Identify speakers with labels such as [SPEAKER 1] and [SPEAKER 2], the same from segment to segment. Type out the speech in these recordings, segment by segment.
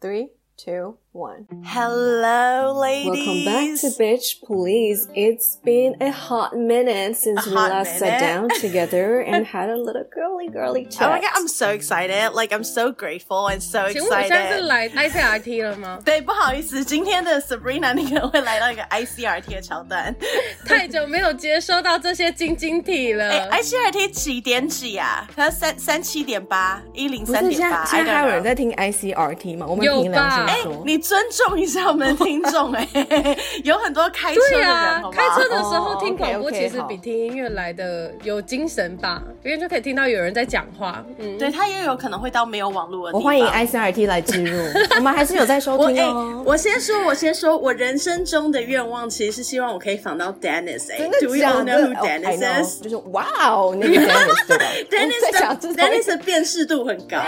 [SPEAKER 1] Three, two, one.
[SPEAKER 2] Hello, ladies.
[SPEAKER 1] Welcome back to Bitch Please. It's been a hot minute since
[SPEAKER 2] A
[SPEAKER 1] we
[SPEAKER 2] hot
[SPEAKER 1] last sat
[SPEAKER 2] minute.
[SPEAKER 1] down together and had a little girly girly chat.
[SPEAKER 2] Oh my god, I'm so excited! Like I'm so grateful and so
[SPEAKER 3] 请问我现在是
[SPEAKER 2] excited.
[SPEAKER 3] 来 ICRT 了 吗？
[SPEAKER 2] 对，不好意思，今天的 Sabrina 那个会来到一个 ICRT 的桥 段。
[SPEAKER 3] 太久没有接收到这些晶晶体了。
[SPEAKER 2] 哎、i Eh, c r t 几点几啊？它三三七点八，一零
[SPEAKER 1] 不
[SPEAKER 2] 三
[SPEAKER 1] 是
[SPEAKER 2] 点
[SPEAKER 1] 现
[SPEAKER 2] 八
[SPEAKER 1] 在。现在还有人在听 ICRT 吗？我们
[SPEAKER 3] 有
[SPEAKER 1] 凭良心
[SPEAKER 3] 吧
[SPEAKER 2] 哎
[SPEAKER 1] 说，，
[SPEAKER 2] Eh, 你尊重一下我们的听 众哎、 有很多开车的
[SPEAKER 3] 对
[SPEAKER 2] 人，
[SPEAKER 3] 啊
[SPEAKER 2] 好，不
[SPEAKER 3] 开
[SPEAKER 2] 好？
[SPEAKER 3] 车的时候
[SPEAKER 1] 哦
[SPEAKER 3] 听广播
[SPEAKER 1] OK，OK，
[SPEAKER 3] 其实
[SPEAKER 1] 好
[SPEAKER 3] 比听音乐来的有精神吧，因为就可以听到有人在讲话。嗯，
[SPEAKER 2] 对，他也有可能会到没有网络的地
[SPEAKER 1] 我
[SPEAKER 2] 方。
[SPEAKER 1] 欢迎 ICRT 来植入， 我们还是有在收
[SPEAKER 2] 我
[SPEAKER 1] 听
[SPEAKER 2] 哎、
[SPEAKER 1] 哦。
[SPEAKER 2] 我先说，我先说，我人生中的愿望其实是希望我可以访到 Dennis 哎、
[SPEAKER 1] 真
[SPEAKER 2] d
[SPEAKER 1] 的
[SPEAKER 2] o we all
[SPEAKER 1] 假
[SPEAKER 2] know
[SPEAKER 1] 的
[SPEAKER 2] who
[SPEAKER 1] 哦？I
[SPEAKER 2] Dennis is？
[SPEAKER 1] know，就是哇哦， 那个 Dennis 对吧
[SPEAKER 2] Dennis
[SPEAKER 1] 我在想
[SPEAKER 2] 的
[SPEAKER 1] 知道
[SPEAKER 2] Dennis 的辨识度很高，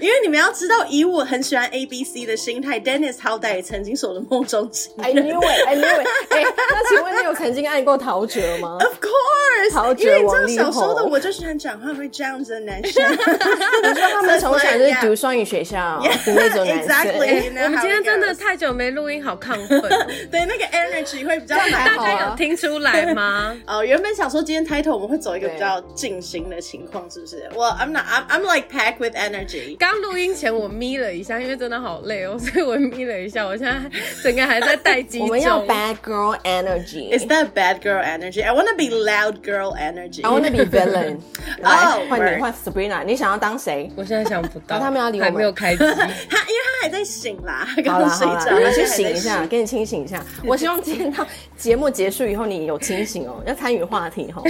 [SPEAKER 2] 因为你们要知道，以我很喜欢 A B C 的心态，Dennis 好歹也曾经是我的梦中情
[SPEAKER 1] I
[SPEAKER 2] 人。
[SPEAKER 1] knew it, I knew it。哎，那请问你有曾经按过陶喆吗？
[SPEAKER 2] Of course，
[SPEAKER 1] 陶喆
[SPEAKER 2] 因为你
[SPEAKER 1] 王
[SPEAKER 2] 知
[SPEAKER 1] 力
[SPEAKER 2] 道小时候的
[SPEAKER 1] 宏
[SPEAKER 2] 我就喜欢讲话会这样子的男生，
[SPEAKER 1] 你说他们从小就是读双语学校
[SPEAKER 2] Yeah，
[SPEAKER 1] 的那种男生
[SPEAKER 2] exactly。
[SPEAKER 3] 哎我们今天真的太久没录音，好亢 奋。
[SPEAKER 2] 对那个 energy 会比较
[SPEAKER 3] 大
[SPEAKER 2] 难。
[SPEAKER 1] 好啊
[SPEAKER 3] 家有听出来吗？
[SPEAKER 2] 哦，原本想说今天 title 我们会走一个
[SPEAKER 1] 对
[SPEAKER 2] 比较静心的情况，是不是？Well, I'm not. I'm I'm like packed with energy.
[SPEAKER 3] 刚录音前我眯了一下，因为真的好累哦， 所以我眯了一下。我现在整个还在待机
[SPEAKER 1] 我
[SPEAKER 3] 中。
[SPEAKER 1] 们要 bad girl energy
[SPEAKER 2] Is。that bad girl energy? I want to be loud girl energy.
[SPEAKER 1] I wanna be villain。来，换你
[SPEAKER 2] Oh, word
[SPEAKER 1] 换 Sabrina，你想要当谁？
[SPEAKER 3] 我现在想不到，
[SPEAKER 1] 哦他们要理我们
[SPEAKER 3] 还没有开 机。
[SPEAKER 2] 他因为他还在醒啦，他
[SPEAKER 1] 好
[SPEAKER 2] 刚
[SPEAKER 1] 啦
[SPEAKER 2] 刚睡
[SPEAKER 1] 好啦，
[SPEAKER 2] 着，
[SPEAKER 1] 你
[SPEAKER 2] 他现
[SPEAKER 1] 去
[SPEAKER 2] 在还在
[SPEAKER 1] 醒一 下，给你清醒一下。我希望今天到节目结束以后，你有清醒哦， 要参与话题哦。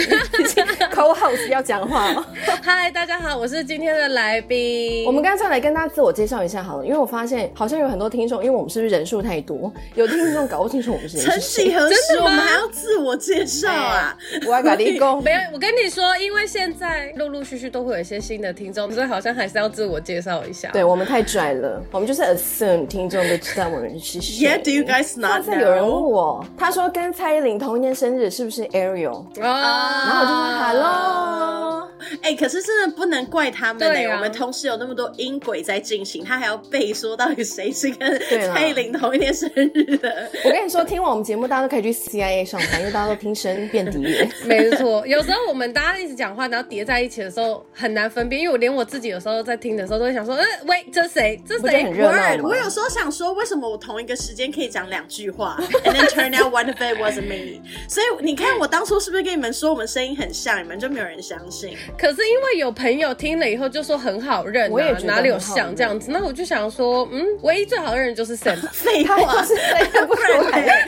[SPEAKER 1] Co-host 要讲话哦。
[SPEAKER 3] 嗨，大家好，我是今天的来宾。
[SPEAKER 1] 我们干脆来跟大家自我介绍一下好了，因为我发现好像有很多听众，因为我们是不是人数太多，有听众搞不清楚我们是谁是
[SPEAKER 2] 曾几
[SPEAKER 1] 谁。
[SPEAKER 2] 何时，
[SPEAKER 3] 真的
[SPEAKER 2] 我
[SPEAKER 3] 吗
[SPEAKER 2] 们还要自我介绍啊？
[SPEAKER 1] 我搞立功
[SPEAKER 3] 没，有，我跟你说，因为现在陆陆续续都会有一些新的听众，所以好像还是要自我介绍一下。
[SPEAKER 1] 对我们太拽了，我们就是 assume 听众都知道我们是谁。
[SPEAKER 2] Yeah, do you guys not
[SPEAKER 1] 上次有人问
[SPEAKER 2] know？
[SPEAKER 1] 我，他说跟蔡依林同一天生日，是不是 Ariel？
[SPEAKER 3] 哦，然
[SPEAKER 1] 然后我就
[SPEAKER 2] 啊
[SPEAKER 1] 说 Hello，
[SPEAKER 2] 哎、可是真的不能怪他们哎、
[SPEAKER 3] 对啊
[SPEAKER 2] 我们同时有那么多音轨在进行，他还要背说到底谁是跟
[SPEAKER 1] 对啦
[SPEAKER 2] 蔡依林同一天生日的。
[SPEAKER 1] 我跟你说，听完我们节目，大家都可以去 CIA 上班，因为大家都听声辨敌人。
[SPEAKER 3] 没错，有时候我们大家一直讲话，然后叠在一起的时候很难分辨，因为我连我自己有时候在听的时候都会想说，呃，喂，这谁？这
[SPEAKER 1] 不觉得
[SPEAKER 3] 谁
[SPEAKER 1] 很？热闹
[SPEAKER 2] Word，
[SPEAKER 1] 吗？
[SPEAKER 2] 我有时候想说，为什么我同一个时间可以讲两句话，and then turn out one of it wasn't me。所 以你看，我当初是不是跟你们说我们声音很像，你们就没有人相信？
[SPEAKER 3] 可是因为有朋友听了以后就说很好认、啊，
[SPEAKER 1] 我也觉得
[SPEAKER 3] 哪里有
[SPEAKER 1] 很好
[SPEAKER 3] 像这样子，那我就想说，嗯，唯一最好认的就是 Sam 吧。
[SPEAKER 2] 废
[SPEAKER 1] 他
[SPEAKER 2] 话
[SPEAKER 1] 不，是这样，不是我还真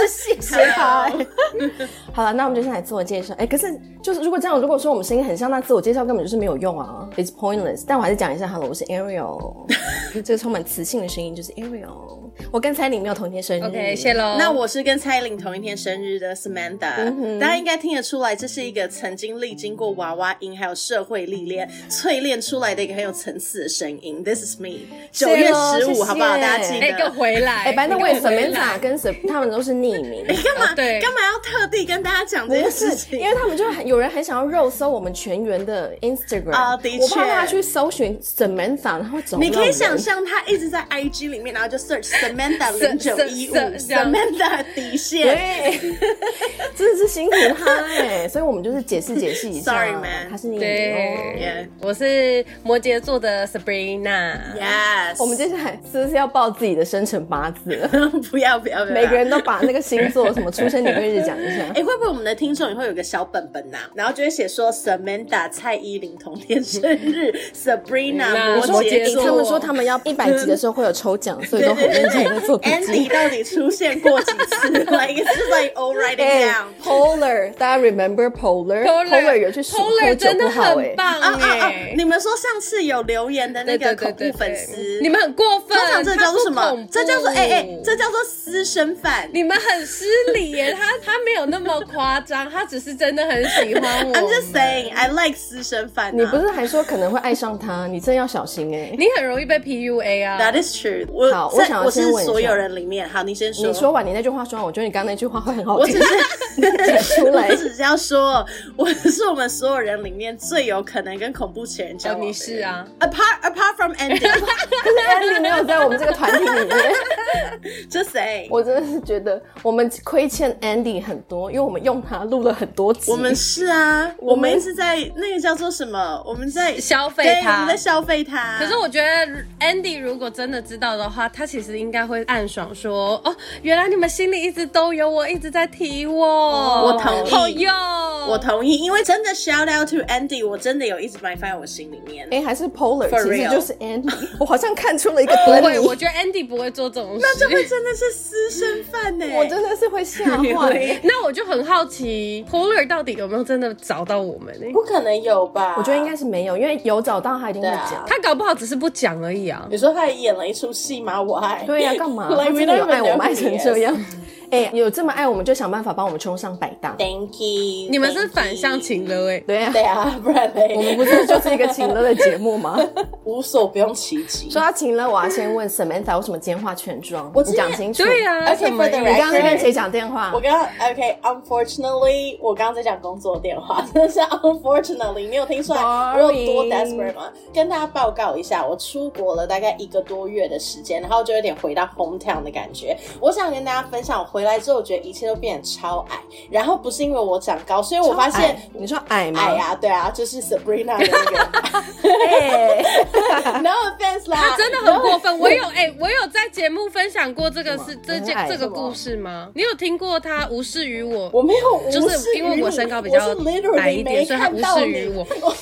[SPEAKER 1] 是谢谢他。 好了，那我们就先来自我介绍。哎、可是就是如果这样，如果说我们声音很像，那自我介绍根本就是没有用啊，it's pointless。但我还是讲一下好了，我是 Ariel，这个充满磁性的声音就是 Ariel。我跟彩玲没有同一天生日
[SPEAKER 3] OK，谢喽。
[SPEAKER 2] 那我是跟蔡依林同一天生日的 Samantha，、大
[SPEAKER 1] 嗯
[SPEAKER 2] 家应该听得出来，这是一个曾经历经过娃娃音还有社会历练淬炼出来的一个很有层次的声音。This is me，
[SPEAKER 1] 谢
[SPEAKER 2] 九
[SPEAKER 1] 咯
[SPEAKER 2] 月十
[SPEAKER 1] 谢
[SPEAKER 2] 五，
[SPEAKER 1] 谢
[SPEAKER 2] 好不好？大家记
[SPEAKER 3] 哎、给我
[SPEAKER 2] 得。
[SPEAKER 3] 回来！
[SPEAKER 1] 哎、反正我 也
[SPEAKER 3] 你给回来
[SPEAKER 1] Samantha 跟 Sam 他们都是匿 名。
[SPEAKER 2] 干嘛、
[SPEAKER 3] 哦对
[SPEAKER 2] 干嘛要特地跟大家讲这件
[SPEAKER 1] 不
[SPEAKER 2] 事
[SPEAKER 1] 是，
[SPEAKER 2] 情？
[SPEAKER 1] 因为他们就很有人很想要肉搜我们全员的 Instagram
[SPEAKER 2] 啊的确
[SPEAKER 1] 我怕他去搜寻 Samantha，然后找不
[SPEAKER 2] 你
[SPEAKER 1] 到
[SPEAKER 2] 可以
[SPEAKER 1] 人
[SPEAKER 2] 想象他一直在 IG 里面，然后就 search Samantha 零九一五
[SPEAKER 3] Sa- Sa- Sa- 这样
[SPEAKER 2] ，Samantha 底线。
[SPEAKER 1] 对， 真的是辛苦他哎、所以我们就是解释解释一下。
[SPEAKER 2] Sorry, man
[SPEAKER 1] 他是你哦。
[SPEAKER 3] 对我是摩羯座的 Sabrina。
[SPEAKER 2] Yes，
[SPEAKER 1] 我们接下来是不是要报自己的生辰八字了？
[SPEAKER 2] 不要不要不要，
[SPEAKER 1] 每个人都把那个星座什么出生年月日讲一下
[SPEAKER 2] 哎、。会不会我们的听众也会有个小本本呐、然后就会写说 Samantha 蔡依林同天生 日，Sabrina
[SPEAKER 3] 那
[SPEAKER 2] 摩
[SPEAKER 3] 我
[SPEAKER 1] 说
[SPEAKER 2] 羯
[SPEAKER 1] 诶
[SPEAKER 2] 座，
[SPEAKER 1] 他们说他们要一百集的时候会有抽奖，所以都很认 真地在做 笔记
[SPEAKER 2] Andy。到底出现过几 次？Like it's just like all writing
[SPEAKER 1] 哎
[SPEAKER 2] down。
[SPEAKER 1] ，Polar，大家 remember Polar？有去数
[SPEAKER 3] Polar
[SPEAKER 1] 喝酒
[SPEAKER 3] 真的
[SPEAKER 1] 不好哎
[SPEAKER 3] 很。棒
[SPEAKER 2] 啊啊啊！
[SPEAKER 3] 哎、
[SPEAKER 2] 你们说上次有留言的那
[SPEAKER 3] 对
[SPEAKER 2] 那
[SPEAKER 3] 对
[SPEAKER 2] 个
[SPEAKER 3] 对
[SPEAKER 2] 恐
[SPEAKER 3] 对
[SPEAKER 2] 怖
[SPEAKER 3] 对
[SPEAKER 2] 粉丝，
[SPEAKER 3] 你们很过分。
[SPEAKER 2] 通常讲这叫做什
[SPEAKER 3] 他不
[SPEAKER 2] 么
[SPEAKER 3] 恐？怖
[SPEAKER 2] 这叫做哎哎、这叫做私生饭。
[SPEAKER 3] 你们很失礼耶，他他没有那么夸张，他只是真的很喜欢我。
[SPEAKER 2] I'm just saying, I like 私生饭、啊。
[SPEAKER 1] 你不是还说可能会爱上他？你真要小心 哎、
[SPEAKER 3] 你很容易被 PUA 啊。
[SPEAKER 2] That is true 我。
[SPEAKER 1] 好我
[SPEAKER 2] 在
[SPEAKER 1] 想要
[SPEAKER 2] 我
[SPEAKER 1] 先
[SPEAKER 2] 是
[SPEAKER 1] 问一下
[SPEAKER 2] 所有人里面，好，你先说。
[SPEAKER 1] 你说完你那句话说完，我觉得你刚刚那句话会很好
[SPEAKER 2] 我
[SPEAKER 1] 听
[SPEAKER 2] 只。是
[SPEAKER 1] 出来
[SPEAKER 2] 我只是要说，我是我们所有人里面最有可能跟恐怖情人交
[SPEAKER 3] 哦
[SPEAKER 2] 往、，
[SPEAKER 3] 你是。啊，
[SPEAKER 2] Apart apart from
[SPEAKER 1] 可
[SPEAKER 2] ending,
[SPEAKER 1] 是 Andy 没有在我们这个团体里面，
[SPEAKER 2] just saying 我。
[SPEAKER 1] 我真的是觉得我们亏欠 Andy 很多，因为我们用他录了很多集。
[SPEAKER 2] 们是啊，我
[SPEAKER 1] 们
[SPEAKER 2] 们一直在那个叫做什么？我们在
[SPEAKER 3] 消费
[SPEAKER 2] 对，
[SPEAKER 3] 他
[SPEAKER 2] 我们在消费他。
[SPEAKER 3] 可是我觉得 Andy 如果真的知道的话，他其实应该会暗爽说：“哦，原来你们心里一直都有我，一直在提我。
[SPEAKER 2] 我同意
[SPEAKER 3] 好哟，
[SPEAKER 2] 我同意，因为真的 shout out to Andy，我真的有一直埋放在我心里面。
[SPEAKER 1] 哎、还是 Polar，
[SPEAKER 2] For
[SPEAKER 1] 其实
[SPEAKER 2] real
[SPEAKER 1] 就是 Andy。我好像看出 了一个
[SPEAKER 3] 不
[SPEAKER 1] 端倪
[SPEAKER 3] 会，，我觉得 Andy 不会做这种事。
[SPEAKER 2] 这会真的是私生饭呢、
[SPEAKER 1] 我真的是会吓 坏。
[SPEAKER 3] 那我就很好奇 p o l a r 到底有没有真的找到我们呢、欸
[SPEAKER 2] 不可能有吧？
[SPEAKER 1] 我觉得应该是没有，因为有找到他一定会
[SPEAKER 2] 对啊
[SPEAKER 1] 讲。
[SPEAKER 3] 他搞不好只是不讲而已啊。
[SPEAKER 2] 你说他也演了一出戏吗？我爱。
[SPEAKER 1] 对呀、 干嘛？他
[SPEAKER 2] Like, we
[SPEAKER 1] 真的有
[SPEAKER 2] don't
[SPEAKER 1] 爱
[SPEAKER 2] even
[SPEAKER 1] 我们
[SPEAKER 2] know
[SPEAKER 1] 爱
[SPEAKER 2] who
[SPEAKER 1] 成
[SPEAKER 2] he
[SPEAKER 1] 这
[SPEAKER 2] is
[SPEAKER 1] 样。哎、有这么爱我们，就想办法帮我们冲上百大。
[SPEAKER 2] Thank you。
[SPEAKER 3] 你们是反向。情勒哎、
[SPEAKER 1] 对呀、
[SPEAKER 2] 对啊，不然
[SPEAKER 1] 我们
[SPEAKER 2] 嘞，
[SPEAKER 1] 不是就是一个情乐的节目吗？
[SPEAKER 2] 无所不用其极。
[SPEAKER 1] 说到情乐，我要先问 Samantha 为什么今天化全妆？
[SPEAKER 2] 我
[SPEAKER 1] 你
[SPEAKER 2] 今天
[SPEAKER 1] 讲清楚。
[SPEAKER 3] 对呀、啊，
[SPEAKER 2] OK，
[SPEAKER 3] 什么
[SPEAKER 2] for the
[SPEAKER 1] 你刚刚在跟
[SPEAKER 2] record
[SPEAKER 1] 谁讲电话
[SPEAKER 2] 我？刚刚 OK，unfortunately，、我刚刚在讲工作电话， 真的是 unfortunately，你有听出来
[SPEAKER 1] Sorry
[SPEAKER 2] 我有多 desperate 吗？跟大家报告一下，我出国了大概一个多月的时间，然后就有点回到 hometown 的感觉。我想跟大家分享，我回来之后我觉得一切都变得超矮，然后不是因为我长高，所以我发现
[SPEAKER 1] 矮你说矮吗？
[SPEAKER 2] 矮呀、对啊，就是 Sabrina 的那
[SPEAKER 1] 哎，
[SPEAKER 2] 个，no offense 啦，
[SPEAKER 3] 他真的很过分。我有哎、我有在节目分享过这个
[SPEAKER 1] 什么
[SPEAKER 3] 事，这
[SPEAKER 1] 很矮
[SPEAKER 3] 件这个
[SPEAKER 1] 是吗
[SPEAKER 3] 故事吗？你有听过他无视于我？
[SPEAKER 2] 我没有无视于你，
[SPEAKER 3] 就是因为我身高比较
[SPEAKER 2] 我是 literally
[SPEAKER 3] 矮一点
[SPEAKER 2] 没
[SPEAKER 3] 所以他
[SPEAKER 2] 看到
[SPEAKER 3] 无视于
[SPEAKER 2] 你
[SPEAKER 3] 我
[SPEAKER 2] 我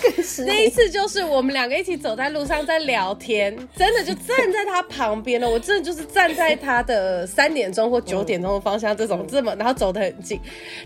[SPEAKER 3] 那一次就是我们两个一起走在路上在聊天，真的就站在他旁边了。我真的就是站在他的三点钟或九点钟的方向这种这么，然后走得很近，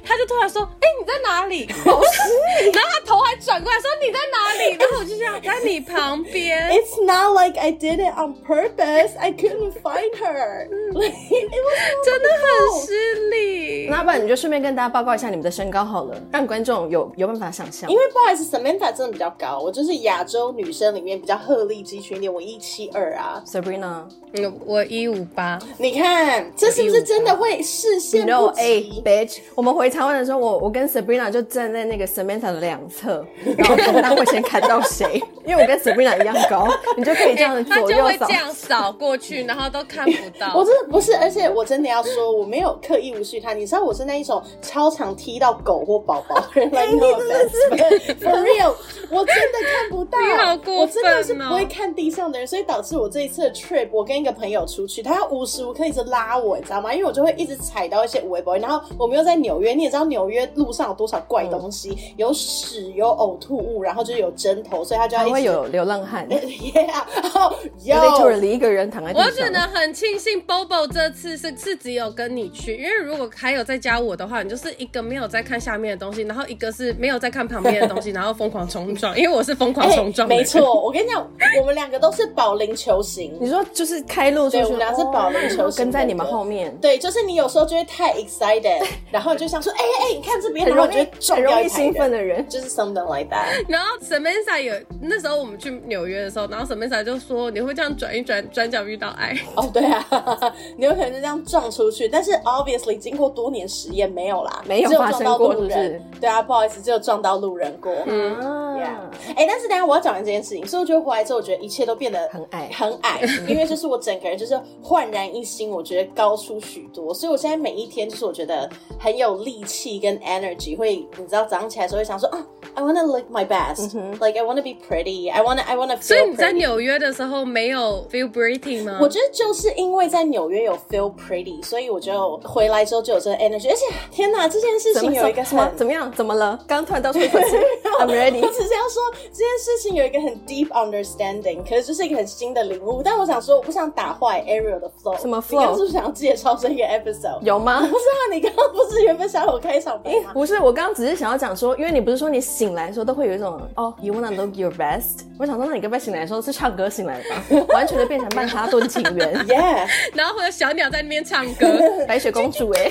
[SPEAKER 3] 他就突然说：“哎、你在哪里？” 然后他头还转过来说：“你在哪里？”然后我就这样在你旁边。
[SPEAKER 2] It's not like I did it on purpose. I couldn't find her. Like, it was
[SPEAKER 3] 真的很失礼。
[SPEAKER 1] 那不然你就顺便跟大家报告一下你们的身高好了，让观众有有办法想象
[SPEAKER 2] 因。为不好意思，Samantha 真的比较高，我就是亚洲女生里面比较鹤立鸡群一点，我一七二啊。
[SPEAKER 1] Sabrina
[SPEAKER 3] 嗯，我一五八，
[SPEAKER 2] 你看，这是不是真的会视线
[SPEAKER 1] ，No
[SPEAKER 2] 不
[SPEAKER 1] A 哎
[SPEAKER 2] 及？
[SPEAKER 1] bitch。我们回台湾的时候，我我跟 Sabrina 就站在那个 Samantha 的两侧，然后看她会先看到 谁，因为我跟 Sabrina 一样高，你就可以这样
[SPEAKER 3] 他
[SPEAKER 1] 左
[SPEAKER 2] 哎
[SPEAKER 3] 就
[SPEAKER 1] 右
[SPEAKER 3] 会
[SPEAKER 1] 扫
[SPEAKER 3] 这。样扫过去，然后都看不 到。
[SPEAKER 2] 我真的不是，而且我真的要说，我没有刻意无视她。你知道我是那一种超常踢到狗或宝宝的人
[SPEAKER 3] 哎
[SPEAKER 2] 来 no
[SPEAKER 1] 真的
[SPEAKER 2] offense，but for real，我真的看不到，
[SPEAKER 3] 你好过分哦
[SPEAKER 2] 我真的是不会看地上的人，所以导致我这一次的 trip，我跟一个朋友出去，他要无时无刻一直拉我，你知道吗？因为我就会一直踩到一些微博，然后我们又在纽约，你也知道纽约路上有多少怪东西，有屎，有呕吐物，然后就是有针头，所以他就要
[SPEAKER 1] 还
[SPEAKER 2] 一直
[SPEAKER 1] 会有流浪汉
[SPEAKER 2] 哎 yeah，哦有。
[SPEAKER 1] ，literally 一个人躺在地上。
[SPEAKER 3] 我只能很庆幸 Bobo 这次是是只有跟你去，因为如果还有再加我的话，你就是一个没有在看下面的东西，然后一个是没有在看旁边的东西，然后疯狂冲 撞，因为我是疯狂
[SPEAKER 2] 哎
[SPEAKER 3] 冲撞、
[SPEAKER 2] 没。错，我跟你讲，我们两个都是保龄球型。
[SPEAKER 1] 你说就是开路出
[SPEAKER 2] 对
[SPEAKER 1] 去，
[SPEAKER 2] 我们俩是保龄球
[SPEAKER 1] 哦
[SPEAKER 2] 型
[SPEAKER 1] 跟在
[SPEAKER 2] 的
[SPEAKER 1] 你们后面，
[SPEAKER 2] 对，就是你有时候就会太 excited，然后你就想说，哎、哎、哎，你看这边，
[SPEAKER 1] 很
[SPEAKER 2] 然后
[SPEAKER 1] 容
[SPEAKER 2] 你就
[SPEAKER 1] 易
[SPEAKER 2] 会撞
[SPEAKER 1] 很
[SPEAKER 2] 掉
[SPEAKER 1] 容
[SPEAKER 2] 一
[SPEAKER 1] 易
[SPEAKER 2] 排
[SPEAKER 1] 兴奋
[SPEAKER 2] 人，
[SPEAKER 1] 的人。
[SPEAKER 2] 就是 something like that。
[SPEAKER 3] 然后 Samantha 有那时候我们去纽约的时候，然后 Samantha 就说你会这样转一转，转角遇到爱。
[SPEAKER 2] 哦，对啊， 你有可能就这样撞出去，但是 obviously 经过多年实验没有啦，
[SPEAKER 1] 没有
[SPEAKER 2] 只有
[SPEAKER 1] 发
[SPEAKER 2] 撞
[SPEAKER 1] 生
[SPEAKER 2] 到
[SPEAKER 1] 过
[SPEAKER 2] 路
[SPEAKER 1] 是
[SPEAKER 2] 人。对啊，不好意思，只有撞到路人过。嗯。
[SPEAKER 1] 啊
[SPEAKER 2] Yeah，哎、但是等一下我要讲完这件事情，所以我觉得回来之后，我觉得一切都变得
[SPEAKER 1] 很矮
[SPEAKER 2] 很矮，因为就是我整个人就是焕然一新，我觉得高出许多，所以我现在每一天就是我觉得很有力气跟 energy，会你知道早上起来的时候会想说啊，I wanna look my best，like、I wanna be pretty，I wanna I wanna feel pretty。
[SPEAKER 3] 所以你在纽约的时候没有 feel breathing 吗？
[SPEAKER 2] 我觉得就是因为在纽约有 feel pretty，所以我就回来之后就有这个 energy，而且天哪，这件事
[SPEAKER 1] 怎么
[SPEAKER 2] 情有一个
[SPEAKER 1] 什么
[SPEAKER 2] 很
[SPEAKER 1] 怎么样？怎么了？刚突然到处口 气，I'm
[SPEAKER 2] 我
[SPEAKER 1] ready。
[SPEAKER 2] 只是要说这件事情有一个很 deep understanding，可是就是一个很新的领悟。但我想说，我不想打坏 Ariel 的 flow。
[SPEAKER 1] 什么
[SPEAKER 2] 你刚
[SPEAKER 1] flow？
[SPEAKER 2] 是不是想要介绍这个 episode？ yourself。
[SPEAKER 1] 有吗？
[SPEAKER 2] 不是啊，你刚刚不是原本想我开场白吗？，
[SPEAKER 1] 不是，我刚刚只是想要讲说，因为你不是说你醒来的时候都会有一种哦，you wanna look your best。我想说，那你该不会醒来的时候是唱歌醒来的吧？完全的变成曼哈顿情缘
[SPEAKER 2] Yeah,
[SPEAKER 3] 然后会有小鸟在那边唱歌，
[SPEAKER 1] 白雪公主 哎、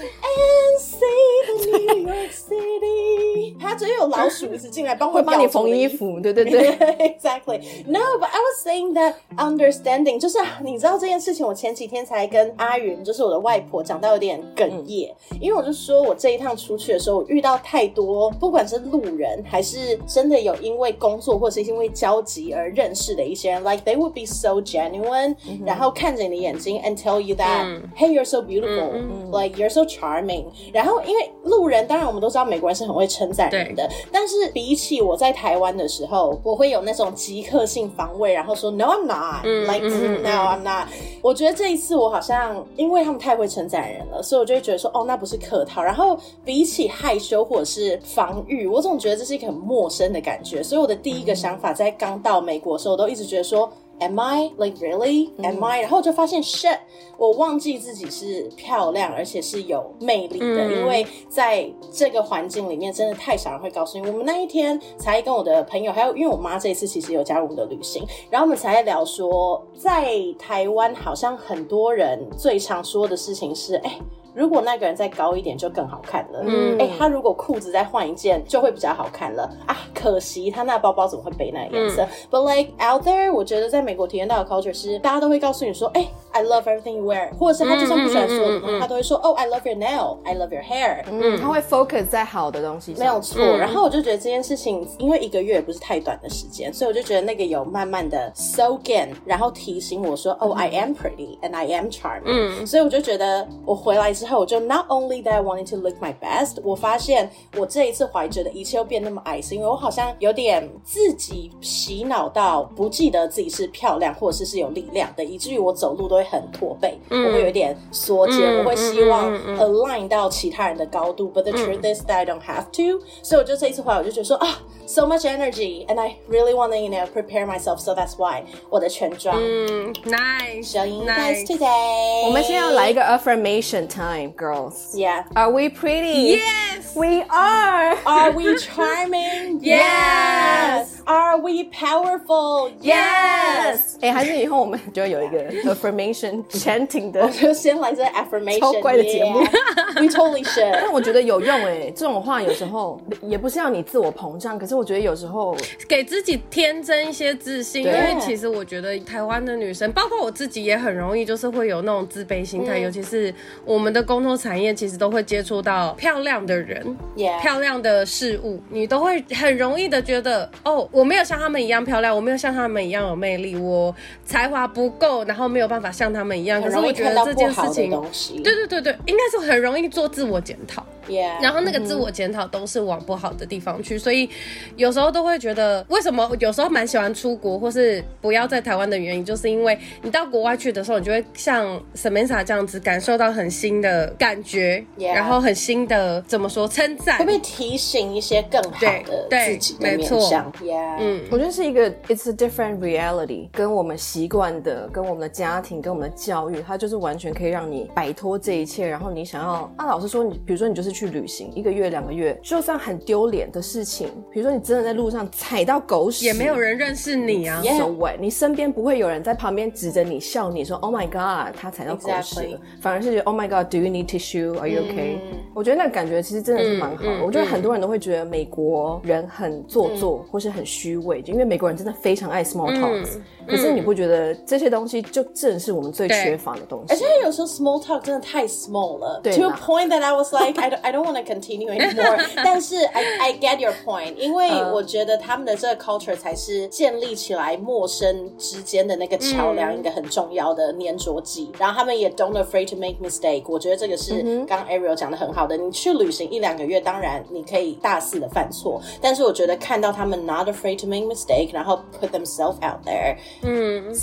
[SPEAKER 2] and save the New York City。他只有老鼠一直进来帮我
[SPEAKER 1] 会帮你
[SPEAKER 2] 咬住
[SPEAKER 1] 缝衣。服，对对 对。
[SPEAKER 2] exactly. No, but I was saying that understanding 就是你知道这件事情，我前几天才跟阿云，就是我的外婆讲到有点哽咽，因为我就说我这一趟出去的时候，我遇到太多，不管是路人还是真的有因为工作或是因为交集而认识的一些人，like they would be so genuine，、然后看着你的眼睛 and tell you that、hey you're so beautiful，、like you're so charming。然后因为路人，当然我们都知道美国人是很会称赞人的，但是比起我在台湾的时候，我会有那种即刻性防卫，然后说 No I'm not，like、No I'm not。我觉得这一次我好像因为他们太会称赞人了，所以我就会觉得说哦那不是客套。然后比起害羞或者是防御，我总觉得这是一个很陌生的感觉。所以我的第一个想法在刚到美国的时候，我都一直觉得说。Am I like really? Am I？、然后我就发现 shit，我忘记自己是漂亮，而且是有魅力的，因为在这个环境里面，真的太少人会告诉你。我们那一天才跟我的朋友，还有因为我妈这一次其实有加入我们的旅行，然后我们才在聊说，在台湾好像很多人最常说的事情是，哎、如果那个人再高一点就更好看了。嗯，哎、他如果裤子再换一件就会比较好看了啊。可惜他那包包怎么会背那个颜色、b u t like out there，我觉得在美国体验到的 culture 是，大家都会告诉你说，哎、i love everything you wear，或者是他就算不喜欢说的话，他都会说，哦、i love your nail，I love your hair，、
[SPEAKER 1] 嗯，他会 focus 在好的东西上。
[SPEAKER 2] 没有错。然后我就觉得这件事情，因为一个月也不是太短的时间，所以我就觉得那个有慢慢的 soak in，然后提醒我说，哦、i am pretty and I am charming。嗯，所以我就觉得我回来之后，我就 not only that I wanted to look my best，我发现我这一次怀着的一切又变那么矮，是因为我好像有点自己洗脑到不记得自己是漂亮或者是是有力量的，以至于我走路都会很驼背，
[SPEAKER 1] 嗯
[SPEAKER 2] 我会有一点缩肩，我会希望 align 到其他人的高度。But the truth
[SPEAKER 1] 嗯
[SPEAKER 2] is that I don't have to，、所以我就这一次回来，我就觉得说啊，so much energy，and I really want to you know prepare myself，so that's why 我的全妆。
[SPEAKER 3] 嗯，nice，
[SPEAKER 2] showing you guys
[SPEAKER 3] nice，
[SPEAKER 2] today，
[SPEAKER 1] 我们现在要来一个 affirmation time, girls.
[SPEAKER 2] Yeah.
[SPEAKER 1] Are we pretty?
[SPEAKER 3] Yes.
[SPEAKER 1] We are.
[SPEAKER 2] Are we charming?
[SPEAKER 3] Yes.
[SPEAKER 2] Are we powerful? Yes.
[SPEAKER 1] 哎、还是以后我们就有一个 affirmation chanting 的。
[SPEAKER 2] 就先来这 affirmation，
[SPEAKER 1] 超怪的节目
[SPEAKER 2] yeah. We totally
[SPEAKER 1] 但
[SPEAKER 2] should.
[SPEAKER 1] 我觉得有用哎、这种话有时候也不是要你自我膨胀，可是我觉得有时候
[SPEAKER 3] 给自己添增一些自信，因
[SPEAKER 1] 对
[SPEAKER 3] 为其实我觉得台湾的女生，包括我自己，也很容易就是会有那种自卑心
[SPEAKER 2] 嗯
[SPEAKER 3] 态，尤其是我们的工作产业，其实都会接触到漂亮的人。
[SPEAKER 2] Yeah.
[SPEAKER 3] 漂亮的事物，你都会很容易的觉得，哦，我没有像他们一样漂亮，我没有像他们一样有魅力，我才华不够，然后没有办法像他们一样。可
[SPEAKER 2] 很
[SPEAKER 3] 是
[SPEAKER 2] 容
[SPEAKER 3] 我
[SPEAKER 2] 易
[SPEAKER 3] 觉
[SPEAKER 2] 看
[SPEAKER 3] 得
[SPEAKER 2] 到
[SPEAKER 3] 这
[SPEAKER 2] 不
[SPEAKER 3] 件事
[SPEAKER 2] 好的
[SPEAKER 3] 情，
[SPEAKER 2] 东西。
[SPEAKER 3] 对对对对，应该是很容易做自我检讨。
[SPEAKER 2] ，Yeah.
[SPEAKER 3] 然后那个自我检讨都是往不好的地方去，所以有时候都会觉得，为什么有时候蛮喜欢出国或是不要在台湾的原因，就是因为你到国外去的时候，你就会像 Samantha 这样子感受到很新的感觉
[SPEAKER 2] Yeah
[SPEAKER 3] 然后很新的怎么说称赞
[SPEAKER 2] 会，被提醒一些更好的
[SPEAKER 3] 对对
[SPEAKER 2] 自己的面
[SPEAKER 3] 没错
[SPEAKER 2] 相。Yeah. 嗯，
[SPEAKER 1] 我觉得是一个 it's a different reality，跟我们习惯的、跟我们的家庭、跟我们的教育，它就是完全可以让你摆脱这一切。然后你想要，那、老师说你，比如说你就是去旅行一个月、两个月，就算很丢脸的事情，比如说你真的在路上踩到狗屎，
[SPEAKER 3] 也没有。人认识你 啊。
[SPEAKER 2] Yeah
[SPEAKER 1] So what？你身边不会有人在旁边指着你笑你说 “Oh my God”，他踩到狗屎了
[SPEAKER 2] Exactly
[SPEAKER 1] 反而是觉得 “Oh my God”，Do you need tissue？Are you okay？、我觉得那感觉其实真的是蛮好的。我觉得很多人都会觉得美国人很做作、或是很虚伪，就因为美国人真的非常爱 small talks、可是你不觉得这些东西就正是我们最
[SPEAKER 3] 对
[SPEAKER 1] 缺乏的东
[SPEAKER 2] 而
[SPEAKER 1] 西
[SPEAKER 2] 且？有时候 small talk 真的太 small 了
[SPEAKER 1] 对
[SPEAKER 2] ，to a
[SPEAKER 1] 啦
[SPEAKER 2] point that I was like I don't I don't want to continue anymore 。但是 I I get your point，因为
[SPEAKER 1] 嗯
[SPEAKER 2] 我觉得他们的这个 culture 才是建立起来陌生之间的那个桥梁，
[SPEAKER 1] 嗯
[SPEAKER 2] 一个很重要的粘着剂。然后他们也 don't afraid to make mistake。我觉得这个是
[SPEAKER 1] 嗯
[SPEAKER 2] 刚刚 Ariel 讲的很好的。你去旅行一两个月，当然你可以大肆的犯错，但是我觉得看到他们 not afraid to make mistake，然后 put themselves out there，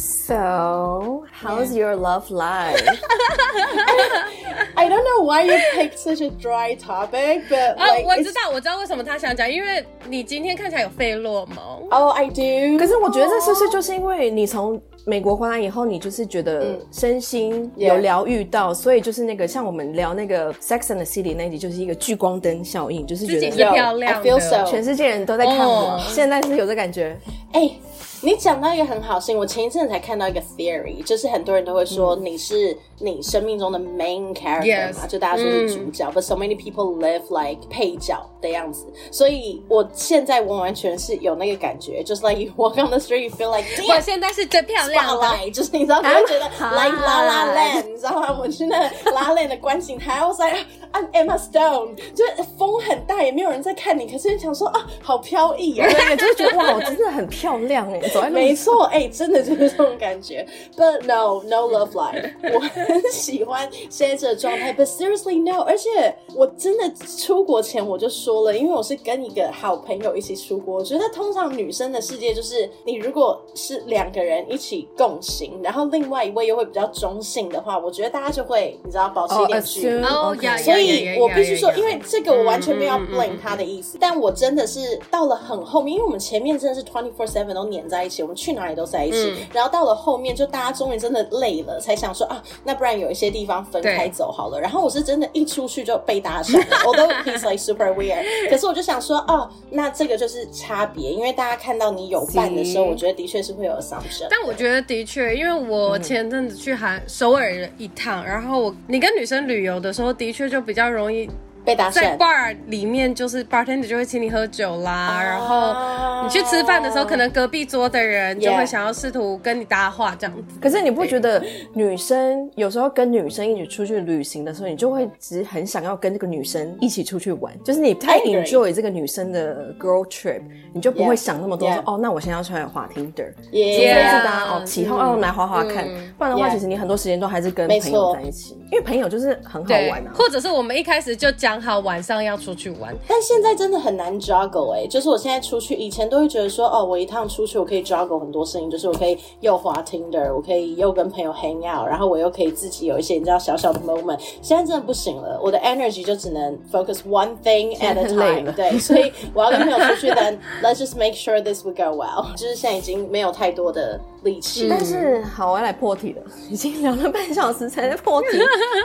[SPEAKER 1] So how's your love life？
[SPEAKER 2] I don't know why you picked such a dry topic, but
[SPEAKER 3] 哦，
[SPEAKER 2] like
[SPEAKER 3] 我知
[SPEAKER 2] it's-
[SPEAKER 3] 道，我知道为什么他想讲，因为你今天看起来有费洛蒙。
[SPEAKER 2] Oh, I do.
[SPEAKER 1] 可是我觉得这是不是就是因为你从美国回来以后，你就是觉得
[SPEAKER 2] 嗯
[SPEAKER 1] 身心
[SPEAKER 2] Yeah
[SPEAKER 1] 有疗愈到，所以就是那个像我们聊那个《Sex and the City》那一集，就是一个聚光灯效应，就是觉
[SPEAKER 3] 自己
[SPEAKER 1] 得
[SPEAKER 3] 是漂亮
[SPEAKER 2] I feel
[SPEAKER 3] 的
[SPEAKER 2] so
[SPEAKER 1] 全世界人都在看我
[SPEAKER 3] 哦，
[SPEAKER 1] 现在是有这感 觉。
[SPEAKER 2] 哎、你讲到一个很好心，我前一阵才看到一个 theory，就是很多人都会说你是你生命中的 main character 嘛
[SPEAKER 3] Yes
[SPEAKER 2] 就大家说是主角、b u t so many people live like 配角的样子。所以我现在完完全是有那个感觉，就是 like you walk on the street, you feel like
[SPEAKER 3] 我
[SPEAKER 2] damn。
[SPEAKER 3] 现在是最漂亮的。啊
[SPEAKER 2] spotlight，就是你知道，你会觉得
[SPEAKER 1] I'm
[SPEAKER 2] like La La
[SPEAKER 1] hot
[SPEAKER 2] Land，你知道吗？我去 那 La La Land 的观景台，我在 I'm Emma Stone，就是风很大，也没有人在看你，可是你想说啊，好飘逸 啊，
[SPEAKER 1] 那个就是觉得哇，我真的很漂亮哎，走在路
[SPEAKER 2] 没
[SPEAKER 1] 上。
[SPEAKER 2] 错，哎、真的就是这种感觉。But no, no love life，我很喜欢现在这个状态。But seriously, no。而且我真的出国前我就说了，因为我是跟一个好朋友一起出国，我觉得通常女生的世界就是，你如果是两个人一起共行，然后另外一位又会比较中性的话，我觉得大家就会你知道保持一点距离。
[SPEAKER 1] assume
[SPEAKER 3] 哦
[SPEAKER 1] OK
[SPEAKER 3] 呀，
[SPEAKER 2] 所以我必须说，因
[SPEAKER 3] 为
[SPEAKER 2] 为这个我完全没有要
[SPEAKER 3] 嗯嗯嗯
[SPEAKER 2] blame 他的意思，但我真的是到了很后面，因为我们前面真的是 twenty four seven 都黏在一起，我们去哪里都在一起，
[SPEAKER 3] 嗯
[SPEAKER 2] 然后到了后面就大家终于真的累了，才想说啊，那不然有一些地方分开
[SPEAKER 3] 对
[SPEAKER 2] 走好了。然后我是真的一出去就被搭讪 了，although he's like super weird，可是我就想说，哦，那这个就是差别，因为大家看到你有伴的时候，
[SPEAKER 1] 行
[SPEAKER 2] 我觉得的确是会有 assumption。
[SPEAKER 3] 但我觉得的确，因为我前阵子去韩首尔一趟，然后我你跟女生旅游的时候，的确就比较容易
[SPEAKER 2] 被搭讪，
[SPEAKER 3] 在 bar 里面，就是 bartender 就会请你喝酒啦，啊
[SPEAKER 2] 哦
[SPEAKER 3] 然后你去吃饭的时候，可
[SPEAKER 2] 啊
[SPEAKER 3] 能隔壁桌的人就
[SPEAKER 2] Yeah
[SPEAKER 3] 会想要试图跟你搭话这样子。
[SPEAKER 1] 可是你不觉得女生有时候跟女生一起出去旅行的时候，你就会只很想要跟这个女生一起出去玩，就是你太
[SPEAKER 2] I agree
[SPEAKER 1] enjoy 这个女生的 girl trip，你就不
[SPEAKER 2] Yeah.
[SPEAKER 1] 会想那么多
[SPEAKER 2] Yeah.
[SPEAKER 1] 说哦，那我现在要出来滑 Tinder，
[SPEAKER 2] 耶
[SPEAKER 1] 这
[SPEAKER 3] Yeah.
[SPEAKER 1] 样子的啊哦，起哄哦来滑滑看
[SPEAKER 3] 嗯，
[SPEAKER 1] 不然的话，
[SPEAKER 2] Yeah.
[SPEAKER 1] 其实你很多时间都还是跟
[SPEAKER 2] 没
[SPEAKER 1] 朋友
[SPEAKER 2] 错
[SPEAKER 1] 在一起，因为朋友就是很好
[SPEAKER 3] 对
[SPEAKER 1] 玩啊，。
[SPEAKER 3] 或者是我们一开始就讲好晚上要出去玩，
[SPEAKER 2] 但现在真的很难 juggle 哎、就是我现在出去，以前都会觉得说，哦，我一趟出去我可以 juggle 很多事情，就是我可以又滑 Tinder，我可以又跟朋友 hang out，然后我又可以自己有一些你知道小小的 moment。现在真的不行了，我的 energy 就只能 focus one thing at
[SPEAKER 1] 现在
[SPEAKER 2] a
[SPEAKER 1] 很 累
[SPEAKER 2] time
[SPEAKER 1] 了。
[SPEAKER 2] 对，所以我要跟朋友出去，then let's just make sure this will go well。就是现在已经没有太多的力气。
[SPEAKER 1] 但是好，我要来破题了，已经聊了半小时才在破 题。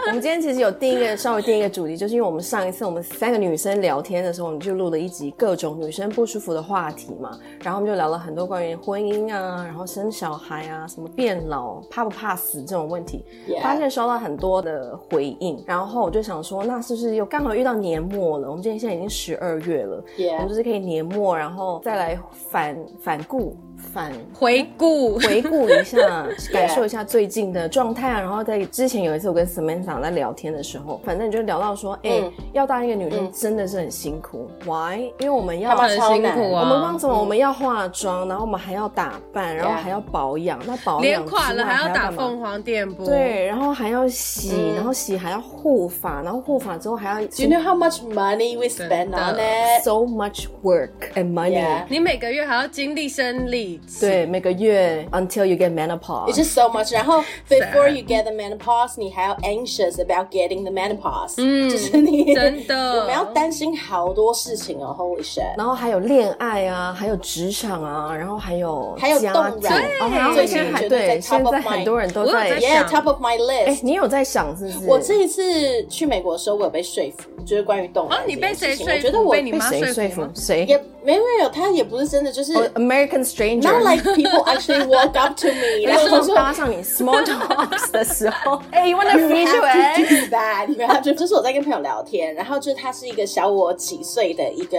[SPEAKER 1] 我们今天其实有定一个稍微定一个主题，就是因为我们上一次我们三个女生聊天的时候，我们就录了一集各种女生不舒服的话题嘛，然后我们就聊了很多关于婚姻啊，然后生小孩啊，什么变老怕不怕死这种问题。
[SPEAKER 2] Yeah
[SPEAKER 1] 发现收到很多的回应，然后我就想说，那是不是又刚好遇到年末了？我们今天现在已经十二月了
[SPEAKER 2] Yeah
[SPEAKER 1] 我们就是可以年末，然后再来反反顾反
[SPEAKER 3] 回顾
[SPEAKER 1] 回顾一 下，感受一下最近的状态啊。然后在之前有一次我跟 Samantha 在聊天的时候，反正你就聊到说，哎、
[SPEAKER 2] 嗯
[SPEAKER 1] 要当一个女生真的是很辛苦。Why？因为我们要
[SPEAKER 2] 干嘛
[SPEAKER 3] 很
[SPEAKER 2] 超
[SPEAKER 3] 辛
[SPEAKER 2] 难
[SPEAKER 3] 苦
[SPEAKER 1] 我
[SPEAKER 3] 啊，
[SPEAKER 1] 们光什么？我们要化妆，然后我们还要打扮，然后
[SPEAKER 2] Yeah
[SPEAKER 1] 还要保养。那保
[SPEAKER 3] 脸
[SPEAKER 1] 养
[SPEAKER 3] 垮了
[SPEAKER 1] 之外
[SPEAKER 3] 还
[SPEAKER 1] 还
[SPEAKER 3] 要打
[SPEAKER 1] 干嘛
[SPEAKER 3] 凤凰电波，，
[SPEAKER 1] 对，然后还要洗，
[SPEAKER 2] 嗯
[SPEAKER 1] 然后洗还要护发，然后护发之后还要
[SPEAKER 2] Do you know how much money we spend
[SPEAKER 3] 真的
[SPEAKER 2] on it？
[SPEAKER 1] so much work and money。
[SPEAKER 2] Yeah
[SPEAKER 3] 你每个月还要经历生理期，
[SPEAKER 1] 对，每个月 until you get
[SPEAKER 2] It's
[SPEAKER 1] menopause。
[SPEAKER 2] just so much. 然后 before you get the menopause，你还要 anxious about getting the menopause。嗯，
[SPEAKER 3] Mm.
[SPEAKER 2] 就是你
[SPEAKER 3] 真的
[SPEAKER 2] 我们要担心好多事情哦。Holy shit！
[SPEAKER 1] 然后还有恋爱啊，还有职场啊，然后还有
[SPEAKER 2] 还有
[SPEAKER 1] 家
[SPEAKER 2] 动
[SPEAKER 1] 长，
[SPEAKER 2] 染
[SPEAKER 1] 哦然后
[SPEAKER 2] 最
[SPEAKER 1] 现
[SPEAKER 2] 近
[SPEAKER 1] 在还
[SPEAKER 2] 觉得在
[SPEAKER 1] 对，现
[SPEAKER 2] top of
[SPEAKER 1] 在
[SPEAKER 2] mind
[SPEAKER 1] 很多人都
[SPEAKER 3] 我有
[SPEAKER 1] 在
[SPEAKER 3] 在
[SPEAKER 1] 哎、
[SPEAKER 2] Yeah,
[SPEAKER 3] 想
[SPEAKER 2] top of my list。
[SPEAKER 1] 你有在想是不是？
[SPEAKER 2] 我这一次去美国的时候，我有被说服，就是关于动
[SPEAKER 3] 哦
[SPEAKER 2] 漫，
[SPEAKER 3] 你
[SPEAKER 2] 这件
[SPEAKER 3] 被
[SPEAKER 2] 事
[SPEAKER 3] 谁
[SPEAKER 2] 情。
[SPEAKER 3] 说
[SPEAKER 2] 我
[SPEAKER 3] 服？
[SPEAKER 2] 觉得我
[SPEAKER 3] 被你
[SPEAKER 1] 被
[SPEAKER 3] 妈
[SPEAKER 1] 谁说
[SPEAKER 3] 服
[SPEAKER 1] 服
[SPEAKER 3] 吗？？
[SPEAKER 1] 谁
[SPEAKER 2] 也没有没有，他也不是真的，就是
[SPEAKER 1] 哦 American
[SPEAKER 2] not
[SPEAKER 1] Stranger。
[SPEAKER 2] like people actually walk up to me，然
[SPEAKER 1] 然
[SPEAKER 2] 后
[SPEAKER 1] 后
[SPEAKER 2] 我
[SPEAKER 1] 说
[SPEAKER 2] 说
[SPEAKER 1] 搭 上你 small talks 的时候，哎、y o u wanna
[SPEAKER 2] You have to
[SPEAKER 1] visual？
[SPEAKER 2] do that. You have to. 就是我在跟朋友聊天，然后就是她是一个小我几岁的一个、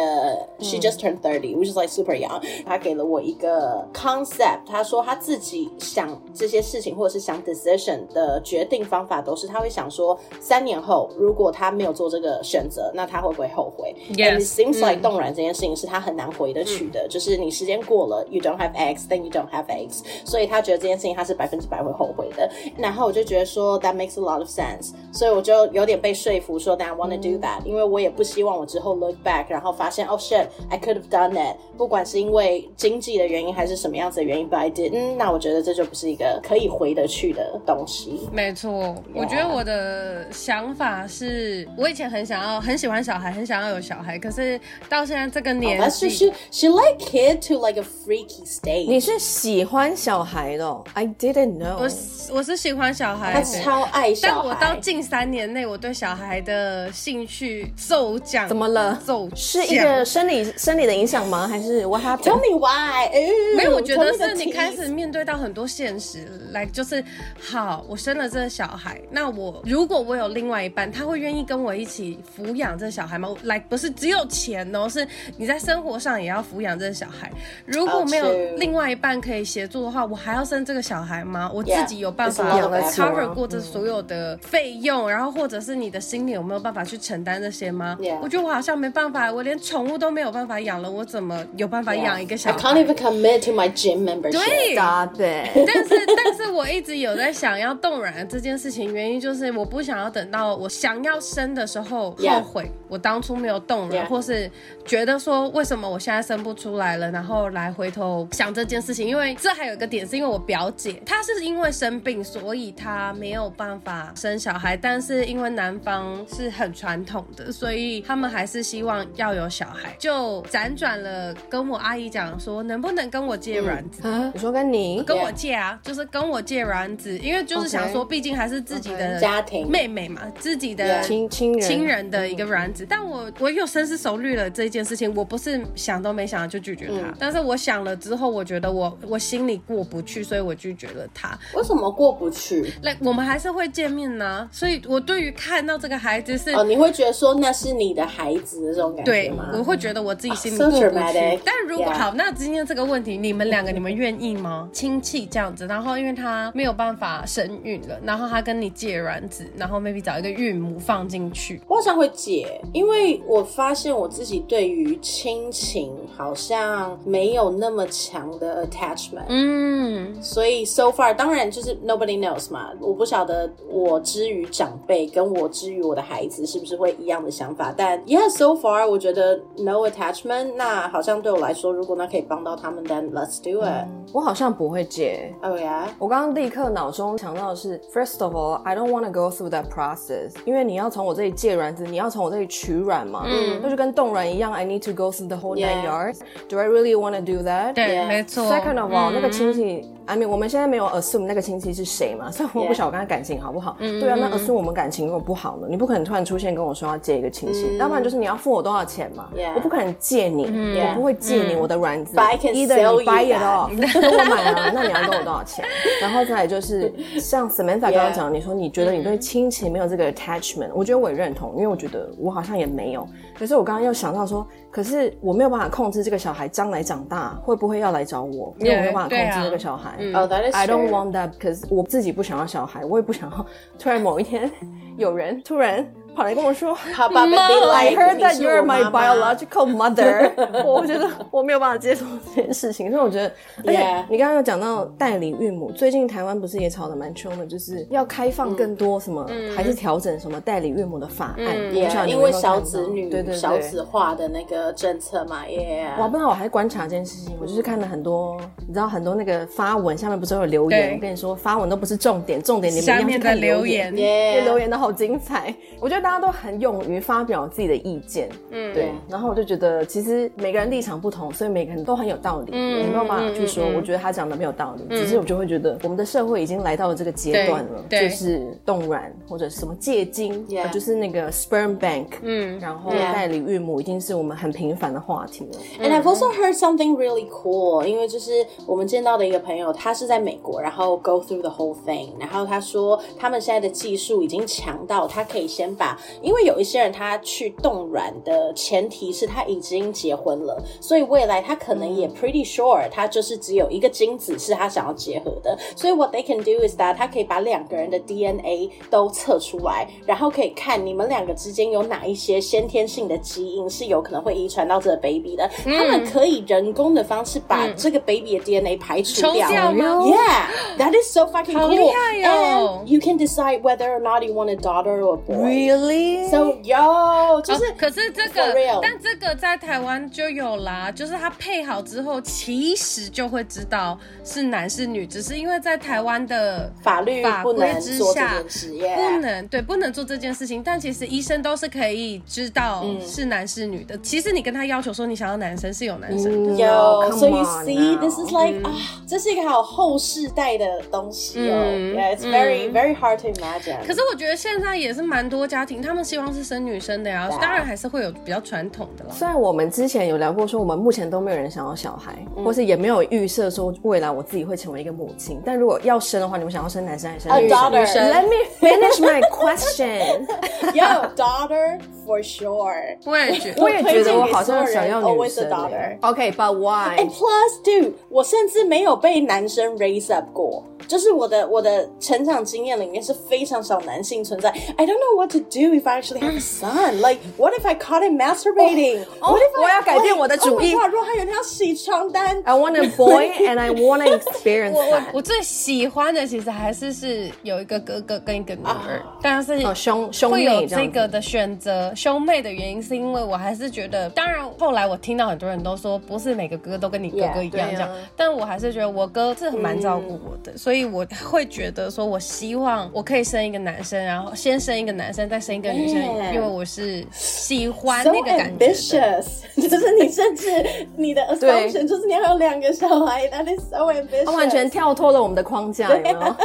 [SPEAKER 2] s h e just turned thirty, which is like super young. 她给了我一个 concept，她说她自己想这些事情或者是想 decision 的决定方法都是，她会想说三年后如果她没有做这个选择，那她会不会后悔
[SPEAKER 3] Yes.
[SPEAKER 2] And it seems like
[SPEAKER 3] 嗯
[SPEAKER 2] 动软这件事情是她很难回得去的，就是你时间过了，you don't have X, then you don't have X，所以她觉得这件事情她是百分之百会后悔的。然后我就觉得说 that makes a lot of sense，所以我就有点被说服说 that I want to
[SPEAKER 3] 嗯
[SPEAKER 2] do that，、因为我也不希望我之后 look back，然后发现 oh shit I could have done it，不管是因为经济的原因还是什么样子的原因，but I didn't，那我觉得这就不是一个可以回得去的东西。
[SPEAKER 3] 没错，我觉得我的想法是，我以前很想要，很喜欢小孩，很想要有小孩，可是到现在这个年
[SPEAKER 2] That's
[SPEAKER 3] 纪
[SPEAKER 2] just she she like kid to like a freaky mistake。
[SPEAKER 1] 你是喜欢小孩的哦、i didn't
[SPEAKER 3] 我
[SPEAKER 1] know。
[SPEAKER 3] 是我是喜欢小孩
[SPEAKER 2] 他
[SPEAKER 3] 的，
[SPEAKER 2] 超爱
[SPEAKER 3] 但
[SPEAKER 2] 小
[SPEAKER 3] 我到
[SPEAKER 2] 孩，
[SPEAKER 3] 近三年内，我对小孩的兴趣骤降。
[SPEAKER 1] 怎么了
[SPEAKER 3] 骤降
[SPEAKER 1] 是一个生理生理的影响吗？还是 what
[SPEAKER 2] Tell
[SPEAKER 1] happened？
[SPEAKER 2] me why？嗯
[SPEAKER 3] 没有，我觉得
[SPEAKER 2] tell me the
[SPEAKER 3] 是你
[SPEAKER 2] tea
[SPEAKER 3] 开始面对到很多现实，来、就是好，我生了这个小孩，那我如果我有另外一半，他会愿意跟我一起抚养这个小孩吗？来、like, 不是只有钱哦，是你在生活上也要抚养这个小孩。如果没
[SPEAKER 2] 哦是
[SPEAKER 3] 有另外一半可以协助的话，我还要生这个小孩吗？我自
[SPEAKER 2] Yeah，
[SPEAKER 3] 己有办
[SPEAKER 2] it's a lot
[SPEAKER 3] 法
[SPEAKER 2] of effort
[SPEAKER 3] cover 过这
[SPEAKER 2] 嗯
[SPEAKER 3] 所有的费用，然后或者是你的心里有没有办法去承担这些吗
[SPEAKER 2] Yeah
[SPEAKER 3] 我觉得我好像没办法，我连宠物都没有办法养了，我怎么有办法
[SPEAKER 2] Yeah. 哎
[SPEAKER 3] 养一个小
[SPEAKER 2] I
[SPEAKER 3] 孩？
[SPEAKER 2] can't even commit to my gym membership。
[SPEAKER 3] 对
[SPEAKER 1] Stop it！
[SPEAKER 3] 但是，但是我一直有在想要冻卵这件事情，原因就是我不想要等到我想要生的时候
[SPEAKER 2] Yeah.
[SPEAKER 3] 后悔我当初没有冻卵
[SPEAKER 2] Yeah.
[SPEAKER 3] 或是觉得说为什么我现在生不出来了，然后来回头想这件事情。因为这还有一个点是因为我表姐，她是因为生病，所以她没有办法生小孩，但是因为男方是很传统的，所以他们还是希望要有小孩，就辗转了跟我阿姨讲说能不能跟我
[SPEAKER 2] 嗯
[SPEAKER 3] 借卵子。
[SPEAKER 1] 啊，你说跟你
[SPEAKER 3] 跟我借啊，就是跟我借卵子，因为就是想
[SPEAKER 1] OK
[SPEAKER 3] 说，毕竟还是自己
[SPEAKER 1] OK
[SPEAKER 3] 的
[SPEAKER 2] 家庭
[SPEAKER 3] 妹妹嘛，自己的
[SPEAKER 2] Yeah
[SPEAKER 1] 亲亲人
[SPEAKER 3] 亲人的一个卵子。但我我有深思熟虑了这件事情，我不是想都没想就拒绝他，
[SPEAKER 1] 嗯
[SPEAKER 3] 但是我想了之后，我觉得我我心里过不去，所以我拒绝了他。
[SPEAKER 2] 为什么过不去？
[SPEAKER 3] 那我们还是会见面呢、所以我对于看到这个孩子是
[SPEAKER 2] 哦，你会觉得说那是你的孩子的这种感
[SPEAKER 3] 对
[SPEAKER 2] 觉吗？，啊
[SPEAKER 3] 我会觉得我自己心里
[SPEAKER 2] So
[SPEAKER 3] 过不
[SPEAKER 2] dramatic.
[SPEAKER 3] 去。但如果
[SPEAKER 2] Yeah.
[SPEAKER 3] 好，那今天这个问题，你们两个你们愿意吗？亲戚这样子，然后因为他没有办法生育了，然后他跟你借卵子，然后 maybe 找一个孕母放进去。
[SPEAKER 2] 我好像会解，因为我发现我自己对于亲情好像没有那么强的 attachment。
[SPEAKER 3] 嗯，
[SPEAKER 2] 所以 so far 当然就是 nobody knows 嘛，我不晓得我之于长辈跟我之于我的孩子是不是会一样的想法，但 yeah so far 我觉得 no attachment，那好像对我来说，如果那可以帮到他们，then let's do it。
[SPEAKER 1] 我好像不会借。
[SPEAKER 2] Oh yeah，
[SPEAKER 1] 我刚刚立刻脑中想到的是，first of all，I don't want to go through that process，因为你要从我这里借卵子，你要从我这里取卵嘛，嗯，那就跟冻卵一样，I need to go through the whole nine
[SPEAKER 2] Yeah.
[SPEAKER 1] yards。Do I really want to do that？
[SPEAKER 3] 对
[SPEAKER 2] Yeah.
[SPEAKER 3] 没错。
[SPEAKER 1] Second of all，、那个亲戚，I
[SPEAKER 2] 嗯
[SPEAKER 1] mean，我们现在没有 assume 那个亲戚是谁嘛， 所以我
[SPEAKER 2] Yeah
[SPEAKER 1] 不晓得我跟他感情好不好。
[SPEAKER 2] 嗯
[SPEAKER 1] 对啊，那 assume 我们感情如果不好呢，你不可能突然出现跟我说要借一个亲戚，要不然就是你要付我多少钱嘛
[SPEAKER 2] 嗯 Yeah 嗯
[SPEAKER 1] 我不可能借你，我不会借你我的卵子
[SPEAKER 2] But I can
[SPEAKER 1] either
[SPEAKER 2] sell
[SPEAKER 1] you buy
[SPEAKER 2] you
[SPEAKER 1] it off，跟我买了，那你要给我多少钱？然后再来 就是像 Samantha 刚
[SPEAKER 2] Yeah
[SPEAKER 1] 刚讲的，你说你觉得你对亲戚没有这个 attachment，我觉得我也认同，因为我觉得我好像也没有。可是我刚刚又想到说，可是我没有办法控制这个小孩将来长大会不会要来找我，因为我没有办法控
[SPEAKER 3] 对啊
[SPEAKER 1] 制这个小孩。
[SPEAKER 2] Oh that is
[SPEAKER 1] I don't
[SPEAKER 2] fair.
[SPEAKER 1] want that because 我自己不想要小孩，我也不想要突然某一天 有人突然跑来跟我说。
[SPEAKER 2] 好吧，Baby
[SPEAKER 1] I
[SPEAKER 2] Light，
[SPEAKER 1] heard
[SPEAKER 2] 你
[SPEAKER 1] that
[SPEAKER 2] 是我
[SPEAKER 1] you're
[SPEAKER 2] 妈
[SPEAKER 1] my
[SPEAKER 2] 妈
[SPEAKER 1] biological mother，我觉得我没有办法接受这件事情，所以我觉得，而
[SPEAKER 2] Yeah
[SPEAKER 1] 且你刚刚有讲到代理孕母，最近台湾不是也吵得蛮凶的，
[SPEAKER 2] 嗯
[SPEAKER 1] 就是要开放更多什么，还是调整什么代理孕母的法案，我不晓
[SPEAKER 2] Yeah，
[SPEAKER 1] 得你们
[SPEAKER 2] 嗯因
[SPEAKER 1] 有没
[SPEAKER 2] 为
[SPEAKER 1] 有看
[SPEAKER 2] 小
[SPEAKER 1] 到
[SPEAKER 2] 子女、
[SPEAKER 1] 对对对
[SPEAKER 2] 小子化的那个政策嘛，Yeah。
[SPEAKER 1] 我不知道，我还观察这件事情，我就是看了很多，你知道很多那个发文下面不是有留言？
[SPEAKER 3] 对
[SPEAKER 1] 我跟你说，发文都不是重点，重点你们一
[SPEAKER 3] 下
[SPEAKER 1] 定要
[SPEAKER 3] 面
[SPEAKER 1] 去
[SPEAKER 3] 的
[SPEAKER 1] 看
[SPEAKER 3] 留
[SPEAKER 1] 留言。
[SPEAKER 3] 言
[SPEAKER 1] 因为
[SPEAKER 2] Yeah，
[SPEAKER 1] 留言都好精彩，我觉得大家都很勇于发表自己的意见，嗯，对。然后我就觉得，其实每个人立场不同，所以每个人都很有道理，嗯，没有办法去说，我觉得他讲的没有道理。只是我就会觉得，我们的社会已经来到了这个阶段了，
[SPEAKER 3] 对对
[SPEAKER 1] 就是冻卵或者什么借精
[SPEAKER 2] Yeah
[SPEAKER 1] 呃就是那个 sperm bank，嗯，然后
[SPEAKER 2] Yeah
[SPEAKER 1] 代理孕母已经是我们很频繁的话题了。
[SPEAKER 2] And I've also heard something really cool，因为就是我们见到的一个朋友，他是在美国，然后 go through the whole thing，然后他说他们现在的技术已经强到他可以先把，因为有一些人他去冻卵的前提是他已经结婚了，所以未来他可能也 pretty sure 他就是只有一个精子是他想要结合的，所以 what they can do is that 他可以把两个人的 DNA 都测出来，然后可以看你们两个之间有哪一些先天性的基因是有可能会遗传到这个 baby 的，
[SPEAKER 3] 嗯
[SPEAKER 2] 他们可以人工的方式把这个 baby 的 DNA 排除
[SPEAKER 3] 抽掉吗
[SPEAKER 2] Yeah, that is so fucking
[SPEAKER 3] 好
[SPEAKER 2] cool.
[SPEAKER 3] 厉害哦
[SPEAKER 2] And you can decide whether or not you want a daughter or a boy.
[SPEAKER 1] Really？
[SPEAKER 2] So yo，就是、
[SPEAKER 3] 哦可是这
[SPEAKER 2] for
[SPEAKER 3] 个
[SPEAKER 2] real，
[SPEAKER 3] 但这个在台湾就有啦，就是它配好之后，其实就会知道是男是女，只是因为在台湾的
[SPEAKER 2] 法律
[SPEAKER 3] 法
[SPEAKER 2] 不
[SPEAKER 3] 规
[SPEAKER 2] 能
[SPEAKER 3] 之
[SPEAKER 2] 做这
[SPEAKER 3] 下
[SPEAKER 2] 件职业，
[SPEAKER 3] 不能对不能做这件事情，但其实医生都是可以知道
[SPEAKER 2] 嗯
[SPEAKER 3] 是男是女的。其实你跟他要求说你想要男生是有男生
[SPEAKER 2] 嗯
[SPEAKER 3] 的，
[SPEAKER 2] 有
[SPEAKER 1] No，
[SPEAKER 2] 所以
[SPEAKER 1] come on
[SPEAKER 2] see this
[SPEAKER 1] now Mm-hmm.
[SPEAKER 2] is like 啊，这是一个好后世代的东西哦。
[SPEAKER 1] Mm-hmm.
[SPEAKER 3] 嗯
[SPEAKER 2] Yeah, it's very very hard to imagine。
[SPEAKER 3] 可是我觉得现在也是蛮多家庭，他们希望是生女生的呀
[SPEAKER 2] 对啊，
[SPEAKER 3] 当然还是会有比较传统的啦。
[SPEAKER 1] 虽然我们之前有聊过，说我们目前都没有人想要小孩，或是也没有预设说未来我自己会成为一个母亲，但如果要生的话，你们想要生男生还是
[SPEAKER 2] A
[SPEAKER 1] 女生
[SPEAKER 2] daughter 女生
[SPEAKER 1] ？Let me finish my question。
[SPEAKER 2] Yo daughter for sure。
[SPEAKER 3] 我也觉得
[SPEAKER 1] 我也觉得我好像想要女生
[SPEAKER 2] Always a daughter
[SPEAKER 1] 欸。OK，but why？
[SPEAKER 2] And plus, dude，我甚至没有被男生 raise up 过，就是我的我的成长经验里面是非常少男性存在。I don't know what to do if I actually have a son. Like, what if I caught him masturbating?
[SPEAKER 1] 哦
[SPEAKER 2] what if I,
[SPEAKER 1] 我要改变 Oh, 我的主意
[SPEAKER 2] Oh my god！如果他有一天要洗床单
[SPEAKER 1] I want a boy and I want to experience
[SPEAKER 3] 我我
[SPEAKER 1] that。
[SPEAKER 3] 我最喜欢的其实还是是有一个哥哥跟一个女儿，但是
[SPEAKER 1] 哦兄兄
[SPEAKER 3] 会
[SPEAKER 1] 妹
[SPEAKER 3] 有
[SPEAKER 1] 这样
[SPEAKER 3] 这
[SPEAKER 1] 子
[SPEAKER 3] 个的选择兄妹的原因，是因为我还是觉得，当然后来我听到很多人都说，不是每个哥哥都跟你哥
[SPEAKER 2] Yeah，
[SPEAKER 3] 哥一样
[SPEAKER 1] 对啊嗯
[SPEAKER 3] 这样，但我还是觉得我哥是很蛮照顾我的，所以我会觉得说，我希望我可以生一个男生，然后先生一个男生，再生一个女生
[SPEAKER 2] Yeah
[SPEAKER 3] 因为我是喜欢
[SPEAKER 2] ，so
[SPEAKER 3] 那个感觉的。
[SPEAKER 2] ambitious，就是你甚至你的
[SPEAKER 1] 对
[SPEAKER 2] assumption 就是你要有两个小孩，that is so ambitious，
[SPEAKER 1] 他完全跳脱了我们的框架，有没有？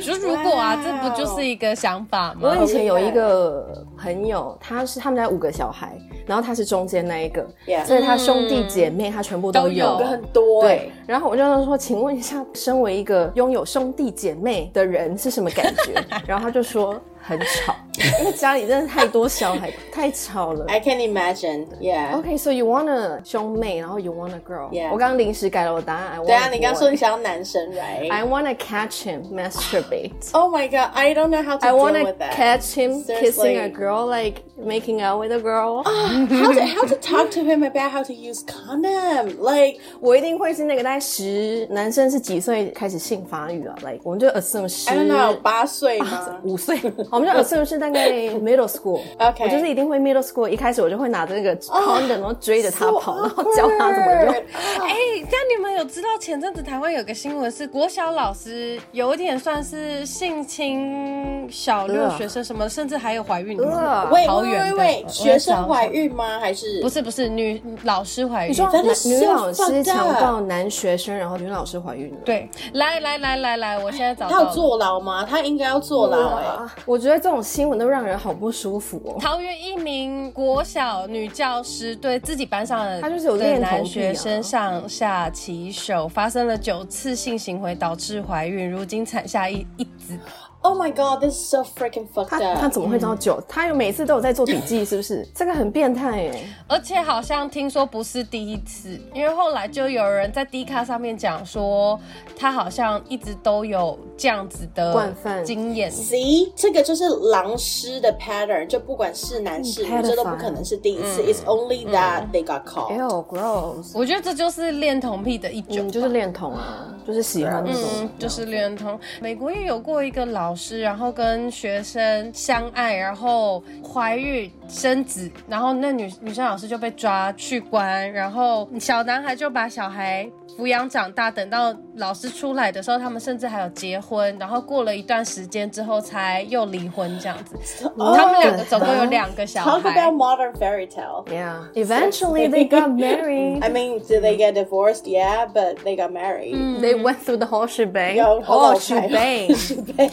[SPEAKER 3] 就如果啊，这不就
[SPEAKER 2] Wow
[SPEAKER 3] 是一个想法吗？
[SPEAKER 1] 我以前有一个朋友，他是他们家五个小孩，然后他是中间那一个
[SPEAKER 2] Yeah
[SPEAKER 1] 所以他兄弟姐妹他全部都
[SPEAKER 3] 都
[SPEAKER 1] 有。
[SPEAKER 3] 有
[SPEAKER 2] 有很多
[SPEAKER 1] 对，然后我就说，请问一下，身为一个拥有兄弟姐妹的人是什么感觉？然后他就说很吵，因为家里真的太多小孩，太吵了。
[SPEAKER 2] ，I can imagine，yeah。
[SPEAKER 1] Okay, so you want a 兄妹，然后 you want a girl。
[SPEAKER 2] Yeah
[SPEAKER 1] 我刚刚临时改了我答案。I want
[SPEAKER 2] 对啊，你刚说你
[SPEAKER 1] a boy
[SPEAKER 2] 想要男生 right？
[SPEAKER 1] I want to catch him masturbate.
[SPEAKER 2] Oh my god, I don't know how to
[SPEAKER 1] I
[SPEAKER 2] deal
[SPEAKER 1] want to
[SPEAKER 2] with that.
[SPEAKER 1] catch him kissing a
[SPEAKER 2] Seriously. Ah
[SPEAKER 1] girl, like making out with a girl.
[SPEAKER 2] how to how to talk to him about how to use condom? Like
[SPEAKER 1] 我一定会是那个大概十，男生是几岁开始性发育啊？Like 我们就 assume 十
[SPEAKER 2] I don't know，八岁吗？
[SPEAKER 1] 五岁，我们就 assume 是大 概 middle school。
[SPEAKER 2] OK
[SPEAKER 1] 我就是一定会 middle school。一开始我就会拿着那个 condom，然后追着他
[SPEAKER 2] Oh， So
[SPEAKER 1] 跑，然后教他怎么
[SPEAKER 2] awkward
[SPEAKER 1] 用。
[SPEAKER 3] 哎、但你们有知道前阵子台湾有个新闻是国小老师有点算是性侵小六学生什么，甚至还有怀孕的
[SPEAKER 1] 呃。
[SPEAKER 2] 喂
[SPEAKER 3] 桃
[SPEAKER 2] 喂
[SPEAKER 3] 园
[SPEAKER 2] 喂
[SPEAKER 3] 的
[SPEAKER 2] 喂，
[SPEAKER 3] 我
[SPEAKER 2] 学生
[SPEAKER 3] 我在
[SPEAKER 2] 怀孕吗？还是
[SPEAKER 3] 不？是不是女老师怀
[SPEAKER 1] 你
[SPEAKER 3] 孕。
[SPEAKER 1] 说
[SPEAKER 2] 真
[SPEAKER 1] 男
[SPEAKER 2] 的是
[SPEAKER 1] 女老师
[SPEAKER 2] fucked
[SPEAKER 1] 强
[SPEAKER 2] up
[SPEAKER 1] 暴男学生，然后女老师怀孕了。
[SPEAKER 3] 对，来来来来来，我现在找
[SPEAKER 2] 他
[SPEAKER 3] 到
[SPEAKER 2] 有
[SPEAKER 3] 了
[SPEAKER 2] 坐牢吗？他应该要坐牢哎。
[SPEAKER 1] 啊，我觉得这种新闻都让人好不舒服哦。
[SPEAKER 3] 桃园一名国小女教师对自己班上的
[SPEAKER 1] 她就是有
[SPEAKER 3] 对
[SPEAKER 1] 恋童癖啊
[SPEAKER 3] 男学生上下其手，发生了九次性行为，导致怀孕，如今产下一一子。
[SPEAKER 2] Oh my god, this is so freaking
[SPEAKER 1] 他
[SPEAKER 2] fucked
[SPEAKER 1] 他
[SPEAKER 2] up.
[SPEAKER 1] 怎么嗯会知道酒？嗯他有每次都有在做笔记，是不是？这个很变态耶！
[SPEAKER 3] 而且好像听说不是第一次，因为后来就有人在 D 卡上面讲说，他好像一直都有这样子的
[SPEAKER 1] 惯犯
[SPEAKER 3] 经验。
[SPEAKER 2] See，这个就是狼师的 pattern，就不管是男是女，
[SPEAKER 1] 嗯
[SPEAKER 2] 这都不可能是第一次。It's only that they got
[SPEAKER 1] 哎
[SPEAKER 2] caught.
[SPEAKER 1] 呦，gross，
[SPEAKER 3] 我觉得这就是恋童癖的一种
[SPEAKER 1] 嗯，，就是恋童啊，就是喜欢那种
[SPEAKER 3] 嗯，，就是恋童。美国也有过一个老师，然后跟学生相爱，然后怀孕生子，然后那女女生老师就被抓去关，然后小男孩就把小孩抚养长大。等到老师出来的时候，他们甚至还有结婚，然后过了一段时间之后才又离婚这样子。 他们
[SPEAKER 2] 哦
[SPEAKER 3] 两个总共有两个小
[SPEAKER 2] Talk
[SPEAKER 3] 孩
[SPEAKER 2] about。modern fairy tale.
[SPEAKER 1] Yeah. Eventually they got married.
[SPEAKER 2] I mean, did they get divorced? Yeah, but they got married.
[SPEAKER 3] Mm。
[SPEAKER 1] They went through the whole shebang.
[SPEAKER 2] 有好
[SPEAKER 3] Oh，
[SPEAKER 1] 哦
[SPEAKER 2] 老派哦
[SPEAKER 1] shebang.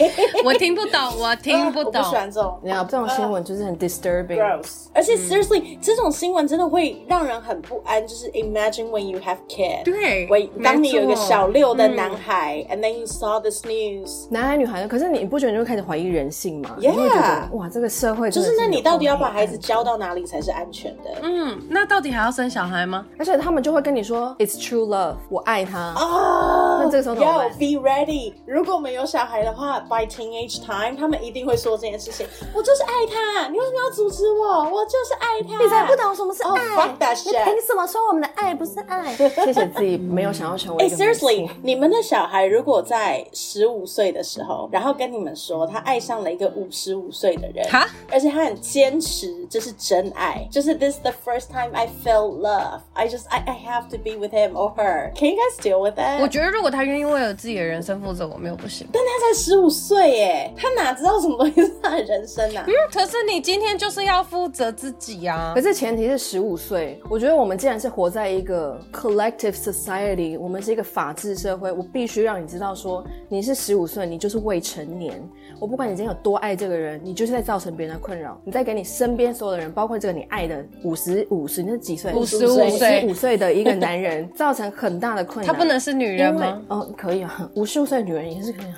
[SPEAKER 3] 我听不懂，我听不
[SPEAKER 2] 我
[SPEAKER 3] 懂
[SPEAKER 2] 不。喜欢这种。
[SPEAKER 1] 然后这种新闻就是很 disturbing。
[SPEAKER 2] Gross，而且 seriously，、这种新闻真的会让人很不安。就是 imagine when you have kid，
[SPEAKER 3] 对
[SPEAKER 2] 喂，当你有一个
[SPEAKER 3] 没错
[SPEAKER 2] 小六的男孩、a n d then you saw this news，
[SPEAKER 1] 男孩女孩，可是你不觉得你就开始怀疑人性吗
[SPEAKER 2] Yeah
[SPEAKER 1] 你会觉得哇，这个社会
[SPEAKER 2] 就
[SPEAKER 1] 真的
[SPEAKER 2] 是那你到底要把孩
[SPEAKER 1] 有
[SPEAKER 2] 子
[SPEAKER 1] 够
[SPEAKER 2] 教到哪里才是安全的？
[SPEAKER 3] 嗯，那到底还要生小孩吗？
[SPEAKER 1] 黑暗？而且他们就会跟你说 "It's true love"，我爱他。
[SPEAKER 2] 啊、
[SPEAKER 1] 那这个时候怎么
[SPEAKER 2] 要
[SPEAKER 1] 办
[SPEAKER 2] be ready。如果没有小孩的话，by teenage time，他们一定会说这件事情。我就是爱他，你为什么要阻止我？我就是爱他。
[SPEAKER 1] 你才不懂什么是
[SPEAKER 2] 哦
[SPEAKER 1] 爱，
[SPEAKER 2] fuck that
[SPEAKER 1] 你
[SPEAKER 2] shit
[SPEAKER 1] 哎凭什么说我们的爱不是爱？谢谢自己没没有想要成为
[SPEAKER 2] 哎、
[SPEAKER 1] 一个
[SPEAKER 2] s e r i o u s l y 你们的小孩如果在十五岁的时候，然后跟你们说他爱上了一个五十五岁的人，
[SPEAKER 3] 哈，
[SPEAKER 2] 而且他很坚持，这是真爱，就是 This is the first time I felt love. I just I I have to be with him or her. Can you guys deal with that?
[SPEAKER 3] 我觉得如果他愿意为了自己的人生负责，我没有不行。
[SPEAKER 2] 但他才十五岁耶，他哪知道什么东西是他的人生啊？
[SPEAKER 3] 可是你今天就是要负责自己啊
[SPEAKER 1] 可！是前提是十五岁。我觉得我们既然是活在一个 collective society，我们是一个法治社会，我必须让你知道说，你是十五岁，你就是未成年。我不管你今天有多爱这个人，你就是在造成别人的困扰，你在给你身边所有的人，包括这个你爱的五十五十，你是几岁？
[SPEAKER 3] 55岁
[SPEAKER 1] 五岁的一个男人，造成很大的困扰。
[SPEAKER 3] 他不能是女人
[SPEAKER 1] 因为
[SPEAKER 3] 吗？
[SPEAKER 1] 哦，可以啊，五十五岁的女人也是可以、啊。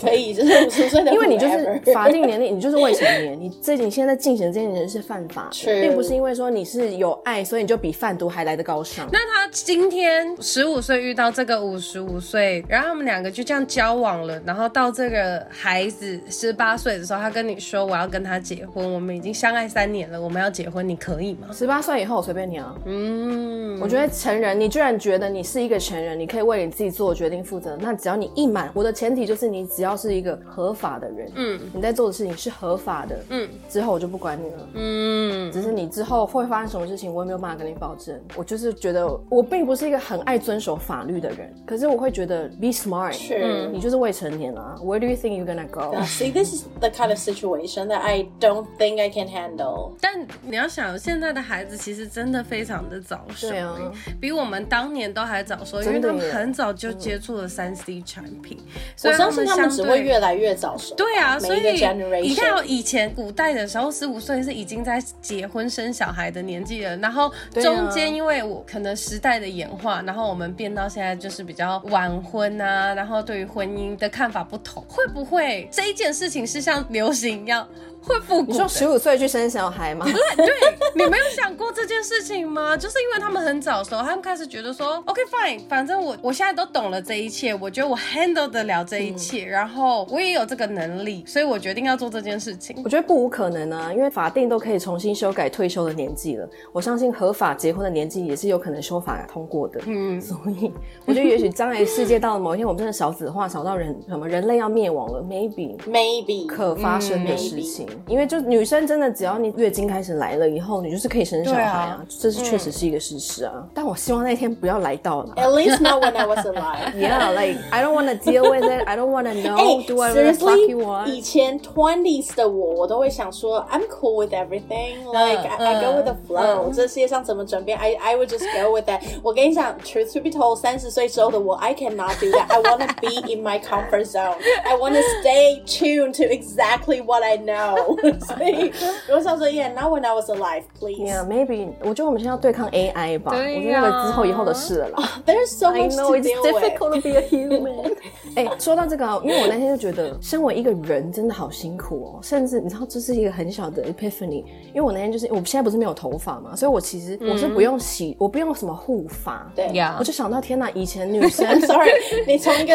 [SPEAKER 2] 可以，就是五十岁的 whoever，
[SPEAKER 1] 因为你就是法 定年龄，你就是未成年，你这你现在进行这件事是犯法的，
[SPEAKER 2] True
[SPEAKER 1] 并不是因为说你是有爱，所以你就比贩毒还来得高尚。
[SPEAKER 3] 那他今天十五岁遇到这个五十五岁，然后他们两个就这样交往了，然后到这个孩子十八岁的时候，他跟你说我要跟他结婚，我们已经相爱三年了，我们要结婚，你可以吗？
[SPEAKER 1] 十八岁以后随便你啊，
[SPEAKER 3] 嗯，
[SPEAKER 1] 我觉得成人，你居然觉得你是一个成人，你可以为你自己做的决定负责，那只要你一满，我的前提就是你只要是一个合法的人，嗯，你在做的事情是合法的，嗯，之后我就不管你了，
[SPEAKER 3] 嗯，
[SPEAKER 1] 只是你之后会发生什么事情，我也没有办法跟你保证。我就是觉得我并不是一个很爱遵守法律的人，可是我会觉得 be smart，
[SPEAKER 2] 是啊
[SPEAKER 1] 你就是未成年啊。Where do you think you're gonna go？
[SPEAKER 2] Yeah, See, this is the kind of situation that I don't think I can handle.
[SPEAKER 3] 但你要想，现在的孩子其实真的非常的早熟、
[SPEAKER 1] 对啊
[SPEAKER 3] 欸比我们当年都还早熟，因
[SPEAKER 1] 真
[SPEAKER 3] 为
[SPEAKER 1] 的
[SPEAKER 3] 他们
[SPEAKER 1] 耶
[SPEAKER 3] 很早就接触了三 C 产品，所
[SPEAKER 2] 嗯我
[SPEAKER 3] 以
[SPEAKER 2] 相信他们
[SPEAKER 3] 相
[SPEAKER 2] 只
[SPEAKER 3] 对
[SPEAKER 2] 会越来越早熟。
[SPEAKER 3] 对啊，
[SPEAKER 2] 每
[SPEAKER 3] 所
[SPEAKER 2] 一个
[SPEAKER 3] 以
[SPEAKER 2] generation
[SPEAKER 3] 你看，哦，以前古代的时候，十五岁是已经在结婚生小孩的年纪了。然后
[SPEAKER 1] 对啊
[SPEAKER 3] 中间因为我可能时代的演化，然后我们变到现在就是比较晚婚啊，然后对于婚姻的看法不同，会不会这一件事情是像流行一样会复
[SPEAKER 1] 你
[SPEAKER 3] 古的？
[SPEAKER 1] 说十五岁去生小孩吗？
[SPEAKER 3] 对 你没有想过这件事情吗？就是因为他们很早熟，他们开始觉得说，OK fine，反正我我现在都懂了这一切，我觉得我 handle 得了这一
[SPEAKER 2] 嗯
[SPEAKER 3] 切，然后我也有这个能力，所以我决定要做这件事情。
[SPEAKER 1] 我觉得不无可能啊，因为法定都可以重新修改退休的年纪了。我相信合法结婚的年纪也是有可能修法通过的。嗯，所以我觉得也许将来世界到了某一天，我们真的少子化，少到人什么人类要灭亡了，maybe。
[SPEAKER 2] maybe
[SPEAKER 1] 可发生的事情，因为就女生真的，只要你月经开始来了以后，你就是可以生小孩啊，
[SPEAKER 3] 对啊
[SPEAKER 1] 这是确实是一个事实啊。但我希望那天不要来到了。
[SPEAKER 2] at least not when I was alive.
[SPEAKER 1] Yeah, like I don't want to deal with it. I don't want to know.
[SPEAKER 2] 哎、
[SPEAKER 1] do I really
[SPEAKER 2] seriously，
[SPEAKER 1] fuck you
[SPEAKER 2] 以
[SPEAKER 1] want?
[SPEAKER 2] 前 twenties 的我，我都会想说，I'm cool with
[SPEAKER 1] Uh,
[SPEAKER 2] everything，like、I, I go with the
[SPEAKER 1] uh-huh.
[SPEAKER 2] flow、这世界上怎么转变，I I would just go with it。我跟你讲，truth to be told，三十岁之后的我，I cannot do that。I want to be in my comfort zone。I want to stay tuned to exactly what I know。所 以我想说，Yeah，not when I was alive，please。
[SPEAKER 1] Yeah, maybe. 我觉得我们现在要对抗 AI 吧，
[SPEAKER 3] 对呀哦
[SPEAKER 1] 我觉得那个之后以后的事了啦。
[SPEAKER 2] There's so
[SPEAKER 1] I
[SPEAKER 2] much
[SPEAKER 1] know
[SPEAKER 2] to
[SPEAKER 1] it's
[SPEAKER 2] deal with。
[SPEAKER 1] difficult to be a human 。 哎，说到这个啊，因为我那天就觉得，身为一个人真的好辛苦哦。甚至你知道，这是一个很小的 epiphany。因为我那天就是，我现在不是没有头发嘛，所以我其实我
[SPEAKER 3] 嗯
[SPEAKER 1] 是不用洗，我不用什么护发。
[SPEAKER 2] 对
[SPEAKER 1] 我就想到，天哪，以前女 生
[SPEAKER 2] I'm
[SPEAKER 3] 啊
[SPEAKER 2] sorry，你从一个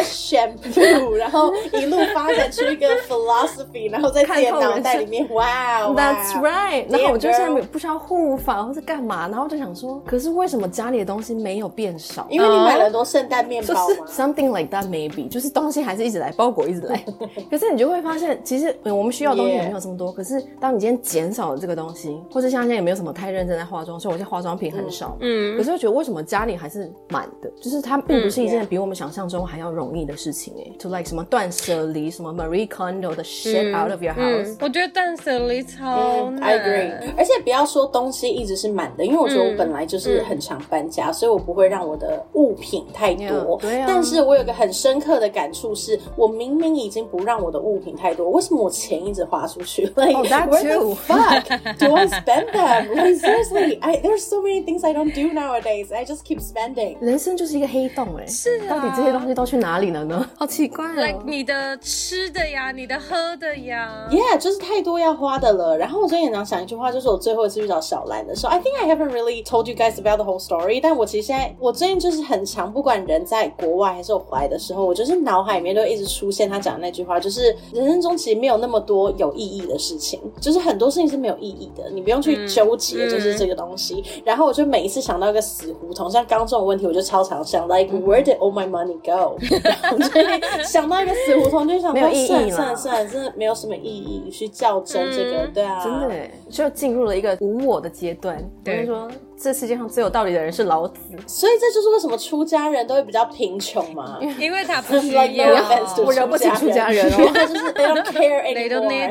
[SPEAKER 2] shampoo，然后一路发展出一个 philosophy，然后在自己的脑袋里面，哇哦 哇
[SPEAKER 1] That's right。然后我就
[SPEAKER 2] Damn,
[SPEAKER 1] 现在不需要护发或是干嘛，然后就想说，可是为什么家里的东西没有变少？
[SPEAKER 2] 因为你买了很多圣诞面
[SPEAKER 1] 哦就
[SPEAKER 2] 包
[SPEAKER 1] 是
[SPEAKER 2] 嘛。
[SPEAKER 1] something like that maybe，就是东西还是一直来，包裹一直来。可是你就会发现，其实嗯我们需要的东西
[SPEAKER 2] Yeah
[SPEAKER 1] 也没有这么多。可是当你今天减少了这个东西，或者像现在也没有什么太认真在化妆，所以我现在化妆品很少。嗯，可是我觉得为什么家里还是满的？就是它并不是一件比我们想象中还要容易的事情哎、就 like 什么断舍离，什么 Marie Kondo 的 shit out of your house。
[SPEAKER 3] 嗯，我觉得断舍离超
[SPEAKER 2] 嗯
[SPEAKER 3] 难。
[SPEAKER 2] I agree，而且不要说东西一直是满的，因为我觉
[SPEAKER 1] 嗯
[SPEAKER 2] 得我本来就是很常搬家，所以我不会让我的物品太多。
[SPEAKER 1] Yeah，对啊
[SPEAKER 2] 但是我有个很深刻的感触是，我明明已经不让我的物品太多，为什么我钱一直花出去？Like、
[SPEAKER 1] Oh, that
[SPEAKER 2] where
[SPEAKER 1] too.
[SPEAKER 2] the fuck do I spend them? Like seriously, I there's so many things I don't do nowadays. I just keep spending.
[SPEAKER 1] 人生就是一个黑洞哎、
[SPEAKER 3] 是啊
[SPEAKER 1] 到底这些东西都去哪里了呢？好奇怪哦
[SPEAKER 3] Like 你的吃的呀，你的喝的呀
[SPEAKER 2] Yeah，就是太多要花的了。然后我最近也常想一句话，就是我最后一次遇到小兰的时候，I think I haven't really told you guys about the whole story。但我其实现在，我最近就是很常，不管人在国外还是我回来的时候，我就是脑海里面都一直出现他讲的那句话，就是人生中其实没有那么多有意义的事情，就是很多事情是没有意义的，你不用去纠结，就是这个东西。然后我就每一次想到一个死胡同，像刚刚这种问题，我就超常想到一个 Where did all my money go？然后 就会想到一个死胡同，就想
[SPEAKER 1] 没有
[SPEAKER 2] 到
[SPEAKER 1] 意义
[SPEAKER 2] 算了
[SPEAKER 1] 了
[SPEAKER 2] 算了算了，真的没有什么意义去较真这个，
[SPEAKER 3] 嗯
[SPEAKER 2] 对啊，
[SPEAKER 1] 真的耶就进入了一个无我的阶段。我
[SPEAKER 3] 对
[SPEAKER 1] 就说，这世界上最有道理的人是老子。
[SPEAKER 2] 所以这就是为什么出家人都会比较贫穷 嘛。
[SPEAKER 3] 因为他不需
[SPEAKER 2] Like no
[SPEAKER 3] 要
[SPEAKER 2] offense to
[SPEAKER 1] 我惹不起出家人
[SPEAKER 2] 出家人就是 they don't care
[SPEAKER 3] ，They don't
[SPEAKER 2] anymore.
[SPEAKER 3] need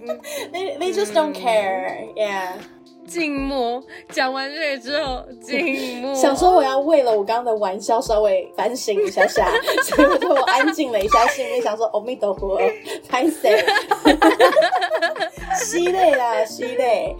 [SPEAKER 3] Mm
[SPEAKER 2] They they just don't care. Yeah，
[SPEAKER 3] 静默，讲完这个之后，静默。
[SPEAKER 2] 想说我要为了我刚刚的玩笑稍微反省一下 下，所以我就安静了一下，心里想说阿弥陀佛，拍 谁？ 吸泪啦，吸泪。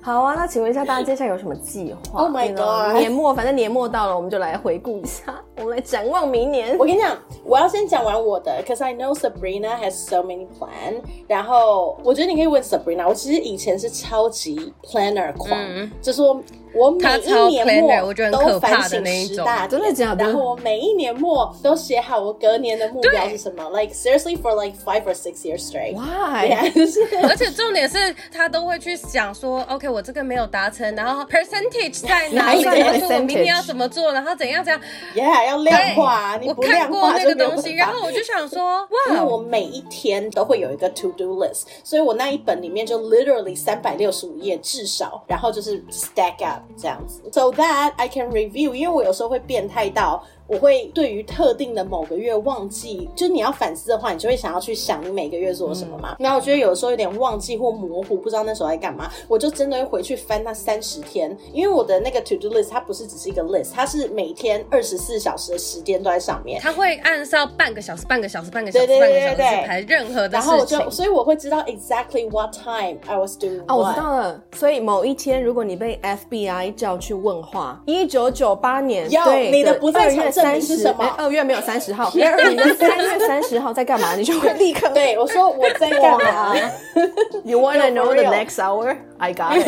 [SPEAKER 1] 好啊，那请问一下大家接下来有什么计划
[SPEAKER 2] Oh my
[SPEAKER 1] You know，
[SPEAKER 2] God
[SPEAKER 1] 年末反正年末到了，我们就来回顾一下，我们来展望明年
[SPEAKER 2] 我。跟你讲，我要先讲完我的，cause I know Sabrina has so many plan。然后我觉得你可以问 Sabrina，我其实以前是超级 planner 狂，就是我我每
[SPEAKER 3] 她
[SPEAKER 2] 一
[SPEAKER 3] 超
[SPEAKER 2] 年
[SPEAKER 3] planner，
[SPEAKER 2] 末
[SPEAKER 3] 我觉得很可
[SPEAKER 2] 都
[SPEAKER 3] 怕
[SPEAKER 2] 反
[SPEAKER 3] 的
[SPEAKER 2] 省
[SPEAKER 3] 那一
[SPEAKER 2] 十
[SPEAKER 3] 种
[SPEAKER 2] 大点，
[SPEAKER 1] 真的假的
[SPEAKER 2] 然后我每一年末都写好我隔年的目标
[SPEAKER 3] 对
[SPEAKER 2] 是什么，like seriously for like five or six years straight。
[SPEAKER 1] Why？
[SPEAKER 2] Yeah，就是
[SPEAKER 3] 而且重点是他都会去想说，OK，我这个没有达成，然后 percentage 在哪里？
[SPEAKER 2] 哪
[SPEAKER 1] 里
[SPEAKER 3] 然后说我明天
[SPEAKER 1] percentage？
[SPEAKER 3] 要怎么做，然后怎样怎样。
[SPEAKER 2] yeah 要量化，你
[SPEAKER 3] 我
[SPEAKER 2] 不
[SPEAKER 3] 看
[SPEAKER 2] 量
[SPEAKER 3] 过
[SPEAKER 2] 化
[SPEAKER 3] 那
[SPEAKER 2] 就
[SPEAKER 3] 个
[SPEAKER 2] 没有
[SPEAKER 3] 东西，
[SPEAKER 2] 办
[SPEAKER 3] 然
[SPEAKER 2] 法
[SPEAKER 3] 后我就想说，
[SPEAKER 2] 因为
[SPEAKER 3] 哇，哦
[SPEAKER 2] 我每一天都会有一个 to do list，所以我那一本里面就 literally 三百六十五页至少，然后就是 stack up 这样子，so that I can review。因为我有时候会变态到。我会对于特定的某个月忘记，就是你要反思的话，你就会想要去想你每个月做什么嘛。那、我觉得有时候有点忘记或模糊，不知道那时候在干嘛，我就真的会回去翻那三十天，因为我的那个 to do list 它不是只是一个 list，它是每天二十四小时的时间都在上面。
[SPEAKER 3] 他会按照半个小时、半个小时、半个小时、
[SPEAKER 2] 对对
[SPEAKER 3] 半个
[SPEAKER 2] 对
[SPEAKER 3] 小时
[SPEAKER 2] 对对
[SPEAKER 3] 去排任何的
[SPEAKER 2] 然后我
[SPEAKER 3] 事
[SPEAKER 2] 就，
[SPEAKER 3] 情。
[SPEAKER 2] 所以我会知道 exactly what time I was doing
[SPEAKER 1] 哦，我知
[SPEAKER 2] what
[SPEAKER 1] 道了。所以某一天，如果你被 FBI 叫去问话，一九九八年，
[SPEAKER 2] 哟
[SPEAKER 1] 对，
[SPEAKER 2] 你的不在
[SPEAKER 1] 二
[SPEAKER 2] 场
[SPEAKER 1] 月
[SPEAKER 2] 证
[SPEAKER 1] 三
[SPEAKER 2] 明是
[SPEAKER 1] 十，
[SPEAKER 2] 什么
[SPEAKER 1] 哎二月没有三十 号，你的三月三十号在干嘛？你就会 立刻。
[SPEAKER 2] 对，我说我在干嘛？
[SPEAKER 1] You wanna
[SPEAKER 2] No,
[SPEAKER 1] know
[SPEAKER 2] for
[SPEAKER 1] the
[SPEAKER 2] real
[SPEAKER 1] next hour? I got it.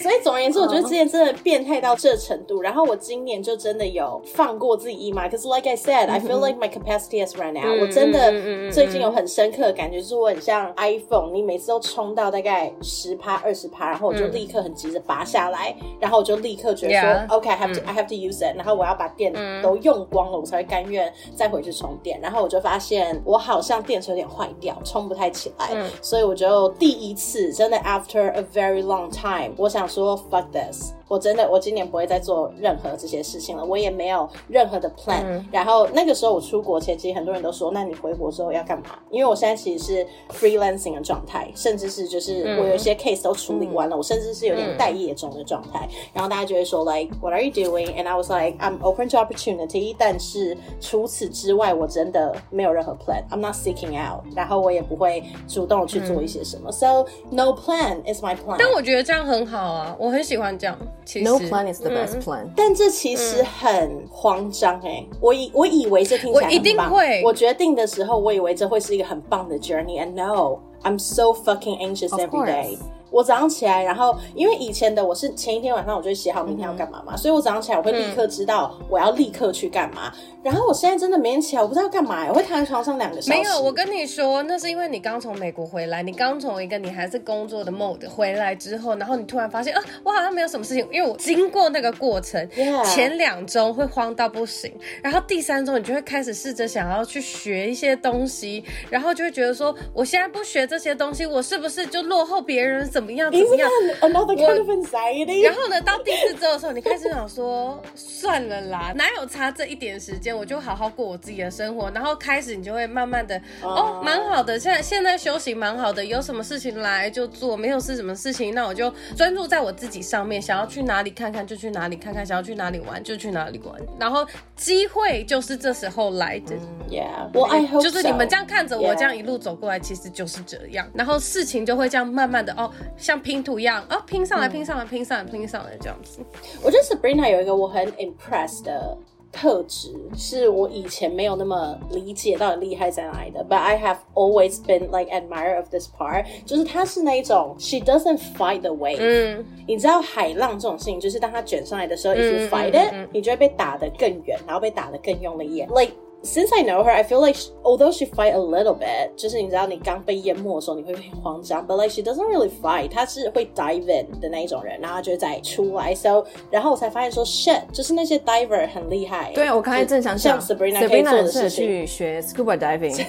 [SPEAKER 2] 所以总而言之，我觉得之前真的变态到这程度。然后我今年就真的有放过自己一马，可是 like I said, I feel like my capacity has run out、我真的最近有很深刻的感觉，就是我很像 iPhone，你每次都冲到大概十趴、二十趴，然后我就立刻很急着拔下来，然后我就立刻觉得说
[SPEAKER 3] Yeah
[SPEAKER 2] OK, I have to、I have to use it，然后我要把电都用光了，我才会甘愿再回去充电。然后我就发现我好像电池有点坏掉，充不太起来，所以我就第一次真的 after a very long time，我想说 fuck this。我真的，我今年不会再做任何这些事情了，我也没有任何的 plan、然后那个时候我出国前，其实很多人都说，那你回国之后要干嘛？因为我现在其实是 freelancing 的状态，甚至是就是
[SPEAKER 3] 嗯
[SPEAKER 2] 我有一些 case 都处理完了，我甚至是有点待业中的状态。然后大家就会说 like what are you doing? And I was like I'm open to opportunity，但是除此之外，我真的没有任何 plan。I'm not seeking out，然后我也不会主动去做一些什么。So no plan is my plan。
[SPEAKER 3] 嗯但我觉得这样很好啊，我很喜欢这样。其实
[SPEAKER 1] No plan is the
[SPEAKER 2] Mm-hmm
[SPEAKER 1] best plan.
[SPEAKER 2] 但这其
[SPEAKER 3] 嗯
[SPEAKER 2] 实很慌张哎、我以我以为这听起来很棒
[SPEAKER 3] 我一定会
[SPEAKER 2] 我决定的时候，我以为这会是一个很棒的 journey，and no，I'm so fucking anxious
[SPEAKER 1] Of
[SPEAKER 2] every day
[SPEAKER 1] course.。
[SPEAKER 2] 我早上起来，然后因为以前的我是前一天晚上我就会写好明天要干嘛
[SPEAKER 3] 嗯
[SPEAKER 2] 嘛，所以我早上起来我会立刻知道我要立刻去干嘛。然后我现在真的每天起来我不知道干嘛、我会躺在床上两个小时。
[SPEAKER 3] 没有，我跟你说，那是因为你刚从美国回来，你刚从一个你还是工作的 mode 回来之后，然后你突然发现啊，我好像没有什么事情，因为我经过那个过程
[SPEAKER 2] Yeah
[SPEAKER 3] 前两周会慌到不行，然后第三周你就会开始试着想要去学一些东西，然后就会觉得说，我现在不学这些东西，我是不是就落后别人怎么样怎么
[SPEAKER 2] Isn't
[SPEAKER 3] 样？
[SPEAKER 2] that another kind of anxiety？
[SPEAKER 3] 然后呢，到第四周的时候，你开始想说，算了啦，哪有差这一点时间，我就好好过我自己的生活。然后开始你就会慢慢的，哦，蛮好的，现在现在休息蛮好的，有什么事情来就做，没有是什么事情，那我就专注在我自己上面，想要去哪里看看就去哪里看看，想要去哪里玩就去哪里玩。然后机会就是这时候来的。
[SPEAKER 2] Yeah，我 I hope
[SPEAKER 3] 就是你们这样看着我
[SPEAKER 2] Yeah
[SPEAKER 3] 这样一路走过来，其实就是这样。然后事情就会这样慢慢的哦，像拼图一样哦，
[SPEAKER 2] 嗯
[SPEAKER 3] 拼上来，拼上来，拼上来，拼上来这样子。
[SPEAKER 2] 我觉得 Sabrina 有一个我很 impressed 的特质是我以前没有那么理解到底厉害在哪里的，but I have always been like admirer of this part，就是她是那一种 she doesn't fight the wave，、
[SPEAKER 3] 嗯，
[SPEAKER 2] 你知道海浪这种事情，就是当它卷上来的时候、i f
[SPEAKER 3] 嗯
[SPEAKER 2] you
[SPEAKER 3] 嗯
[SPEAKER 2] fight
[SPEAKER 3] 嗯
[SPEAKER 2] it，、
[SPEAKER 3] 嗯
[SPEAKER 2] 你就会被打得更远，然后被打得更用力一点。Like since I know her, I feel like she- although she fight a little bit，就是你知道你刚被淹没的时候，你会很慌张，but like she doesn't really fight，她是会 dive in 的那一种人，然后她就会再出来。So，然后我才发现说 shit，就是那些 diver 很厉害。
[SPEAKER 1] 对，我刚才正想
[SPEAKER 2] 像
[SPEAKER 1] 讲
[SPEAKER 2] Sabrina 可以做
[SPEAKER 1] 很
[SPEAKER 2] 的
[SPEAKER 1] 适合
[SPEAKER 2] 事情。
[SPEAKER 1] 去学 scuba diving，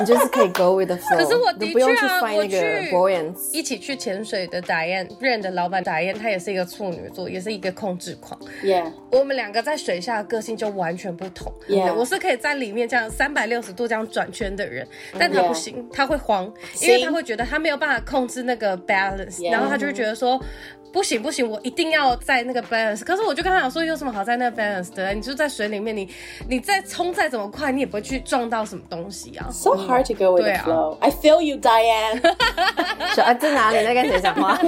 [SPEAKER 1] 你 就是可以 go with the flow。
[SPEAKER 3] 可是我
[SPEAKER 1] 你
[SPEAKER 3] 的
[SPEAKER 1] 不用
[SPEAKER 3] 确
[SPEAKER 1] 去
[SPEAKER 3] 啊，
[SPEAKER 1] find
[SPEAKER 3] 我
[SPEAKER 1] 那
[SPEAKER 3] 去
[SPEAKER 1] 个 buoyance。
[SPEAKER 3] 一起去潜水的 Diane Rain 的老板 Diane，她也是一个处女座，也是一个控制狂。
[SPEAKER 2] Yeah，
[SPEAKER 3] 我们两个在水下的个性就完全不同。
[SPEAKER 2] Yeah
[SPEAKER 3] 我是可以在里面这样三百六十度这样转圈的人，但他
[SPEAKER 2] Yeah
[SPEAKER 3] 不行，他会慌，因为他会觉得他没有办法控制那个 balance，、
[SPEAKER 2] Yeah
[SPEAKER 3] 然后他就会觉得说。不行不行，我一定要在那个 balance。可是我就跟他讲说，有什么好在那个 balance 的？你就在水里面，你你再冲再怎么快，你也不会去撞到什么东西啊。
[SPEAKER 2] So hard to go with the
[SPEAKER 3] 对啊
[SPEAKER 2] flow. I feel you, Diane.
[SPEAKER 1] 说啊，在哪里？在跟谁讲 话？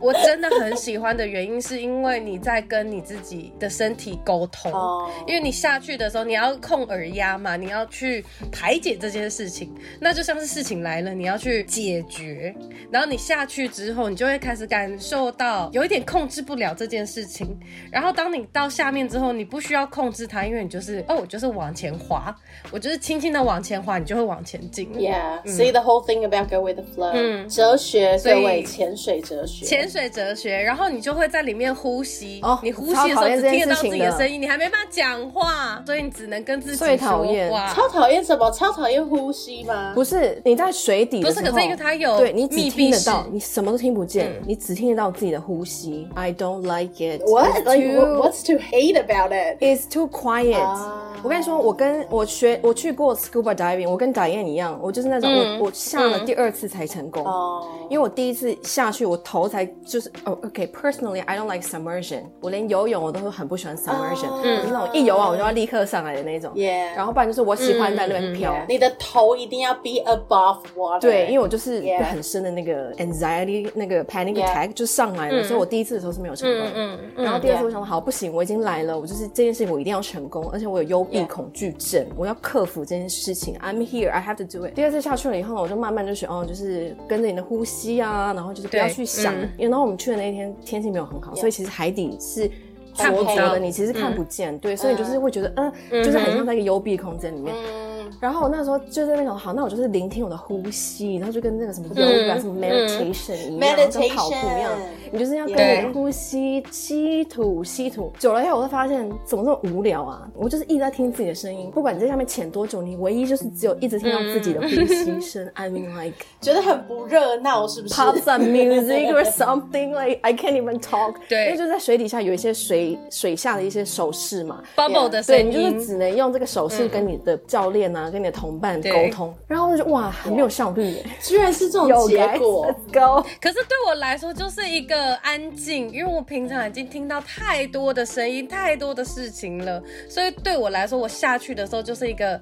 [SPEAKER 3] 我真的很喜欢的原因，是因为你在跟你自己的身体沟通
[SPEAKER 2] 哦
[SPEAKER 3] 因为你下去的时候，你要控耳压嘛，你要去排解这件事情，那就像是事情来了，你要去解决，然后你下去之后，你就会开始感受到有一点控制不了这件事情，然后当你到下面之后，你不需要控制它，因为你就是哦，我就是往前滑，我就是轻轻的往前滑，你就会往前进。
[SPEAKER 2] Yeah, see the whole thing about go with the flow，、哲学，
[SPEAKER 3] 所以
[SPEAKER 2] 各位潜水哲学，
[SPEAKER 3] 潜水哲学，然后你就会在里面呼吸。
[SPEAKER 1] 哦
[SPEAKER 3] 你呼吸的时
[SPEAKER 1] 超讨
[SPEAKER 3] 候
[SPEAKER 1] 厌
[SPEAKER 3] 只听
[SPEAKER 1] 这
[SPEAKER 3] 得到自己
[SPEAKER 1] 件
[SPEAKER 3] 的
[SPEAKER 1] 事情的
[SPEAKER 3] 声音，你还没办法讲话，所以你只能跟自己
[SPEAKER 1] 最讨厌
[SPEAKER 3] 说话。
[SPEAKER 2] 超讨厌什么？超讨厌呼吸吗？
[SPEAKER 1] 不是你在水底的时候，
[SPEAKER 3] 不是可是因为它有
[SPEAKER 1] 对你只
[SPEAKER 3] 密
[SPEAKER 1] 听
[SPEAKER 3] 闭
[SPEAKER 1] 得
[SPEAKER 3] 式嗯
[SPEAKER 1] 到，你什么都听不见，你只听得到自己的呼吸。I don't like it.
[SPEAKER 2] What?
[SPEAKER 1] It's
[SPEAKER 2] Like
[SPEAKER 1] too-
[SPEAKER 2] what- what's to hate about it?
[SPEAKER 1] It's too quiet.
[SPEAKER 2] 啊
[SPEAKER 1] 我跟你说，我跟我学我去过 scuba diving，我跟 Diane 一样，我就是那种、
[SPEAKER 3] 嗯
[SPEAKER 1] 我我下了第二次才成功。
[SPEAKER 2] 哦，
[SPEAKER 1] 因为我第一次下去，我头才就是哦，OK，personally、I don't like submersion，我连游泳我都会很不喜欢 submersion，、我是那种一游完啊我就要立刻上来的那种。
[SPEAKER 2] Yeah
[SPEAKER 1] 然后不然就是我喜欢在那边飘。
[SPEAKER 2] 你的头一定要 be above water。
[SPEAKER 1] 对，因为
[SPEAKER 2] 为
[SPEAKER 1] 我就是有
[SPEAKER 2] Yeah
[SPEAKER 1] 很深的那个 anxiety，那个 panic
[SPEAKER 2] Yeah
[SPEAKER 1] attack 就上来了，所以我第一次的时候是没有成功。嗯然后第二次
[SPEAKER 2] Yeah
[SPEAKER 1] 我想，好，不行，我已经来了，我就是这件事情我一定要成功，而且我有幽闭
[SPEAKER 2] Yeah
[SPEAKER 1] 恐惧症，我要克服这件事情。I'm here, I have to do it。第二次下去了以后呢，我就慢慢就学，哦，就是跟着你的呼吸啊，然后就是不要
[SPEAKER 3] 对
[SPEAKER 1] 去想。
[SPEAKER 3] 嗯
[SPEAKER 1] 因为然后我们去的那一天天气没有很好，所以其实海底是。
[SPEAKER 3] 看不
[SPEAKER 1] 灼灼的，
[SPEAKER 3] 到
[SPEAKER 1] 你其实看不见，对，所以你就是会觉得，嗯，就是很像在一个幽闭空间里面。
[SPEAKER 2] 嗯
[SPEAKER 1] 然后我那时候就在那种好，那我就是聆听我的呼吸，然后就跟那个什么瑜伽、什么 meditation 一样，然后跟跑步一样
[SPEAKER 2] Meditation，
[SPEAKER 1] 你就是要跟
[SPEAKER 3] 对
[SPEAKER 1] 你的呼吸吸吐吸吐。久了以后，我会发现怎么这么无聊啊！我就是一直在听自己的声音，不管你在下面潜多久，你唯一就是只有一直听到自己的呼吸声。I mean like
[SPEAKER 2] 觉得很不热闹，是不是
[SPEAKER 1] pop some music or something like I can't even talk。
[SPEAKER 3] 对
[SPEAKER 1] 因为就在水底下有一些水水下的一些手势嘛，
[SPEAKER 3] bubble 的
[SPEAKER 1] 对
[SPEAKER 3] 声
[SPEAKER 1] 你就是
[SPEAKER 3] 音，嗯
[SPEAKER 1] 只能用这个手势跟你的教练啊，跟你的同伴沟
[SPEAKER 3] 对
[SPEAKER 1] 通。然后我就觉得哇，很没有效率耶。
[SPEAKER 2] 居然是这
[SPEAKER 1] 有
[SPEAKER 2] 种结果
[SPEAKER 1] guys，let's。go。
[SPEAKER 3] 可是对我来说就是一个安静，因为我平常已经听到太多的声音，太多的事情了，所以对我来说，我下去的时候就是一个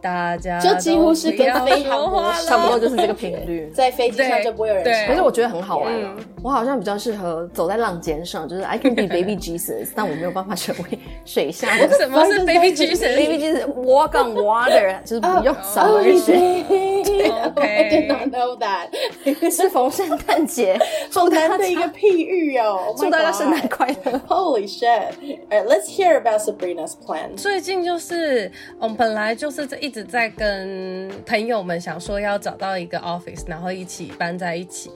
[SPEAKER 3] 大家
[SPEAKER 2] 就几乎是
[SPEAKER 3] 都不要
[SPEAKER 2] 跟飞航
[SPEAKER 3] 说话
[SPEAKER 2] 模式。
[SPEAKER 1] 差不多
[SPEAKER 3] 了。
[SPEAKER 1] 就是这个频率
[SPEAKER 2] 在飞机上
[SPEAKER 3] 对
[SPEAKER 2] 就不会有人
[SPEAKER 3] 对嗯
[SPEAKER 1] 可
[SPEAKER 2] 吵
[SPEAKER 1] 是我觉得很好玩啊！我好像比较适合走在浪尖上，就是 I can be baby Jesus，但我没有办法成为水 下的
[SPEAKER 3] 什么是 baby
[SPEAKER 2] 就是
[SPEAKER 1] baby
[SPEAKER 3] Jesus？
[SPEAKER 1] Jesus walk on water，就是不用
[SPEAKER 2] Oh,
[SPEAKER 1] 少人
[SPEAKER 2] really?
[SPEAKER 1] 学。
[SPEAKER 3] 哦
[SPEAKER 2] I did not know that，
[SPEAKER 1] 是逢圣诞 节，
[SPEAKER 2] 好难的一个譬喻哦。
[SPEAKER 3] Oh
[SPEAKER 1] 祝大家圣诞快乐。
[SPEAKER 2] Holy shit! Alright, let's hear about Sabrina's plan.
[SPEAKER 3] 最近就是，嗯，本来就是一直在跟朋友们想说要找到一个 office，然后一起搬在一起。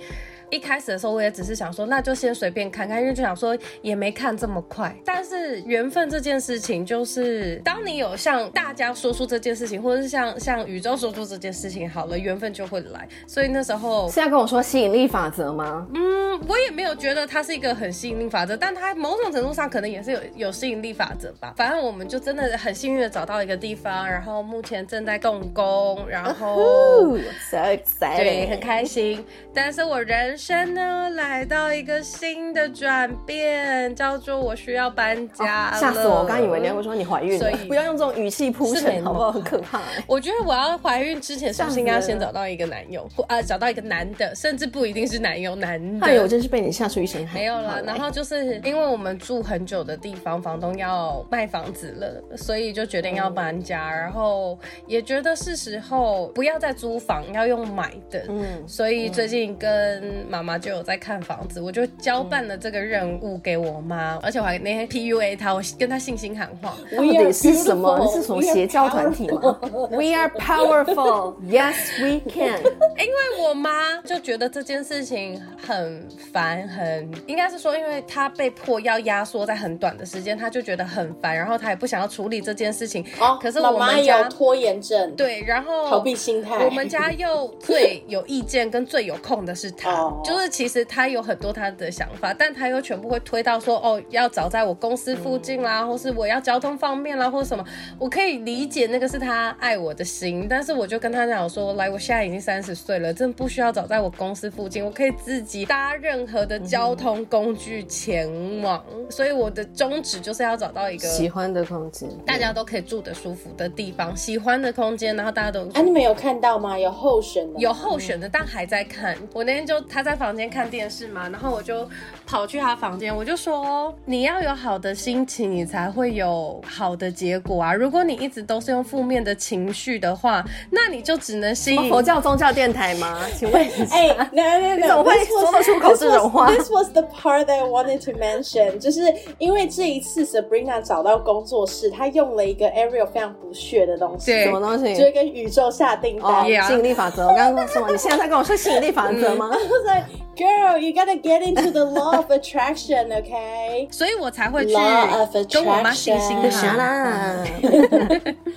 [SPEAKER 3] 一开始的时候，我也只是想说，那就先随便看看，因为就想说也没看这么快。但是缘分这件事情，就是当你有向大家说出这件事情，或者是向向宇宙说出这件事情，好了，缘分就会来。所以那时候
[SPEAKER 1] 是要跟我说吸引力法则吗？
[SPEAKER 3] 嗯我也没有觉得它是一个很吸引力法则，但它某种程度上可能也是有有吸引力法则吧。反正我们就真的很幸运的找到一个地方，然后目前正在动工，然后。
[SPEAKER 1] 哦，so exciting！
[SPEAKER 3] 对，很开心。但是我人生呢，来到一个新的转变，叫做我需要搬家了。
[SPEAKER 1] 哦吓死我！我刚以为你要说你怀孕
[SPEAKER 3] 啊所
[SPEAKER 1] 了
[SPEAKER 3] 以，
[SPEAKER 1] 不要用这种语气铺
[SPEAKER 3] 是没
[SPEAKER 1] 陈，好不好？很可怕欸。
[SPEAKER 3] 我觉得我要怀孕之前，是不是应该要
[SPEAKER 1] 这样
[SPEAKER 3] 先
[SPEAKER 1] 子
[SPEAKER 3] 找到一个男友，或呃，找到一个男的，甚至不一定是男友，男的。
[SPEAKER 1] 哎呦，我真是被你吓出一身汗。
[SPEAKER 3] 没有
[SPEAKER 1] 好
[SPEAKER 3] 啦，
[SPEAKER 1] 嘞
[SPEAKER 3] 然后就是因为我们住很久的地方，房东要卖房子了，所以就决定要搬家，然后也觉得是时候不要再租房，要用买的。
[SPEAKER 1] 嗯，
[SPEAKER 3] 所以最近跟妈妈就有在看房子，我就交办了这个任务给我妈，而且我还那天 PUA 她，我跟她信心喊话，
[SPEAKER 1] 到底是什么？是什么邪教团体吗 ？We are powerful. Yes, we can.
[SPEAKER 3] 因为我妈就觉得这件事情很烦，很应该是说，因为她被迫要压缩在很短的时间，她就觉得很烦，然后她也不想要处理这件事情。
[SPEAKER 2] 哦，
[SPEAKER 3] 可是
[SPEAKER 2] 老
[SPEAKER 3] 我
[SPEAKER 2] 妈
[SPEAKER 3] 们
[SPEAKER 2] 也有
[SPEAKER 3] 家
[SPEAKER 2] 拖延症，，
[SPEAKER 3] 对，然后
[SPEAKER 2] 逃避心态。
[SPEAKER 3] 我们家 又最有意见跟最有空的是他
[SPEAKER 2] 哦，
[SPEAKER 3] 就是其实他有很多他的想法，但他又全部会推到说哦，要找在我公司附近
[SPEAKER 2] 嗯
[SPEAKER 3] 啦，或是我要交通方面啦，或什么。我可以理解那个是他爱我的心，但是我就跟他讲说，来，我现在已经三十岁了，真的不需要找在我公司附近，我可以自己搭任何的交通工具前往。所以我的宗旨就是要找到一个。
[SPEAKER 1] 喜欢的空间，
[SPEAKER 3] 大家都可以住得舒服的地方，喜欢的空间，然后大家都
[SPEAKER 2] 啊，你们有看到吗？有候选的吗
[SPEAKER 3] 有候选的，但还在看。我那天就他在房间看电视嘛，然后我就跑去他房间，我就说你要有好的心情，你才会有好的结果啊。如果你一直都是用负面的情绪的话，那你就只能吸
[SPEAKER 1] 什
[SPEAKER 3] 引
[SPEAKER 1] 嗯么佛教宗教电台吗？请问一下，
[SPEAKER 2] 哎，来来来，
[SPEAKER 1] 怎么会
[SPEAKER 2] this was-
[SPEAKER 1] 说得出口这种话
[SPEAKER 2] This was this was the part that I wanted to mention，就是因为这一次 Sabrina 找到工作室，她用了一个 Ariel 非常不屑的东西，
[SPEAKER 3] 对
[SPEAKER 1] 什么东
[SPEAKER 2] 就是
[SPEAKER 1] 西？
[SPEAKER 2] 跟宇宙下订
[SPEAKER 1] 哦，
[SPEAKER 2] 单。
[SPEAKER 3] Yeah
[SPEAKER 1] 吸引力法则。我刚刚说什么？你现在在跟我说吸引力法则吗？
[SPEAKER 2] I was like, girl, you gotta get into the law of attraction, okay?
[SPEAKER 3] 所以我才会去
[SPEAKER 2] Law of
[SPEAKER 3] 跟我妈信心
[SPEAKER 2] attraction
[SPEAKER 1] 啥
[SPEAKER 3] 啊。
[SPEAKER 1] 啦？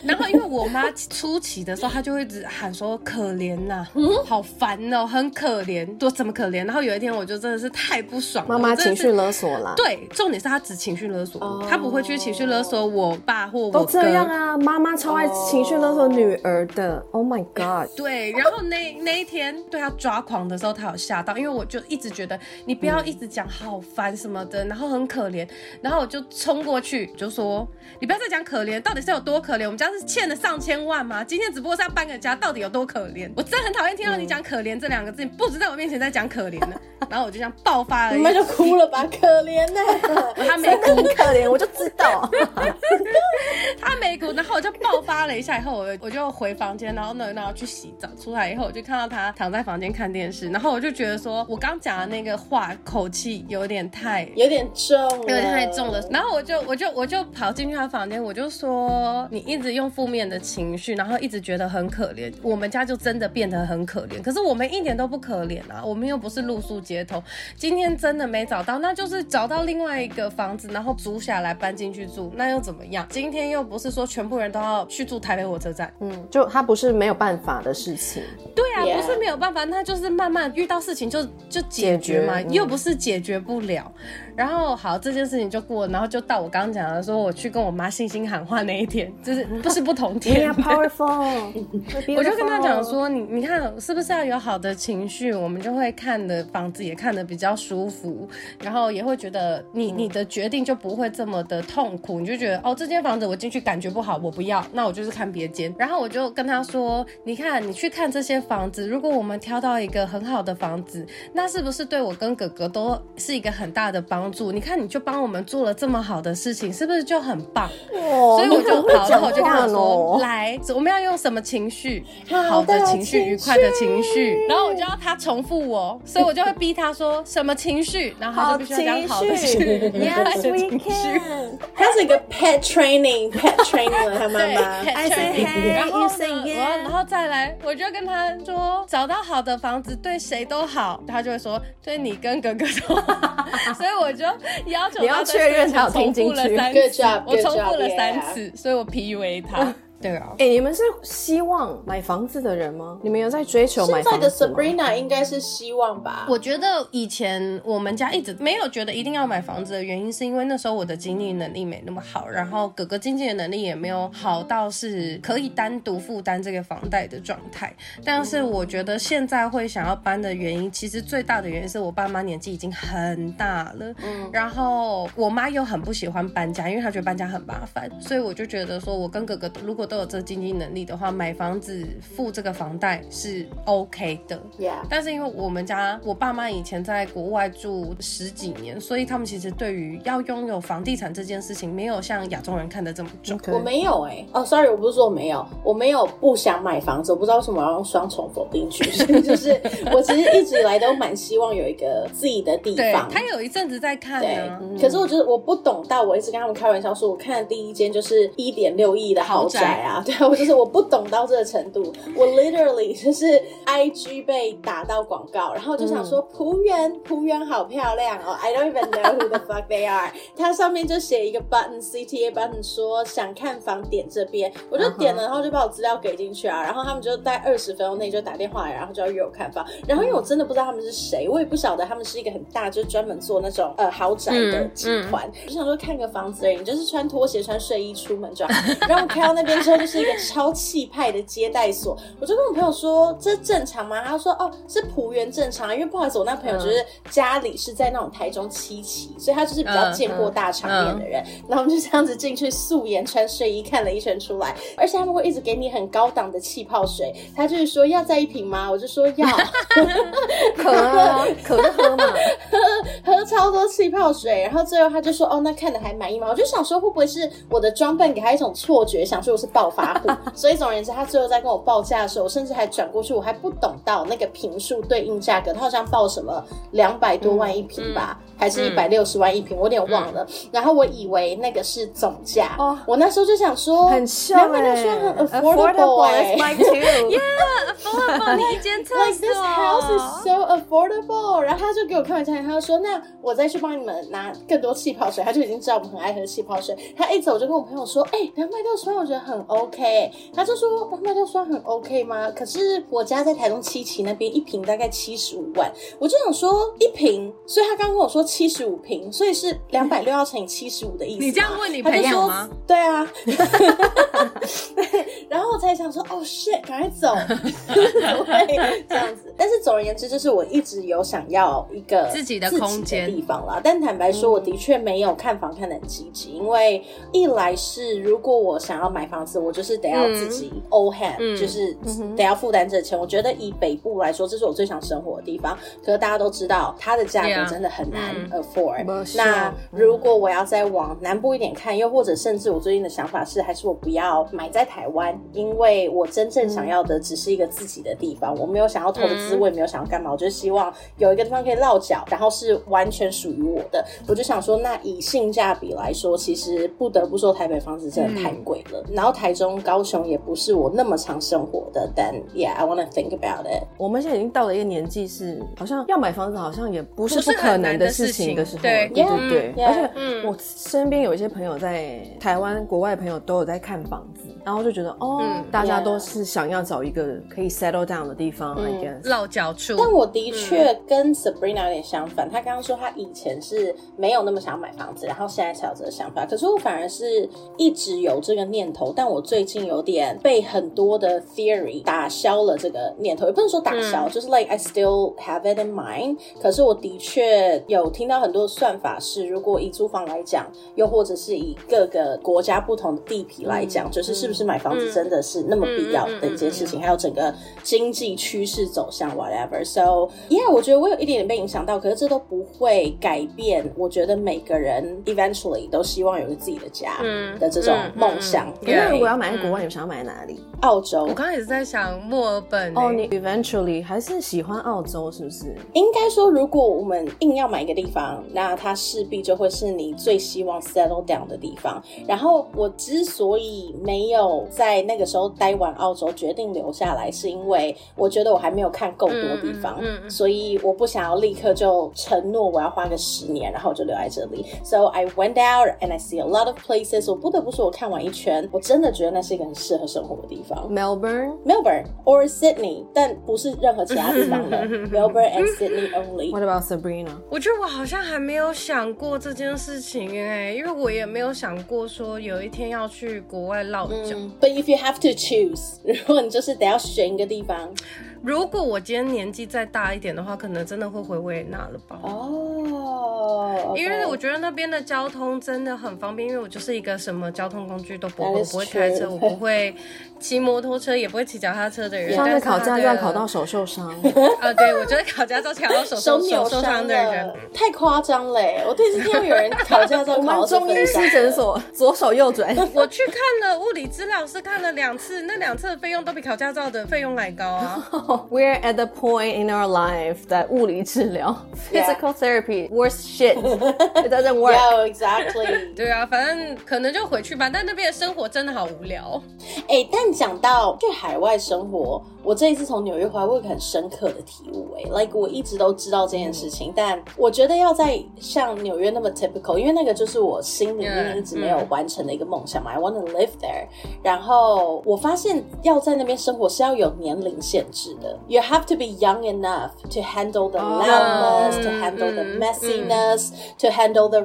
[SPEAKER 3] 然后因为我妈初期的时候，她就会一直喊说可怜呐、好烦哦，很可怜，多怎么可怜？然后有一天我就真的是太不爽了，
[SPEAKER 1] 妈妈
[SPEAKER 3] 我真
[SPEAKER 1] 情
[SPEAKER 3] 的是
[SPEAKER 1] 绪勒索啊啦。
[SPEAKER 3] 对，重点是他只情绪勒索我
[SPEAKER 2] 哦，
[SPEAKER 3] 他不会去情绪勒索我爸或我哥。
[SPEAKER 1] 都这样啊，妈妈超爱情绪勒索女儿的。Oh my god！
[SPEAKER 3] 对，然后那那一天对他抓狂的时候，他有吓到，因为我就一直觉得你不
[SPEAKER 2] 嗯
[SPEAKER 3] 要一直讲好烦什么的，然后很可怜，然后我就冲过去就说你不要再讲可怜，到底是有多可怜？我们家是欠了上千万吗？今天只不过是要搬个家，到底有多可怜？我真的很讨厌听
[SPEAKER 2] 嗯
[SPEAKER 3] 到你讲可怜这两个字，你不止在我面前在讲可怜呢。 然后我就这样爆发了
[SPEAKER 2] 你
[SPEAKER 3] 一
[SPEAKER 2] 们
[SPEAKER 3] 个，
[SPEAKER 2] 就哭了吧，可怜 呐、
[SPEAKER 3] 他没
[SPEAKER 1] 真的
[SPEAKER 3] 哭
[SPEAKER 1] 很，可怜，我就知道。
[SPEAKER 3] 他没哭，然后我就爆发了一下，以后我我就回房间，然后呢，然后去洗澡，出来以后我就看到他躺在房间看电视，然后我就觉得说，我刚讲的那个话口气有点太。
[SPEAKER 2] 有点重，
[SPEAKER 3] 有点太重了，。然后我就我就我就跑进去他房间，我就说你一直用负面的情绪，然后一直觉得很可怜，我们家就真的变得很可怜。可是我们一点都不可怜 啊，我们又不是露宿街头。今天真的没找到，那就是找到另外一个房子，然后租下来搬进去住，那又怎么样？今天又不是说全部人都要去住台北火车站，
[SPEAKER 1] 嗯，就他不是没有办法的事 情，
[SPEAKER 3] 对啊
[SPEAKER 2] Yeah
[SPEAKER 3] 不是没有办法，那就是慢慢遇到事情就就解决嘛，
[SPEAKER 1] 解决嗯
[SPEAKER 3] 又不是解决不了。然后好，这件事情就过了，然后就到我刚刚讲的说，我去跟我妈信心喊话那一天，就是不是不 同
[SPEAKER 1] We
[SPEAKER 3] 天
[SPEAKER 1] are。powerful
[SPEAKER 3] 我就跟他讲，说，你你看是不是要有好的情绪，我们就会看的房子也看得比较舒服，然后也会觉得你你的决定就不会这么的痛苦，你就觉得哦这间房子我进去感觉不好，我不要，那我就是看别间。然后我就跟他说，你看你去看这些房子，如果我们挑到一个很好的房子，那是不是对我跟哥哥都是一个很大的帮助？你看你就帮我们做了这么好的事情，是不是就很棒？
[SPEAKER 1] 哦
[SPEAKER 3] 所以我就好，然后我就跟 他说，
[SPEAKER 1] 喽。
[SPEAKER 3] 来，我们要用什么情绪？
[SPEAKER 2] 好的
[SPEAKER 3] 好的情
[SPEAKER 2] 情
[SPEAKER 3] 绪，
[SPEAKER 2] 绪
[SPEAKER 3] 愉快的情绪。然后我就要他重复我，所以我就会逼他说什么情绪，然后他
[SPEAKER 1] 好
[SPEAKER 3] 就必须要
[SPEAKER 1] 情
[SPEAKER 3] 讲
[SPEAKER 1] 绪
[SPEAKER 3] 好的情绪， 愉快的
[SPEAKER 1] ，Yes
[SPEAKER 3] 情
[SPEAKER 1] we
[SPEAKER 3] 绪。
[SPEAKER 1] can。
[SPEAKER 2] 他是一个 pet training，pet training 了，他妈
[SPEAKER 3] 对
[SPEAKER 2] 妈。
[SPEAKER 1] I say hey,
[SPEAKER 3] 然后
[SPEAKER 1] you
[SPEAKER 3] 呢
[SPEAKER 1] say
[SPEAKER 3] 我
[SPEAKER 1] yeah
[SPEAKER 3] 要然后再来，我就跟他说，找到好的房子对谁都好，他就会说对你跟哥哥都好， 所以我就要求
[SPEAKER 1] 你要
[SPEAKER 3] 他在
[SPEAKER 1] 确认
[SPEAKER 3] 睡前
[SPEAKER 1] 他有听进
[SPEAKER 3] 重复了
[SPEAKER 1] 去
[SPEAKER 3] 三
[SPEAKER 2] Good
[SPEAKER 3] 次
[SPEAKER 2] job,
[SPEAKER 3] 我
[SPEAKER 2] good
[SPEAKER 3] 重复了
[SPEAKER 2] job,
[SPEAKER 3] 三
[SPEAKER 2] yeah.
[SPEAKER 3] 次，所以我 PUA 他。对啊，
[SPEAKER 1] 哎、你们是希望买房子的人吗？你们有在追求买
[SPEAKER 2] 现在
[SPEAKER 1] 房
[SPEAKER 2] 的
[SPEAKER 1] 子吗？啊
[SPEAKER 2] Sabrina 应该是希望吧？
[SPEAKER 3] 我觉得以前我们家一直没有觉得一定要买房子的原因，是因为那时候我的经济能力没那么好，然后哥哥经济的能力也没有好到是可以单独负担这个房贷的状态。但是我觉得现在会想要搬的原因，其实最大的原因是我爸妈年纪已经很大了，
[SPEAKER 2] 嗯
[SPEAKER 3] 然后我妈又很不喜欢搬家，因为她觉得搬家很麻烦，所以我就觉得说，我跟哥哥如果都有这经济能力的话，买房子付这个房贷是 OK 的。
[SPEAKER 2] Yeah，
[SPEAKER 3] 但是因为我们家我爸妈以前在国外住十几年，所以他们其实对于要拥有房地产这件事情，没有像亚洲人看得这么重。
[SPEAKER 1] 啊
[SPEAKER 2] 我没有哎、哦、s o r r y 我不是说我没有，我没有不想买房子，我不知道为什么要用双重否定句， 就是我其实一直以来都蛮希望有一个自己的地
[SPEAKER 3] 对
[SPEAKER 2] 方。
[SPEAKER 3] 他啊有一阵子在看
[SPEAKER 2] 对
[SPEAKER 3] 呢、，
[SPEAKER 2] 可是我觉得我不懂到，我一直跟他们开玩笑说，我看的第一间就是一点六亿的豪宅啊，对啊，我就是我不懂到这个程度，我 literally 就是 IG 被打到广告，然后就想说浦原浦原好漂亮哦，I don't even know who the fuck they are，它上面就写一个 button CTA button 说想看房点这边，我就点了，然后就把我资料给进去啊，然后他们就在二十分钟内就打电话来，然后就要约我看房，然后因为我真的不知道他们是谁，我也不晓得他们是一个很大，就是专门做那种呃豪宅的集团，我就想说看个房子而已，你就是穿拖鞋穿睡衣出门就好。然后我开到那边之后，就是一个超气派的接待所，我就跟我朋友说这正常吗？他说哦是浦原正常，啊因为不好意思，我那朋友就是家里是在那种台中七期，所以他就是比较见过大场面的人。然后我们就这样子进去，素颜穿睡衣看了一圈出来，而且他们会一直给你很高档的气泡水，他就是说要再一瓶吗？我就说要。
[SPEAKER 1] 渴啊，渴就喝嘛。
[SPEAKER 2] 喝超多气泡水，然后最后他就说：“哦，那看的还满意吗？”我就想说，会不会是我的装扮给他一种错觉，想说我是暴发户？ 所以总而言之，他最后在跟我报价的时候，我甚至还转过去，我还不懂到那个平数对应价格，他好像报什么两百多万一平吧，
[SPEAKER 1] 嗯
[SPEAKER 2] 还是一百六十万一平，我有点忘了。然后我以为那个是总价，
[SPEAKER 1] 哦
[SPEAKER 2] 我那时候就想说，
[SPEAKER 1] 很
[SPEAKER 2] 两
[SPEAKER 1] 像
[SPEAKER 2] 百
[SPEAKER 1] 哎、
[SPEAKER 2] 六十万很 affordable 哎、
[SPEAKER 1] that's mine
[SPEAKER 3] 欸
[SPEAKER 1] too。
[SPEAKER 3] 放哦你一间厕
[SPEAKER 2] Like this house is so affordable，然后他就给我开玩笑，他就说：“那我再去帮你们拿更多气泡水。”他就已经知道我们很爱喝气泡水。他一走我就跟我朋友说：“哎、两百六十万我觉得很 OK。”他就说：“两百六十万很 OK 吗？”可是我家在台中七期那边一瓶大概七十五万，我就想说一瓶，所以他刚跟我说七十五瓶，所以是两百六要乘以七十五的意思吗。
[SPEAKER 3] 你这样问你
[SPEAKER 2] 他就
[SPEAKER 3] 朋友
[SPEAKER 2] 说
[SPEAKER 3] 吗？
[SPEAKER 2] 对啊， 然后我才想说，哦，shit，赶快走， 怎么会这样子？但是总而言之，就是我一直有想要一个
[SPEAKER 3] 自己的空间
[SPEAKER 2] 地方啦。但坦白说，我的确没有看房看的很积极，因为一来是如果我想要买房子，我就是得要自己 all hand，、
[SPEAKER 3] 嗯
[SPEAKER 2] 就是
[SPEAKER 1] 哼
[SPEAKER 2] 得要负担这钱。我觉得以北部来说，这是我最想生活的地方。可是大家都知道，它的价
[SPEAKER 3] Yeah
[SPEAKER 2] 格真的很难
[SPEAKER 3] 嗯
[SPEAKER 2] afford、
[SPEAKER 1] 没错
[SPEAKER 2] 那如果我要再往南部一点看，又或者甚至我最近的想法是，还是我不要买在台湾，因为我真正想要的只是一个自己的地方，我没有想要投资，
[SPEAKER 3] 嗯
[SPEAKER 2] 我也没有想要干嘛，我就希望有一个地方可以落脚，然后是完全属于我的。我就想说，那以性价比来说，其实不得不说台北房子真的太贵了，然后台中、高雄也不是我那么常生活的，但 yeah I wanna think about it。
[SPEAKER 1] 我们现在已经到了一个年纪，是好像要买房子，好像也不是
[SPEAKER 3] 不是
[SPEAKER 1] 不可能的事
[SPEAKER 3] 很难
[SPEAKER 1] 情
[SPEAKER 3] 的
[SPEAKER 1] 的
[SPEAKER 3] 事
[SPEAKER 1] 时
[SPEAKER 3] 情
[SPEAKER 1] 候，对对
[SPEAKER 2] Yeah，
[SPEAKER 1] 对。
[SPEAKER 2] yeah
[SPEAKER 1] 而且
[SPEAKER 3] 嗯
[SPEAKER 1] 我身边有一些朋友在台湾、国外的朋友都有在看房子，然后就觉得哦，
[SPEAKER 3] 嗯
[SPEAKER 1] 大家
[SPEAKER 2] yeah
[SPEAKER 1] 都是想要找一个可以 settle down 的地方、i guess。
[SPEAKER 3] 落脚处，
[SPEAKER 2] 但我的确跟 Sabrina 有点相反，她刚刚说她以前是没有那么想买房子，然后现在才有这个想法。可是我反而是一直有这个念头，但我最近有点被很多的 theory 打消了这个念头，也不能说打消，就是 like I still have it in mind。可是我的确有听到很多算法是，如果以租房来讲，又或者是以各个国家不同的地皮来讲，就是是不是买房子真的是那么必要的一件事情，还有整个经济趋势走向 whatever。So yeah，我觉得我有一点点被影响到，可是这都不会改变。我觉得每个人 eventually 都希望有个自己的家
[SPEAKER 3] 嗯
[SPEAKER 2] 的这种
[SPEAKER 3] 嗯嗯
[SPEAKER 2] 梦想。
[SPEAKER 3] 嗯
[SPEAKER 1] 那如果
[SPEAKER 2] 对，
[SPEAKER 1] 要买在国外，你们想要买在哪里？
[SPEAKER 2] 澳洲
[SPEAKER 3] 我刚开始在想墨尔本、欸，
[SPEAKER 1] 哦，你 eventually 还是喜欢澳洲，是不是？
[SPEAKER 2] 应该说，如果我们硬要买一个地方，那它势必就会是你最希望 settle down 的地方。然后我之所以没有在那个时候待完澳洲决定留下来，是因为我觉得我还没有看够多地方，
[SPEAKER 3] 嗯嗯嗯嗯
[SPEAKER 2] 所以我不想要立刻就承诺我要花个十年，然后我就留在这里。So I went out and I see a lot of places。我不得不说，我看完一圈，我真的觉得那是一个很适合生活的地方。
[SPEAKER 1] Melbourne，
[SPEAKER 2] Melbourne or Sydney，但不是任何其他地方的 Melbourne and Sydney only。
[SPEAKER 1] What about Sabrina？
[SPEAKER 3] 我觉得我好像还没有想过这件事情哎、因为我也没有想过说有一天要去国外落脚。
[SPEAKER 2] But if you have to choose，如 果你就是得要选一个地方，
[SPEAKER 3] 如果我今天年纪再大一点的话，可能真的会回维也纳了吧。
[SPEAKER 2] 哦，
[SPEAKER 3] 因为我觉得那边的交通真的很方便，因为我就是一个什么交通工具都不会，
[SPEAKER 2] That
[SPEAKER 3] 我
[SPEAKER 2] is
[SPEAKER 3] 不会开
[SPEAKER 2] true
[SPEAKER 3] 车，我不会骑摩托车，也不会骑脚踏车的人。
[SPEAKER 1] 上
[SPEAKER 3] 但
[SPEAKER 1] 次
[SPEAKER 3] 是
[SPEAKER 1] 考
[SPEAKER 3] 他
[SPEAKER 1] 驾
[SPEAKER 3] 的
[SPEAKER 1] 照考到手受伤，
[SPEAKER 3] 啊，对我觉得考驾照考到手
[SPEAKER 2] 手
[SPEAKER 3] 手
[SPEAKER 2] 扭
[SPEAKER 3] 手受伤的人
[SPEAKER 2] 了，，太夸张嘞！我第一次听到有人 考驾照
[SPEAKER 1] 我
[SPEAKER 2] 考
[SPEAKER 1] 们
[SPEAKER 2] 到这
[SPEAKER 1] 中医
[SPEAKER 2] 份上
[SPEAKER 1] 师诊所左手右转。
[SPEAKER 3] 我去看了物理治疗师，看了两次，那两次的费用都比考驾照的费用还高啊！
[SPEAKER 1] We're at the point in our life that 物理治疗
[SPEAKER 2] Yeah.
[SPEAKER 1] physical therapy worse shit. It doesn't work.
[SPEAKER 2] Yeah, exactly.
[SPEAKER 3] 对啊，反正可能就回去吧，但那边的生活真的好无聊。
[SPEAKER 2] 哎、但讲到去海外生活，我这一次从纽约回来，我有一个很深刻的体悟、哎，like 我一直都知道这件事情，但我觉得要在像纽约那么 typical，因为那个就是我心里面
[SPEAKER 3] Yeah，
[SPEAKER 2] 一直没有完成的一个梦想嘛、i want to live there。然后我发现要在那边生活是要有年龄限制的，you have to be young enough to handle the
[SPEAKER 1] 哦
[SPEAKER 2] loudness，、to
[SPEAKER 3] Oh。嗯
[SPEAKER 2] handle the
[SPEAKER 3] 嗯
[SPEAKER 2] messiness。us to handle the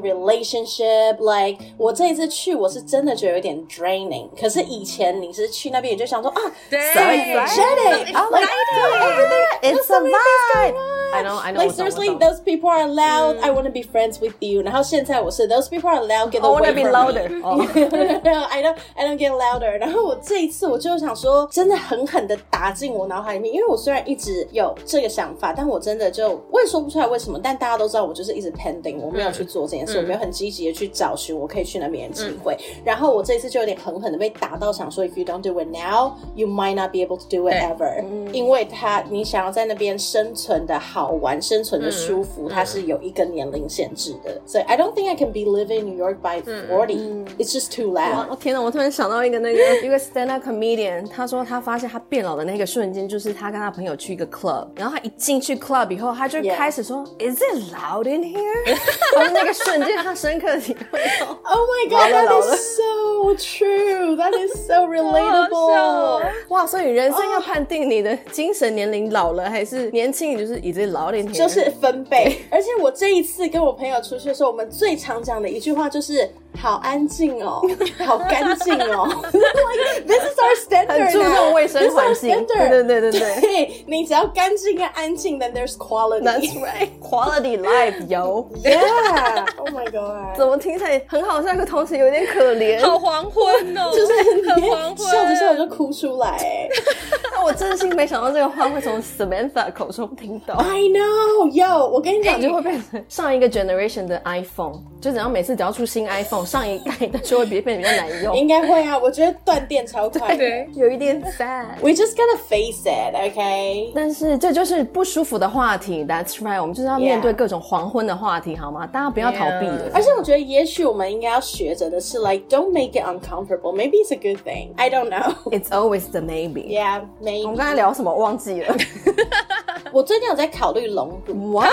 [SPEAKER 2] relationship. Like 我这一次去，我是真的觉得有点 draining。可是以前你是去那边，你就想说啊
[SPEAKER 3] 对
[SPEAKER 1] So exciting!
[SPEAKER 3] So
[SPEAKER 1] I'm like, oh, over there, it's a vibe. I know, I know.
[SPEAKER 2] Like
[SPEAKER 1] 我懂
[SPEAKER 2] seriously,
[SPEAKER 1] 我懂
[SPEAKER 2] those people are loud. I want to be friends with you. 然后现在我是 those people are loud. Get
[SPEAKER 1] Mm. I want
[SPEAKER 2] away
[SPEAKER 1] to be
[SPEAKER 2] from me.
[SPEAKER 1] louder. 哦
[SPEAKER 2] no, I don't, I don't get louder. 然后我这一次我就想说，真的狠狠的打进我脑海里面，因为我虽然一直有这个想法，但我真的就我也说不出来为什么。但大家都知道我就是一直 pending，我没有去做这件事，我没有很积极的去找寻我可以去那边的机会。然后我这一次就有点狠狠的被打到，想说 if you don't do it now, you might not be able to do it
[SPEAKER 3] 对
[SPEAKER 2] ever，、因为他你想要在那边生存的好玩，生存的舒服，它是有一个年龄限制的。所以 I don't think I can be living in New York by forty.、It's just too loud.
[SPEAKER 1] 我天哪！我突然想到一个那个一个 stand up comedian，他说他发现他变老的那个瞬间，就是他跟他朋友去一个 club，然后他一进去 club 以后，他就
[SPEAKER 2] Yeah.
[SPEAKER 1] 开始说 Is it loud in here？然 后那个瞬间他深刻 体会到。
[SPEAKER 2] Oh my god, that is so true. That is so
[SPEAKER 3] 好好
[SPEAKER 2] relatable.
[SPEAKER 3] 笑
[SPEAKER 1] 哇，所以人生
[SPEAKER 2] 哦
[SPEAKER 1] 要判定你的精神年龄老了还是年轻，你就是已经老了一点。
[SPEAKER 2] 就是分贝，而且我这一次跟我朋友出去的时候，我们最常讲的一句话就是“好安静哦，好干 净哦 ”，like this is our standard，
[SPEAKER 1] 很注重卫生环境
[SPEAKER 2] This is our standard
[SPEAKER 1] 对对对对对
[SPEAKER 2] 对你只要干净跟安静，then there's
[SPEAKER 1] That's
[SPEAKER 2] quality。
[SPEAKER 1] right, quality life 有。
[SPEAKER 2] Yeah, oh my god，
[SPEAKER 1] 怎么听起来很好笑，可同时有点可怜。
[SPEAKER 3] 好黄昏哦，
[SPEAKER 2] 就是
[SPEAKER 3] 很黄 昏，
[SPEAKER 2] 笑着笑着就哭出来、哎
[SPEAKER 1] 那我真心没想到这个话会从 Samantha 口中听 到。
[SPEAKER 2] I know，yo，我跟你讲，
[SPEAKER 1] 就哎会变成上一个 generation 的 iPhone，就只要每次只要出新 iPhone，上一代的就会比变得比较难 用
[SPEAKER 2] 应，该会啊，我觉得断电超快。
[SPEAKER 3] 对。
[SPEAKER 1] 有一点 sad。
[SPEAKER 2] We just gotta face it, OK？
[SPEAKER 1] 但是这就是不舒服的话题，That's right，我们就是要面
[SPEAKER 2] Yeah
[SPEAKER 1] 对各种黄昏的话题，好吗？大家不要逃避了。
[SPEAKER 2] 而且我觉得，也许我们应该要学着的是，like don't make it uncomfortable. Maybe it's a good thing. I don't know.
[SPEAKER 1] It's always the maybe。
[SPEAKER 2] Yeah,
[SPEAKER 1] 我们
[SPEAKER 2] maybe.
[SPEAKER 1] 刚才聊什么忘记了
[SPEAKER 2] 我最近有在考虑龙骨。
[SPEAKER 1] ？What？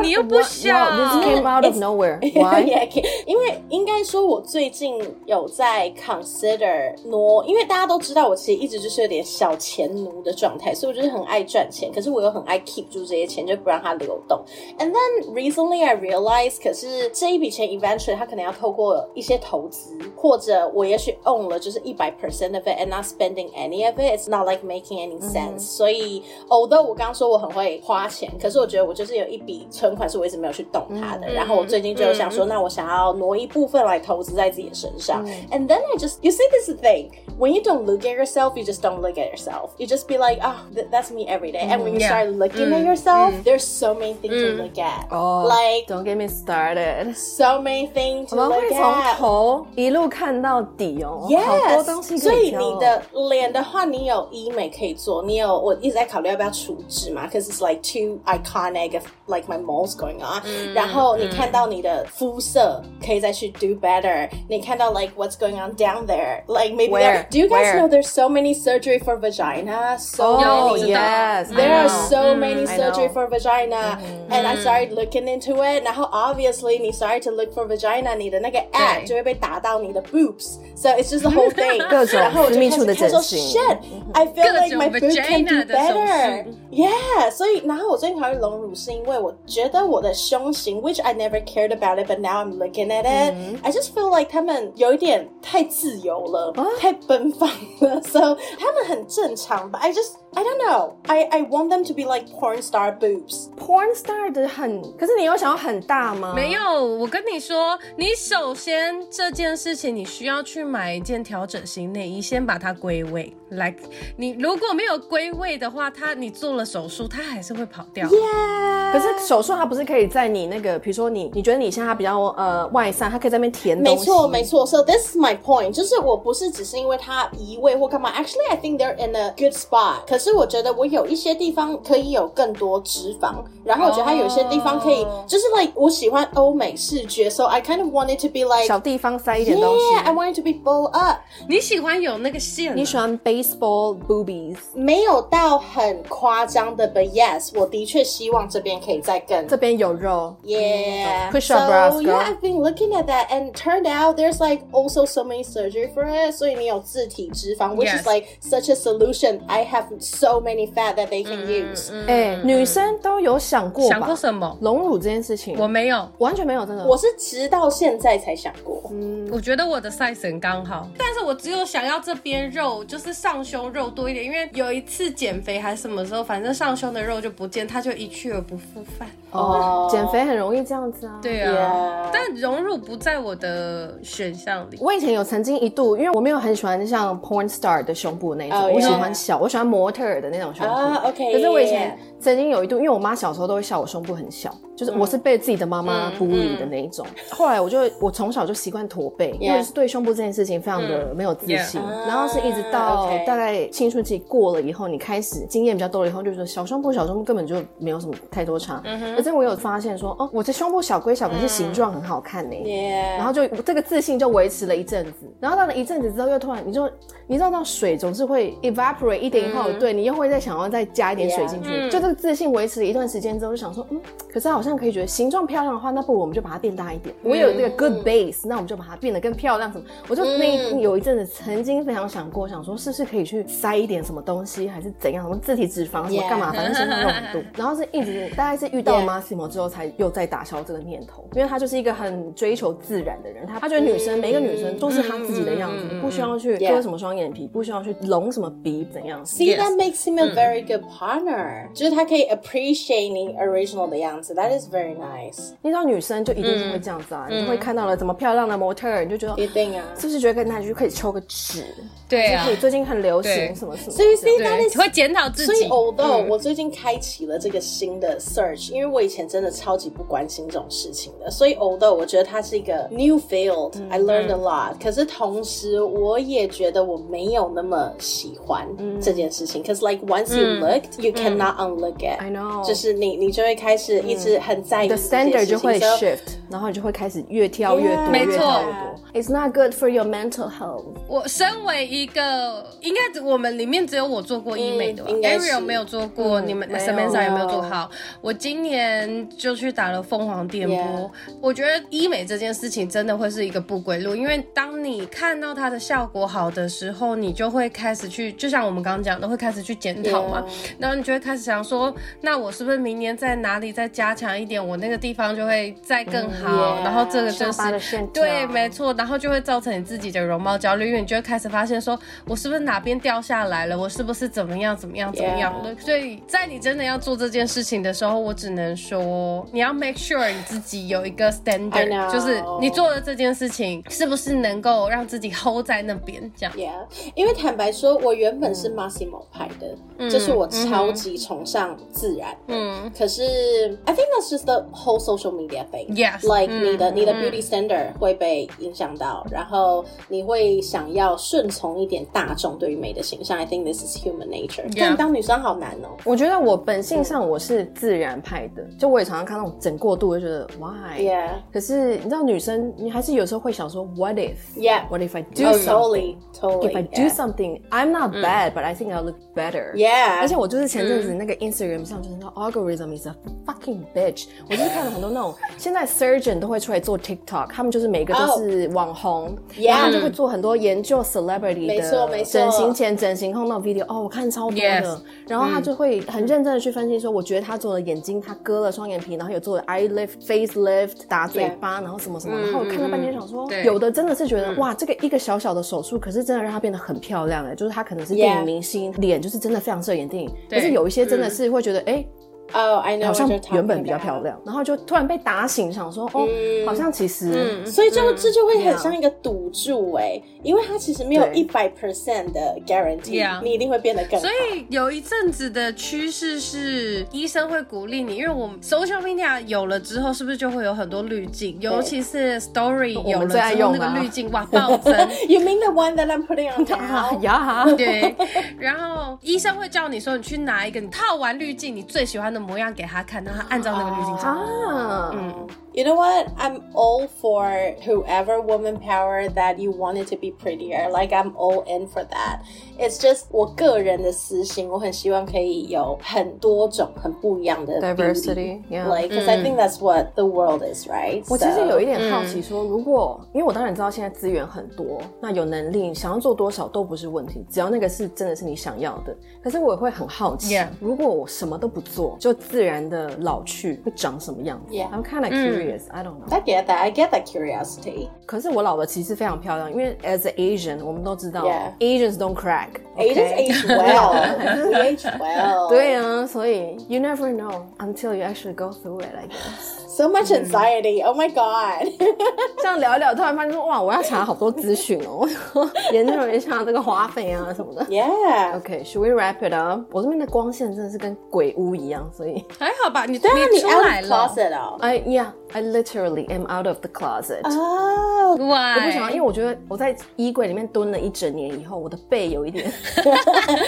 [SPEAKER 3] 你又不想
[SPEAKER 1] Wow, This came out of
[SPEAKER 2] It's-
[SPEAKER 1] nowhere. Why？
[SPEAKER 2] Yeah, okay. 因为应该说，我最近有在 consider 挪，因为大家都知道，我其实一直就是有点小钱奴的状态，所以我就是很爱赚钱，可是我又很爱 keep 住这些钱，就不让它流动。And then recently I realized，可是这一笔钱 eventually 它可能要透过一些投资，或者我也许 own 了就是一百 percent of it and not spending any of it，it's not like making any sense、所以，although 我刚刚说我很会花钱，可是我觉得我就是有一笔存款是我一直没有去动它的。然后我最近就想说，那我想要挪一部分来投资在自己的身上。And then I just you see this is the thing when you don't look at yourself, you just don't look at yourself. You just be like, ah, th- that's me every day. And when you
[SPEAKER 3] Yeah.
[SPEAKER 2] start looking at yourself, there's so many things to look at. like
[SPEAKER 1] Don't get me started。
[SPEAKER 2] so many things
[SPEAKER 1] 我
[SPEAKER 2] to
[SPEAKER 1] 们
[SPEAKER 2] look
[SPEAKER 1] 会从
[SPEAKER 2] at.
[SPEAKER 1] 头一路看到底哦
[SPEAKER 2] Yes，
[SPEAKER 1] 好多东西
[SPEAKER 2] 所
[SPEAKER 1] 可
[SPEAKER 2] 以
[SPEAKER 1] 以挑哦
[SPEAKER 2] 你的脸的话，你有医美可以做，你有我一直在考虑要不要除痣嘛。可 because it's like too iconic of like my malls going on、然后你看到你的肤色可以再去 do better，你看到 like what's going on down there，like maybe
[SPEAKER 1] Where?
[SPEAKER 2] that- do you guys
[SPEAKER 1] Where?
[SPEAKER 2] know there's so many surgery for vagina，so、
[SPEAKER 1] Oh,
[SPEAKER 2] many
[SPEAKER 1] yes.
[SPEAKER 2] There
[SPEAKER 1] I
[SPEAKER 2] are
[SPEAKER 1] know.
[SPEAKER 2] so many
[SPEAKER 1] I
[SPEAKER 2] surgery
[SPEAKER 1] know. Mm-hmm.
[SPEAKER 2] for vagina, and I started looking into it. 然后 obviously 你 started to look for vagina，你的那个 ad 就会被打到你的 boobs. So it's just the whole thing.
[SPEAKER 1] 各种
[SPEAKER 2] 然后我就
[SPEAKER 1] 私密
[SPEAKER 2] 开
[SPEAKER 1] 处
[SPEAKER 2] 始
[SPEAKER 1] 的
[SPEAKER 2] 看
[SPEAKER 1] 整
[SPEAKER 2] 说
[SPEAKER 1] 形
[SPEAKER 2] shit,
[SPEAKER 1] Mm-hmm.
[SPEAKER 2] I feel
[SPEAKER 4] 各
[SPEAKER 2] like
[SPEAKER 4] 种
[SPEAKER 2] my boob can do
[SPEAKER 4] vagina 的手
[SPEAKER 2] better.
[SPEAKER 4] 术
[SPEAKER 2] Yeah. 所以然后我最讨厌隆乳是因为我觉得我的胸型，which I never cared about it, but now I'm looking at it. I just feel like 他们有一点太自由了，太奔放了，so 他们很正常吧。I just I don't know. I I want them to be like porn star boobs.
[SPEAKER 1] porn star 的很，可是你有想要很大吗？
[SPEAKER 3] 没有，我跟你说，你首先这件事情，你需要去买一件调整型内衣，先把它归位。like 你如果没有归位的话，它你做了手术，它还是会跑掉。
[SPEAKER 2] Yeah.
[SPEAKER 1] 可是手术它不是可以在你那个，比如说你你觉得你现在比较呃外散，它可以在那边填东
[SPEAKER 2] 没
[SPEAKER 1] 西。
[SPEAKER 2] 错，没错。So this is my point，就是我不是只是因为他移位或干嘛。Actually, I think they're in a good spot。可是我觉得我有一些地方可以有更多脂肪，然后我觉得它有一些地方可以
[SPEAKER 3] 哦
[SPEAKER 2] 就是 like 我喜欢欧美视觉，so I kind of wanted to be
[SPEAKER 1] 小
[SPEAKER 2] like。
[SPEAKER 1] 地方塞一点东西。
[SPEAKER 2] Yeah, I wanted to be bull up，
[SPEAKER 3] 你喜欢有那个线啊，
[SPEAKER 1] 你喜欢 baseball boobies
[SPEAKER 2] 没有到很夸张的，but yes，我的确希望这边可以再更
[SPEAKER 1] 这边有肉，
[SPEAKER 2] Yeah.
[SPEAKER 1] Push
[SPEAKER 2] so,
[SPEAKER 1] up bras,
[SPEAKER 2] Yeah,
[SPEAKER 1] girl.
[SPEAKER 2] I've been looking at that, and turned out there's like also so many surgery for it. So you need 自体脂肪, which is
[SPEAKER 3] Yes.
[SPEAKER 2] like such a solution. I have so many fat that they can use.
[SPEAKER 1] 哎、女生都有想过吧？
[SPEAKER 3] 想过什么？
[SPEAKER 1] 隆乳这件事情，
[SPEAKER 3] 我没有，
[SPEAKER 1] 完全没有，真的。
[SPEAKER 2] 我是直到现在才想过。
[SPEAKER 3] 我觉得我的 size 很刚好，但是我只有想要这边肉，就是上胸肉多一点，因为有一次减肥还是什么时候，反正上胸的肉就不见，它就一去而不复返。
[SPEAKER 1] 哦
[SPEAKER 2] 哦，
[SPEAKER 1] 减肥很容易这样子啊。。
[SPEAKER 3] 对啊
[SPEAKER 2] Yeah.
[SPEAKER 3] 但融入不在我的选项里。
[SPEAKER 1] 我以前有曾经一度，因为我没有很喜欢像 porn star 的胸部那种
[SPEAKER 3] 哦
[SPEAKER 2] Oh, yeah.
[SPEAKER 1] 我喜欢小，我喜欢模特儿的那种胸部。
[SPEAKER 2] 啊，OK，
[SPEAKER 1] 可是我以前曾经有一度，因为我妈小时候都会笑我胸部很小，就是
[SPEAKER 2] 嗯
[SPEAKER 1] 我是被自己的妈妈
[SPEAKER 3] 嗯
[SPEAKER 1] b u 的那一种。后来我就我从小就习惯驼背，因为
[SPEAKER 2] Yeah. 嗯
[SPEAKER 1] 是对胸部这件事情非常的没有自信。
[SPEAKER 2] Yeah.
[SPEAKER 1] 然后是一直
[SPEAKER 2] 啊
[SPEAKER 1] 到
[SPEAKER 2] ，OK
[SPEAKER 1] 大概青春期过了以后，你开始经验比较多了以后，就觉得小胸部小胸部根本就没有什么太多差。
[SPEAKER 2] 嗯
[SPEAKER 1] 而且我有发现说，哦，我这胸部小归小，可是形状很好看呢、
[SPEAKER 2] Yeah.
[SPEAKER 1] 然后就这个自信就维持了一阵子，然后到了一阵子之后，又突然你就你知道，那种水总是会 evaporate 一点以后，对你又会再想要再加一点水进去。
[SPEAKER 3] 嗯 Yeah 嗯
[SPEAKER 1] 就这个自信维持了一段时间之后，就想说，嗯，可是好像可以觉得形状漂亮的话，那不如我们就把它变大一点。我有这个
[SPEAKER 3] 嗯
[SPEAKER 1] good base，那我们就把它变得更漂亮什么。我就那
[SPEAKER 3] 嗯
[SPEAKER 1] 一有一阵子曾经非常想过，想说是不是可以去塞一点什么东西，还是怎样，什么自体脂肪什么
[SPEAKER 2] Yeah
[SPEAKER 1] 干嘛，反正身上肉很多。 然后是一直大概是遇到了
[SPEAKER 2] Yeah
[SPEAKER 1] Massimo 之后，才又再打消这个念头，因为他就是一个很追求自然的人，他他觉得女生、每一个女生都是她自己的样子，不需要去
[SPEAKER 2] Yeah
[SPEAKER 1] 割什么双眼皮，不需要去隆什么鼻怎样。
[SPEAKER 2] See,
[SPEAKER 3] Yes.
[SPEAKER 2] that makes him a very good partner. 就是他可以 appreciate 你 original 的样子. That is very nice.
[SPEAKER 1] 你知道女生就一定是会这样子啊，你就会看到了怎么漂亮的模特儿，你就觉得。
[SPEAKER 2] 一定啊。
[SPEAKER 1] 是不是觉得跟那就可以抽个纸？
[SPEAKER 3] 对
[SPEAKER 1] 就可以最近很流
[SPEAKER 3] 对
[SPEAKER 1] 行什么什么。
[SPEAKER 2] So you
[SPEAKER 1] 这样
[SPEAKER 2] see, that
[SPEAKER 3] 对，
[SPEAKER 2] is
[SPEAKER 3] 会检讨自
[SPEAKER 2] 所以
[SPEAKER 3] 己。
[SPEAKER 2] ，although、我
[SPEAKER 1] 嗯
[SPEAKER 2] 最近开启了这个新的 search，因为我以前真的超级不关心这种事情的，所以 although 我觉得它是一个 new field，I、learned
[SPEAKER 1] 嗯
[SPEAKER 2] a lot、可是同时，我也觉得我没有那么喜欢
[SPEAKER 1] 嗯
[SPEAKER 2] 这件事情。Cause like once you looked,、you cannot unlook it。
[SPEAKER 1] I know
[SPEAKER 2] 就是你，你就会开始一直很在意
[SPEAKER 1] 你的
[SPEAKER 2] 这件
[SPEAKER 1] standard
[SPEAKER 2] 事情
[SPEAKER 1] 就会
[SPEAKER 2] So-
[SPEAKER 1] shift，然后你就会开始越跳越多，
[SPEAKER 2] Yeah
[SPEAKER 1] 越跳越
[SPEAKER 3] 没
[SPEAKER 1] 多。It's not good for your mental health。
[SPEAKER 3] 我身为一个，应该我们里面只有我做过医美的吧、
[SPEAKER 2] 嗯应
[SPEAKER 3] a
[SPEAKER 2] 该
[SPEAKER 3] r i
[SPEAKER 2] 是
[SPEAKER 3] e l 没有做过，
[SPEAKER 1] 嗯
[SPEAKER 3] 你们
[SPEAKER 1] 没有
[SPEAKER 3] Samantha 也没有做好。我今年就去打了凤凰电波
[SPEAKER 2] Yeah
[SPEAKER 3] 我觉得医美这件事情真的会是一个不归路，因为当你看到它的效果好的时候，你就会开始去，就像我们刚刚讲的，会开始去检讨嘛。然后你就会开始想说，那我是不是明年在哪里再加强一点，我那个地方就会再更好。
[SPEAKER 2] Yeah
[SPEAKER 3] 然后这个就
[SPEAKER 1] 下巴的线
[SPEAKER 3] 是
[SPEAKER 1] 条
[SPEAKER 3] 对，没错，然后就会造成你自己的容貌焦虑，因为你就会开始发现说，我是不是哪边掉下来了，我是不是怎么样怎么样怎么样了。所以在你真的要做这件事情的时候，我只能说，你要 make sure 你自己有一个
[SPEAKER 2] I
[SPEAKER 3] standard，
[SPEAKER 2] know
[SPEAKER 3] 就是你做了这件事情是不是能够让自己 hold 在那边这样。
[SPEAKER 1] 嗯
[SPEAKER 2] Yeah，因为坦白说，我原本是 Massimo 派的，就是我超级崇尚常自然。
[SPEAKER 3] 嗯
[SPEAKER 2] 可是，I think that's just the whole social media thing.
[SPEAKER 3] Yes.
[SPEAKER 2] like、
[SPEAKER 3] 嗯
[SPEAKER 2] 你的你的
[SPEAKER 3] 嗯
[SPEAKER 2] beauty standard 会被影响到，然后你会想要顺从一点大众对于美的形象。I think this is human nature.
[SPEAKER 3] Yeah.
[SPEAKER 2] 但当女生好难哦。
[SPEAKER 1] 我觉得我本性上我是自然派的，就我也常常看那种整过度，就觉得 why。
[SPEAKER 2] Yeah,
[SPEAKER 1] 可是你知道，女生你还是有时候会想说 what if？What
[SPEAKER 2] yeah.
[SPEAKER 1] if I do
[SPEAKER 2] Oh,
[SPEAKER 1] something？
[SPEAKER 2] totally, totally.
[SPEAKER 1] If I do
[SPEAKER 2] yeah. Mm
[SPEAKER 1] something, I'm not bad, but I think I look better.
[SPEAKER 2] Yeah.
[SPEAKER 1] 而且我就是前阵
[SPEAKER 2] 嗯
[SPEAKER 1] 子那个 Instagram 上就是那 algorithm is a fucking bitch。我就是看了很多那种，现在 surgeon 都会出来做 TikTok，他们就是每个都是网红
[SPEAKER 2] 哦 Yeah
[SPEAKER 1] 然后他就会做很多研究 celebrity
[SPEAKER 2] 没错没
[SPEAKER 1] 的
[SPEAKER 2] 错
[SPEAKER 1] 整形前、整形后那种 video。哦，我看超多的
[SPEAKER 3] Yes
[SPEAKER 1] 然
[SPEAKER 2] 嗯
[SPEAKER 1] 后他就会很认真的去分析说，我觉得他做了眼睛，他割了双眼皮，然后有做了 eye lift、face lift，打嘴巴然后什么什么。然后我
[SPEAKER 2] 嗯
[SPEAKER 1] 看了半天，想说
[SPEAKER 3] 对
[SPEAKER 1] 有的真的是觉得哇，这个一个小小的手术，可是真的让她变得很漂亮哎，就是她可能是电
[SPEAKER 2] Yeah
[SPEAKER 1] 影明星，脸就是真的非常适合演电影。
[SPEAKER 3] 对嗯
[SPEAKER 1] 可是有一些真的是会觉得哎。
[SPEAKER 2] Oh, I know.
[SPEAKER 1] 好像
[SPEAKER 2] what you're talking
[SPEAKER 1] 原本比较漂
[SPEAKER 2] about.
[SPEAKER 1] 亮，然后就突然被打醒，想说哦，好像其实
[SPEAKER 3] 嗯
[SPEAKER 2] 所以就这就会很
[SPEAKER 1] Yeah.
[SPEAKER 2] 像一个赌注哎、因为它其实没有
[SPEAKER 1] 对
[SPEAKER 2] 一百 percent 的 guarantee，、
[SPEAKER 3] Yeah.
[SPEAKER 2] 你一定会变得更好
[SPEAKER 3] 所。以有一阵子的趋势是医生会鼓励你，因为我们 social media 有了之后，是不是就会有很多滤镜？尤其是 story 有了
[SPEAKER 1] 最爱
[SPEAKER 3] 之后，
[SPEAKER 1] 用
[SPEAKER 3] 那
[SPEAKER 1] 啊
[SPEAKER 3] 个滤镜哇暴 增。
[SPEAKER 2] You mean the one that I'm putting on
[SPEAKER 3] Ah,
[SPEAKER 1] 啊
[SPEAKER 2] now?
[SPEAKER 1] 呀，
[SPEAKER 3] 对，然后医生会叫你说，你去拿一个你套完滤镜你最喜欢的模样给他看，让他按照那个滤镜走。
[SPEAKER 1] 啊，
[SPEAKER 3] 嗯
[SPEAKER 2] You know what? I'm all for whoever woman power that you wanted to be prettier. Like I'm all in for that. It's just 我个人的私心，我很希望可以有很多种很不一样的
[SPEAKER 1] Diversity,
[SPEAKER 2] beauty.
[SPEAKER 1] yeah.
[SPEAKER 2] Like, because I
[SPEAKER 3] Mm。
[SPEAKER 2] think that's what the world is, right?
[SPEAKER 1] 我其实有一
[SPEAKER 2] 点
[SPEAKER 1] 点好
[SPEAKER 3] 嗯
[SPEAKER 1] 奇说，如果因为我当然知道现在资源很多，那有能力想要做多少都不是问题，只要那个是真的是你想要的。可是我也会很好奇
[SPEAKER 3] Yeah
[SPEAKER 1] 如果我什么都不做，就自然的老去，会长什么样子
[SPEAKER 2] Yeah
[SPEAKER 1] I'm kind
[SPEAKER 3] 嗯
[SPEAKER 1] of curious,、I don't know.
[SPEAKER 2] I get that. I get that curiosity.
[SPEAKER 1] 可是我老了其实非常漂亮，因为 as an Asian，我们都知道
[SPEAKER 2] Yeah
[SPEAKER 1] Asians don't crack okay？
[SPEAKER 2] Ages age well. We age well.
[SPEAKER 1] 对啊，所以 you never know until you actually go through it. I guess.
[SPEAKER 2] So much anxiety. Oh my god.
[SPEAKER 1] 这样聊一聊，突然发现说哇，我要查好多资讯哦， 研究一下这个花费啊什么的。
[SPEAKER 2] yeah.
[SPEAKER 1] OK，should、we wrap it up？我这边的光线真的是跟鬼屋一样，所以
[SPEAKER 3] 还好吧，你
[SPEAKER 2] 对啊，你
[SPEAKER 3] 出来
[SPEAKER 2] out of
[SPEAKER 3] 了，
[SPEAKER 2] closet 哦。
[SPEAKER 1] I yeah，I literally am out of the closet、
[SPEAKER 2] 哦，
[SPEAKER 3] 哇，
[SPEAKER 1] 我不想要，因为我觉得我在衣柜里面蹲了一整年以后，我的背有一点，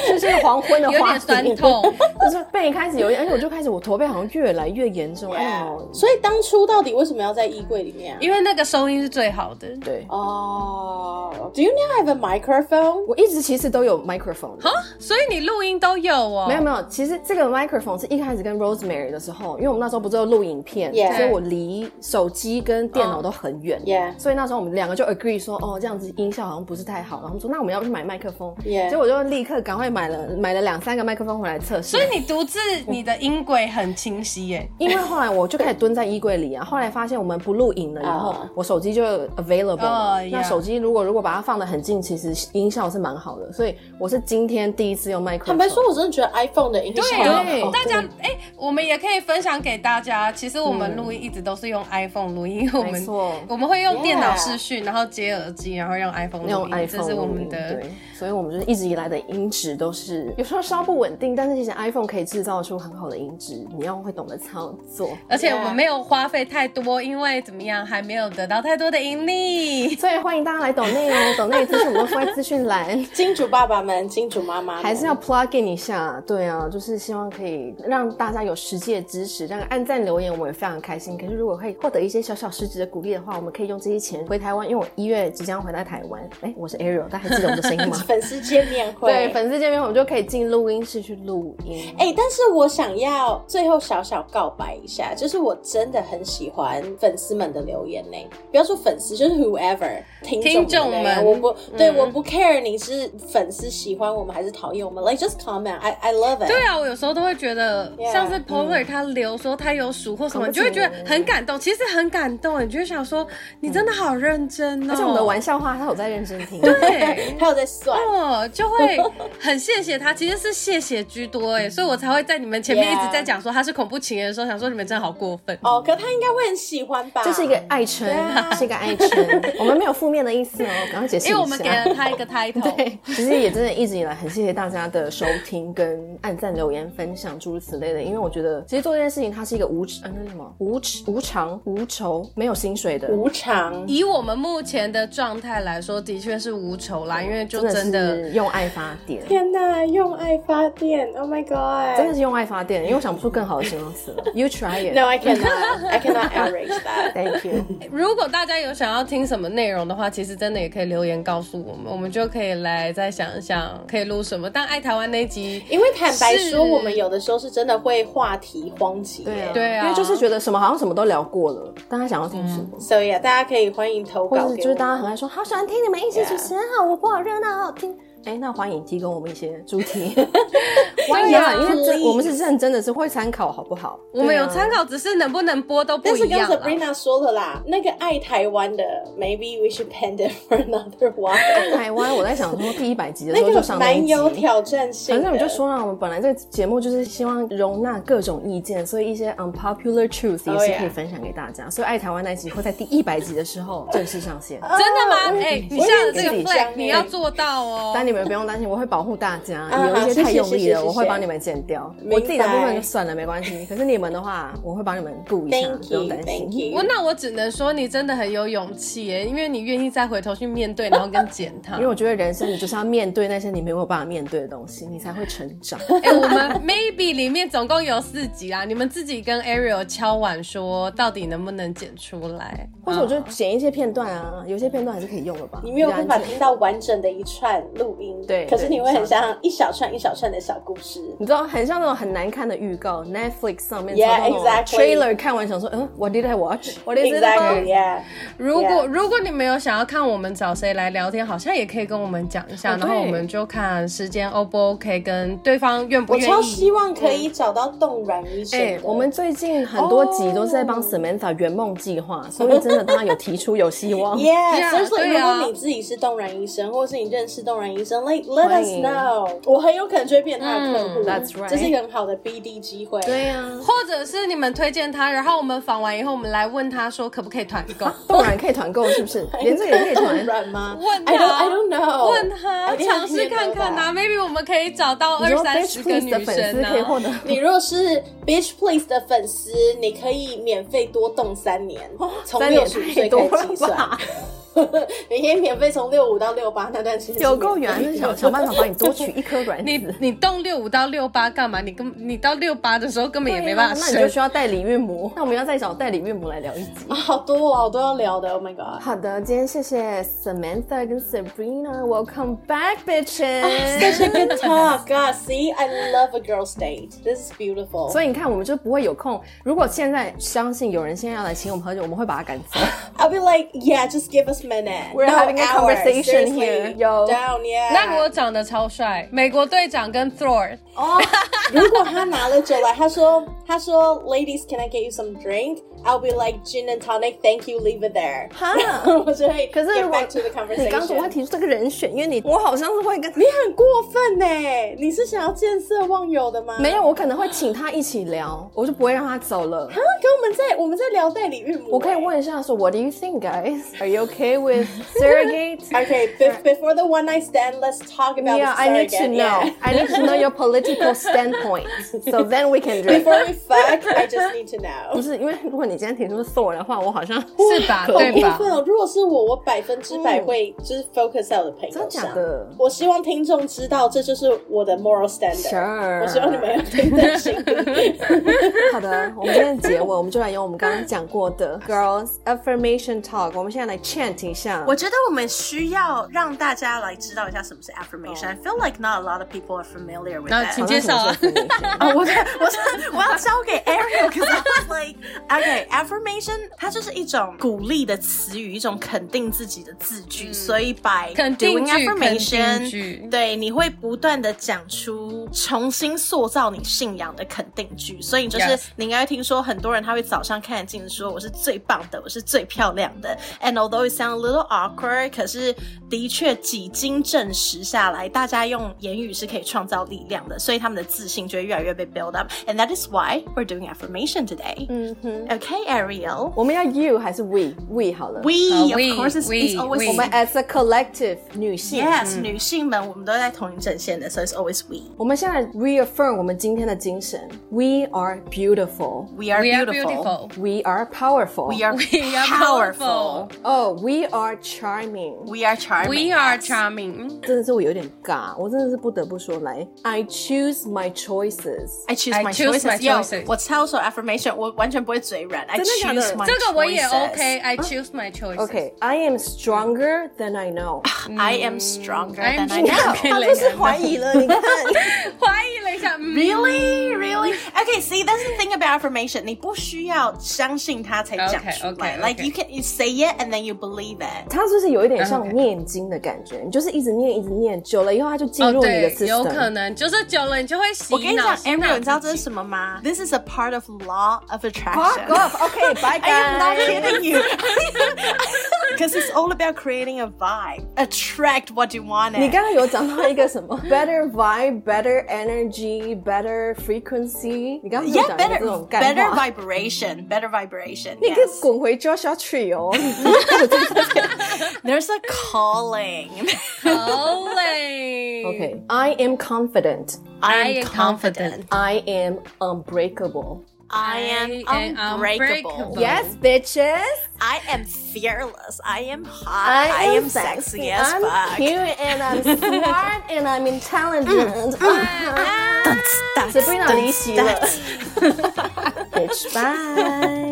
[SPEAKER 1] 就是黄昏的
[SPEAKER 3] 有
[SPEAKER 1] 花
[SPEAKER 3] 点酸痛，
[SPEAKER 1] 就是背开始有一点，而且我就开始我驼背好像越来越严重。哎呦，
[SPEAKER 2] 所以当初到底为什么要在衣柜里面啊？
[SPEAKER 3] 因为那个收音是最好的。
[SPEAKER 1] 对，
[SPEAKER 2] 哦、d o you now have a microphone？
[SPEAKER 1] 我一直其实都有 microphone 的。
[SPEAKER 3] 啊，所以你录音都有哦？
[SPEAKER 1] 没有没有，其实这个 microphone 是一开始跟 Rosemary 的时候，因为我们那时候不是有录影片
[SPEAKER 2] Yeah
[SPEAKER 1] 所以我离手机跟电
[SPEAKER 3] 哦
[SPEAKER 1] 脑都很远。
[SPEAKER 2] Yeah
[SPEAKER 1] 所以那时候我们两个就 agree 说，哦，这样子音效好像不是太好，然后我们说那我们要去买麦克风
[SPEAKER 2] Yeah
[SPEAKER 1] 所以我就立刻赶快买了买了两三个麦克风回来测试
[SPEAKER 3] 所。以你独自你的音轨很清晰耶。
[SPEAKER 1] 因为后来我就开始蹲在衣柜 里啊，后来发现我们不录影了以后
[SPEAKER 2] 啊
[SPEAKER 1] 我手机就 available 了。
[SPEAKER 3] 哦
[SPEAKER 1] 那
[SPEAKER 3] yeah
[SPEAKER 1] 手机如果如果把它放得很近，其实音效是蛮好的。所以我是今天第一次用麦克风。
[SPEAKER 2] 坦白说，我真的觉得 iPhone 的音效
[SPEAKER 3] 对
[SPEAKER 1] 啊
[SPEAKER 2] 很好
[SPEAKER 3] 大家哎、我们也可以分享给大家。其实我们录音一直都是用 iPhone 录音，因为我
[SPEAKER 1] 没
[SPEAKER 3] 们
[SPEAKER 1] 错
[SPEAKER 3] 我们会用
[SPEAKER 2] Yeah
[SPEAKER 3] 电脑视讯，然后接耳机，然后用 iPhone 录
[SPEAKER 1] 用
[SPEAKER 3] 音，这
[SPEAKER 1] iPhone
[SPEAKER 3] 是我
[SPEAKER 1] 录
[SPEAKER 3] 们
[SPEAKER 1] 音
[SPEAKER 3] 的
[SPEAKER 1] 对，所以我们就是一直以来的音质都是有时候稍不稳定，但是其实 iPhone 可以制造出很好的音质，你要会懂得操作。
[SPEAKER 3] 而且我
[SPEAKER 2] Yeah
[SPEAKER 3] 们没有花费太多，因为怎么样还没有得到太多的盈利。
[SPEAKER 1] 所以欢迎大家来抖内哦，抖内资讯我们都放在资讯栏，
[SPEAKER 2] 金主爸爸们、金主妈妈们？
[SPEAKER 1] 还是要 plug in 一下。对啊，就是希望可以让大家有实际的支持，让按赞留言我也非常开心。可是如果可以获得一些小小实质的鼓励的话，我们可以用这些钱回台湾，因为我一月即将回来台湾。哎，我是 Ariel，大家还记得我的声音 吗
[SPEAKER 2] 粉丝见面会。
[SPEAKER 1] 对，粉丝见面我们就可以进录音室去录音。
[SPEAKER 2] 哎、但是我想要最后小小告白一下，就是我真的很喜欢粉丝们的留言呢、不要说粉丝，就是 whoever 听众
[SPEAKER 3] 听众
[SPEAKER 2] 们欸、
[SPEAKER 3] 们
[SPEAKER 2] 我不、
[SPEAKER 1] 嗯
[SPEAKER 2] 对，我不 care 你是粉丝喜欢我们还是讨厌我们，like just comment，I I love it。
[SPEAKER 3] 对啊，我有时候都会觉得
[SPEAKER 2] Yeah
[SPEAKER 3] 像是是 Polar 他留说他有数或什
[SPEAKER 1] 嗯搞不
[SPEAKER 3] 么，你就会觉
[SPEAKER 1] 清嗯
[SPEAKER 3] 得很感动，其实很感动，你就会想说你真的好认真哦。
[SPEAKER 1] 而且我们的玩笑话他有在认真听，
[SPEAKER 3] 对。啊
[SPEAKER 2] 还有在算，
[SPEAKER 3] 哦，就会很谢谢他，其实是谢谢居多哎，所以我才会在你们前面一
[SPEAKER 2] Yeah
[SPEAKER 3] 直在讲说他是恐怖情人的时候，想说你们真的好过分。
[SPEAKER 2] 哦，可他应该会很喜欢吧？
[SPEAKER 1] 这是一个爱称
[SPEAKER 2] 啊，
[SPEAKER 1] 是一个爱称，我们没有负面的意思哦，赶快解释
[SPEAKER 3] 因为我
[SPEAKER 1] 一
[SPEAKER 3] 们给
[SPEAKER 1] 下。
[SPEAKER 3] 了他一个 title，
[SPEAKER 1] 对，其实也真的一直以来很谢谢大家的收听跟按赞、留言、分享诸如此类的，因为我觉得其实做这件事情它是一个无呃那是什么无无偿无酬没有薪水的，
[SPEAKER 2] 无常，
[SPEAKER 3] 以我们目前的状态来说，的确是无酬啦，因为就
[SPEAKER 1] 真
[SPEAKER 3] 真的
[SPEAKER 1] 是用爱发电，
[SPEAKER 2] 天哪，用爱发电，Oh my
[SPEAKER 1] 真的
[SPEAKER 2] God！No,
[SPEAKER 1] 是用爱发电，因为我想不出更好的形容词了。You try it，
[SPEAKER 2] I cannot, I cannot average that.
[SPEAKER 1] thank you。
[SPEAKER 3] 如果大家有想要听什么内容的话，其实真的也可以留言告诉我们，我们就可以来再想一想可以录什么。但爱台湾那集，
[SPEAKER 2] 因为坦白
[SPEAKER 3] 是
[SPEAKER 2] 说，我们有的时候是真的会话题荒集
[SPEAKER 1] 对啊，
[SPEAKER 2] 耶。
[SPEAKER 3] 对啊
[SPEAKER 1] 因为就是觉得什么好像什么都聊过了，大家想要听什么？
[SPEAKER 2] 所以啊，大家可以欢迎投
[SPEAKER 1] 或
[SPEAKER 2] 稿
[SPEAKER 1] 者是
[SPEAKER 2] 给
[SPEAKER 1] 就是
[SPEAKER 2] 我
[SPEAKER 1] 大
[SPEAKER 2] 们。
[SPEAKER 1] 家很爱说好喜欢听你们一起主持，很好活泼，好热闹，好好听。哎，那欢迎提供我们一些主 题，欢迎啊，因为这我们是认真的是会参考，好不好？
[SPEAKER 3] 我们有
[SPEAKER 1] 对啊
[SPEAKER 3] 参考，只是能不能播都
[SPEAKER 2] 但
[SPEAKER 3] 不
[SPEAKER 2] 是
[SPEAKER 3] 一
[SPEAKER 1] 啊
[SPEAKER 2] 跟
[SPEAKER 3] 样啦
[SPEAKER 2] Sabrina 说的啦，那个爱台湾的，Maybe we should plan it for another one。
[SPEAKER 1] 台湾，我在想说第一百集的时
[SPEAKER 2] 那
[SPEAKER 1] 候
[SPEAKER 2] 个
[SPEAKER 1] 就上那一
[SPEAKER 2] 蛮
[SPEAKER 1] 集。
[SPEAKER 2] 有挑战性
[SPEAKER 1] 反
[SPEAKER 2] 的。
[SPEAKER 1] 正我就说啊了，我们本来这个节目就是希望容纳各种意见，所以一些 unpopular truth 也
[SPEAKER 2] Oh,
[SPEAKER 1] 是
[SPEAKER 2] yeah.
[SPEAKER 1] 可以分享给大家。所以爱台湾那一集会在第一百集的时候正式上
[SPEAKER 2] 哦
[SPEAKER 1] 线。
[SPEAKER 3] 真的吗？哎、你下了这
[SPEAKER 1] 我
[SPEAKER 3] 个
[SPEAKER 1] 也
[SPEAKER 2] 这样
[SPEAKER 3] flag，你要做到哦。
[SPEAKER 1] 但你们不用担心，我会保护大家。
[SPEAKER 2] 啊
[SPEAKER 1] 有一些太用
[SPEAKER 2] 谢谢
[SPEAKER 1] 力
[SPEAKER 2] 谢
[SPEAKER 1] 了，
[SPEAKER 2] 谢
[SPEAKER 1] 我会帮你们剪掉。
[SPEAKER 2] 明白
[SPEAKER 1] 我自己的部分就算了，没关系。可是你们的话，我会帮你们顾一下，
[SPEAKER 2] Thank
[SPEAKER 1] 不用担
[SPEAKER 2] you，Thank
[SPEAKER 1] 心。
[SPEAKER 3] 我
[SPEAKER 2] you。
[SPEAKER 3] 那我只能说你真的很有勇气耶，因为你愿意再回头去面对，然后跟检 讨
[SPEAKER 1] 因为。我觉得人生你就是要面对那些你没有办法面对的东西，你才会成 长。
[SPEAKER 3] 哎、我们 maybe 里面总共有四集啊，你们自己跟 Ariel 敲碗说到底能不能剪出来，
[SPEAKER 1] 或者我就剪一些片段啊，有些片段还是可以用的吧。
[SPEAKER 2] 你没有办法
[SPEAKER 1] 比较安全
[SPEAKER 2] 听到完整的一串录音，
[SPEAKER 1] 对
[SPEAKER 2] 可是你会
[SPEAKER 1] 对
[SPEAKER 2] 很像一小串一小串的小故事。
[SPEAKER 1] 你知道，很像那种很难看的预告，Netflix 上面
[SPEAKER 2] Yeah,
[SPEAKER 1] 抽到那种
[SPEAKER 2] exactly.
[SPEAKER 1] trailer 看完想说，嗯，What did I watch? What is it about?
[SPEAKER 2] Exactly, yeah.
[SPEAKER 3] 如果
[SPEAKER 2] Yeah
[SPEAKER 3] 如果你们有想要看我们找谁来聊天，好像也可以跟我们讲一下，
[SPEAKER 1] 哦对
[SPEAKER 3] 然后我们就看时间 O 不 OK，跟对方愿不
[SPEAKER 2] 我
[SPEAKER 3] 愿
[SPEAKER 2] 超
[SPEAKER 3] 意。
[SPEAKER 2] 希望可以找到冻卵医生的。
[SPEAKER 1] 嗯哎、我们最近很多集都是在
[SPEAKER 2] 哦
[SPEAKER 1] 帮 Samantha 圆梦计划，所以真的大家有提出有希 望。
[SPEAKER 2] Yeah，所以说
[SPEAKER 3] 对
[SPEAKER 2] 如
[SPEAKER 3] 啊
[SPEAKER 2] 果你自己是动然医生，或是你认识动然医生，like let
[SPEAKER 1] 欢
[SPEAKER 2] us
[SPEAKER 1] 迎
[SPEAKER 2] know，我很有可能就会变他的客户
[SPEAKER 3] 嗯
[SPEAKER 1] ，that's right
[SPEAKER 2] 这是一个很好的 BD 机会。
[SPEAKER 1] 对 呀、啊，
[SPEAKER 3] 或者是你们推荐他，然后我们访完以后，我们来问他说可不可以团 购？
[SPEAKER 1] 冻卵可以团购是不 是？连这个也可以
[SPEAKER 2] 冻
[SPEAKER 1] 团？
[SPEAKER 2] 卵吗？
[SPEAKER 3] 问他
[SPEAKER 2] I don't I don't know，
[SPEAKER 3] 问他
[SPEAKER 2] I didn't
[SPEAKER 3] 尝试看看啊，maybe 我们可以找到二三十个
[SPEAKER 1] Please 的
[SPEAKER 3] 女
[SPEAKER 1] 粉丝
[SPEAKER 3] 生啊
[SPEAKER 1] 可以获
[SPEAKER 3] 呢、
[SPEAKER 1] 得。
[SPEAKER 2] 你如果是 Bitch Please 的粉丝，你可以免费多动三年，从
[SPEAKER 1] 哦三
[SPEAKER 2] 六
[SPEAKER 1] 年
[SPEAKER 2] 十五
[SPEAKER 1] 太
[SPEAKER 2] 岁
[SPEAKER 1] 多
[SPEAKER 2] 开始
[SPEAKER 1] 了
[SPEAKER 2] 计算
[SPEAKER 1] 吧，
[SPEAKER 2] 你可以免费从六五到六八那段时 间
[SPEAKER 1] 有够远，
[SPEAKER 2] 是免
[SPEAKER 1] 那想
[SPEAKER 2] 费
[SPEAKER 1] 想办法啊 帮你多取一颗卵
[SPEAKER 3] 你
[SPEAKER 1] 子。
[SPEAKER 3] 你动六五到六八干嘛？你根你到六八的时候根本也没办法
[SPEAKER 1] 对啊
[SPEAKER 3] 生。
[SPEAKER 1] 那你就需要代理孕母。 那我们要再找代理孕母来聊一集。
[SPEAKER 2] 啊 好多哦，好多要聊的，Oh my God。
[SPEAKER 1] 好的，今天谢谢 Samantha 跟 Sabrina，Welcome back bitches。
[SPEAKER 2] Such a good talk, God. See, I love a girl's date. This is beautiful.
[SPEAKER 1] 所以你看，我们就不会有空。如果现在相信有人现在要来请我们喝酒，我们会把他 赶走。
[SPEAKER 2] I'll be like, yeah, just give us a minute.
[SPEAKER 1] We're
[SPEAKER 2] no,
[SPEAKER 1] having a
[SPEAKER 2] hour,
[SPEAKER 1] conversation
[SPEAKER 2] seriously.
[SPEAKER 1] here, yo.
[SPEAKER 2] Down, yeah.
[SPEAKER 3] 那如 果长得超帅，美国队长跟 Thor，
[SPEAKER 1] 哦，
[SPEAKER 2] 如果他拿了酒来，他说他说 Ladies, can I get you some drink? I'll be like gin and tonic. Thank you. Leave it there.
[SPEAKER 1] 哈。
[SPEAKER 2] 我就会
[SPEAKER 1] 可是如
[SPEAKER 2] get
[SPEAKER 1] 果
[SPEAKER 2] back to the
[SPEAKER 1] 你
[SPEAKER 2] conversation.
[SPEAKER 1] 刚怎么会提出这个人选？因为你我好像是会跟
[SPEAKER 2] 你很过分呢！你是想要见色忘友的吗？
[SPEAKER 1] 没有，我可能会请他一起聊，我就不会让他走 了。
[SPEAKER 2] 啊！可我们在我们在聊代理孕母。
[SPEAKER 1] 我可以问一下说，What do you think, guys? Are you okay with surrogate?
[SPEAKER 2] Okay, be- before the one night stand, let's talk about
[SPEAKER 1] Yeah,
[SPEAKER 2] the
[SPEAKER 1] I need to
[SPEAKER 2] surrogate.
[SPEAKER 1] know.
[SPEAKER 2] Yeah.
[SPEAKER 1] I need to know your political standpoint, so then we can drink.
[SPEAKER 2] Before we fuck, I just need to
[SPEAKER 1] 不
[SPEAKER 2] know.
[SPEAKER 1] 是因为如果你今天提出送我的话，我好像
[SPEAKER 3] 是 吧？
[SPEAKER 2] 好
[SPEAKER 3] 对
[SPEAKER 2] 过
[SPEAKER 3] 吧？
[SPEAKER 2] 分哦！如果是我，我百分之百会就是 focus 在我的朋
[SPEAKER 1] 真的
[SPEAKER 2] 友
[SPEAKER 1] 假
[SPEAKER 2] 上。
[SPEAKER 1] 的
[SPEAKER 2] 我希望听众知道，这就是我的 moral standard。
[SPEAKER 1] ？Sure，
[SPEAKER 2] 我希望你们要听在心里。
[SPEAKER 1] 好的，我们今天的结尾，我们就来用我们刚刚讲过 的 girls affirmation talk，我们现在来 chant 一下。
[SPEAKER 2] 觉得 我们需要让大家来知道一下什么是 affirmation。I feel like not a lot of people are familiar with
[SPEAKER 3] 那
[SPEAKER 2] that.
[SPEAKER 3] 请介绍啊
[SPEAKER 1] 好像什么时候 affirmation？
[SPEAKER 2] 啊，我是我是我要交给 Ariel，可是 I was like OK，affirmation、它就是一种鼓励的词语，一种肯定自己的字句，所以 by
[SPEAKER 3] 肯定
[SPEAKER 2] doing
[SPEAKER 3] 句肯定
[SPEAKER 2] affirmation，
[SPEAKER 3] 句
[SPEAKER 2] 对，你会不断的讲出重新塑造你信仰的肯定句，所以你就是
[SPEAKER 3] Yes
[SPEAKER 2] 你应该会听说很多人他会早上看着镜子说我是最棒的，我是最漂亮的，and although it sound a little awkward，可是的确几经证实下来，大家用言语是可以创造力量的，所以他们的自信就会越来越被 build up，and that is why we're doing affirmation today。
[SPEAKER 1] 嗯哼，
[SPEAKER 2] Okay, Ariel.
[SPEAKER 1] 我们要 you 还是 we we 好了
[SPEAKER 2] We,
[SPEAKER 3] Uh,
[SPEAKER 2] of
[SPEAKER 3] we,
[SPEAKER 2] course, it's,
[SPEAKER 3] we, Mm-hmm.
[SPEAKER 2] it's always
[SPEAKER 3] 我
[SPEAKER 1] 我们 as a collective 女性
[SPEAKER 2] Yes，、女性们，我们都在同一阵线的，so it's always we.
[SPEAKER 1] 我们现在 reaffirm 我们今天的精神，we are beautiful。
[SPEAKER 2] We are
[SPEAKER 3] We are
[SPEAKER 2] beautiful.
[SPEAKER 3] beautiful.
[SPEAKER 1] We are powerful.
[SPEAKER 2] We are
[SPEAKER 3] We are
[SPEAKER 2] powerful.
[SPEAKER 3] powerful.
[SPEAKER 1] oh, we are charming.
[SPEAKER 2] We are charming.
[SPEAKER 3] We are
[SPEAKER 2] yes.
[SPEAKER 3] charming.
[SPEAKER 1] 真的是我有点尬，我真的是不得不说来，I choose my choices。
[SPEAKER 2] I choose
[SPEAKER 3] I
[SPEAKER 2] my
[SPEAKER 3] choose my
[SPEAKER 2] choices. Yo,
[SPEAKER 3] choices.
[SPEAKER 2] 我超手 affirmation，我完全不会嘴软。I
[SPEAKER 1] 真的假
[SPEAKER 2] choose
[SPEAKER 1] 的
[SPEAKER 2] my choices.
[SPEAKER 3] 这个我也 OK。I choose my choices.
[SPEAKER 1] Okay, I am stronger than I know.
[SPEAKER 2] I am stronger
[SPEAKER 3] I am
[SPEAKER 2] than I know.
[SPEAKER 3] stronger.
[SPEAKER 1] 他就是怀疑了， 你看，
[SPEAKER 3] 怀疑了一下，嗯
[SPEAKER 2] Really, really? Okay, see, that's the thing about affirmation. 你不需要相信它才讲出来。
[SPEAKER 3] Okay, okay,
[SPEAKER 2] like
[SPEAKER 3] okay.
[SPEAKER 2] you can, you say it and then you believe it.
[SPEAKER 1] 他就是有一点像
[SPEAKER 3] Okay.
[SPEAKER 1] 念经的感觉，你就是一直念，一直念，久了以后他就进
[SPEAKER 3] 哦
[SPEAKER 1] 入你的
[SPEAKER 3] 对
[SPEAKER 1] system。，
[SPEAKER 3] 有可能就是久了你就会洗
[SPEAKER 2] 我跟你
[SPEAKER 3] 脑。
[SPEAKER 2] 讲
[SPEAKER 3] 洗脑
[SPEAKER 2] ，Ariel，你知道
[SPEAKER 3] 自
[SPEAKER 2] 这是
[SPEAKER 3] 己
[SPEAKER 2] 什么吗？This is a part of law of attraction.
[SPEAKER 1] Fuck off. Okay, bye
[SPEAKER 2] I am not
[SPEAKER 1] guys.
[SPEAKER 2] kidding you. Because it's all about creating a vibe. Attract what you want.
[SPEAKER 1] 你刚刚有讲到一个什么 ？Better vibe, better energy, better frequency。你刚刚有
[SPEAKER 2] Yeah,
[SPEAKER 1] 讲到
[SPEAKER 2] better,
[SPEAKER 1] 这种
[SPEAKER 2] better
[SPEAKER 1] 干话。
[SPEAKER 2] vibration, better vibration.
[SPEAKER 1] 你可以
[SPEAKER 2] yes.
[SPEAKER 1] 滚回 Joshua Tree 哦。
[SPEAKER 2] There's a calling.
[SPEAKER 3] 好嘞
[SPEAKER 1] Okay, I am confident.
[SPEAKER 3] I am confident.
[SPEAKER 1] I am unbreakable.
[SPEAKER 2] I am
[SPEAKER 3] I am
[SPEAKER 2] unbreakable.
[SPEAKER 3] unbreakable.
[SPEAKER 1] Yes, bitches.
[SPEAKER 2] I am fearless. I am hot.
[SPEAKER 1] I,
[SPEAKER 2] I, am sexy, as
[SPEAKER 1] I'm
[SPEAKER 2] fuck.
[SPEAKER 1] cute and I'm smart and I'm intelligent.
[SPEAKER 2] Mm. Dunce, dunce,
[SPEAKER 1] Sabrina
[SPEAKER 2] dunce,
[SPEAKER 1] 离席了
[SPEAKER 2] dunce.
[SPEAKER 1] ，bitch bye.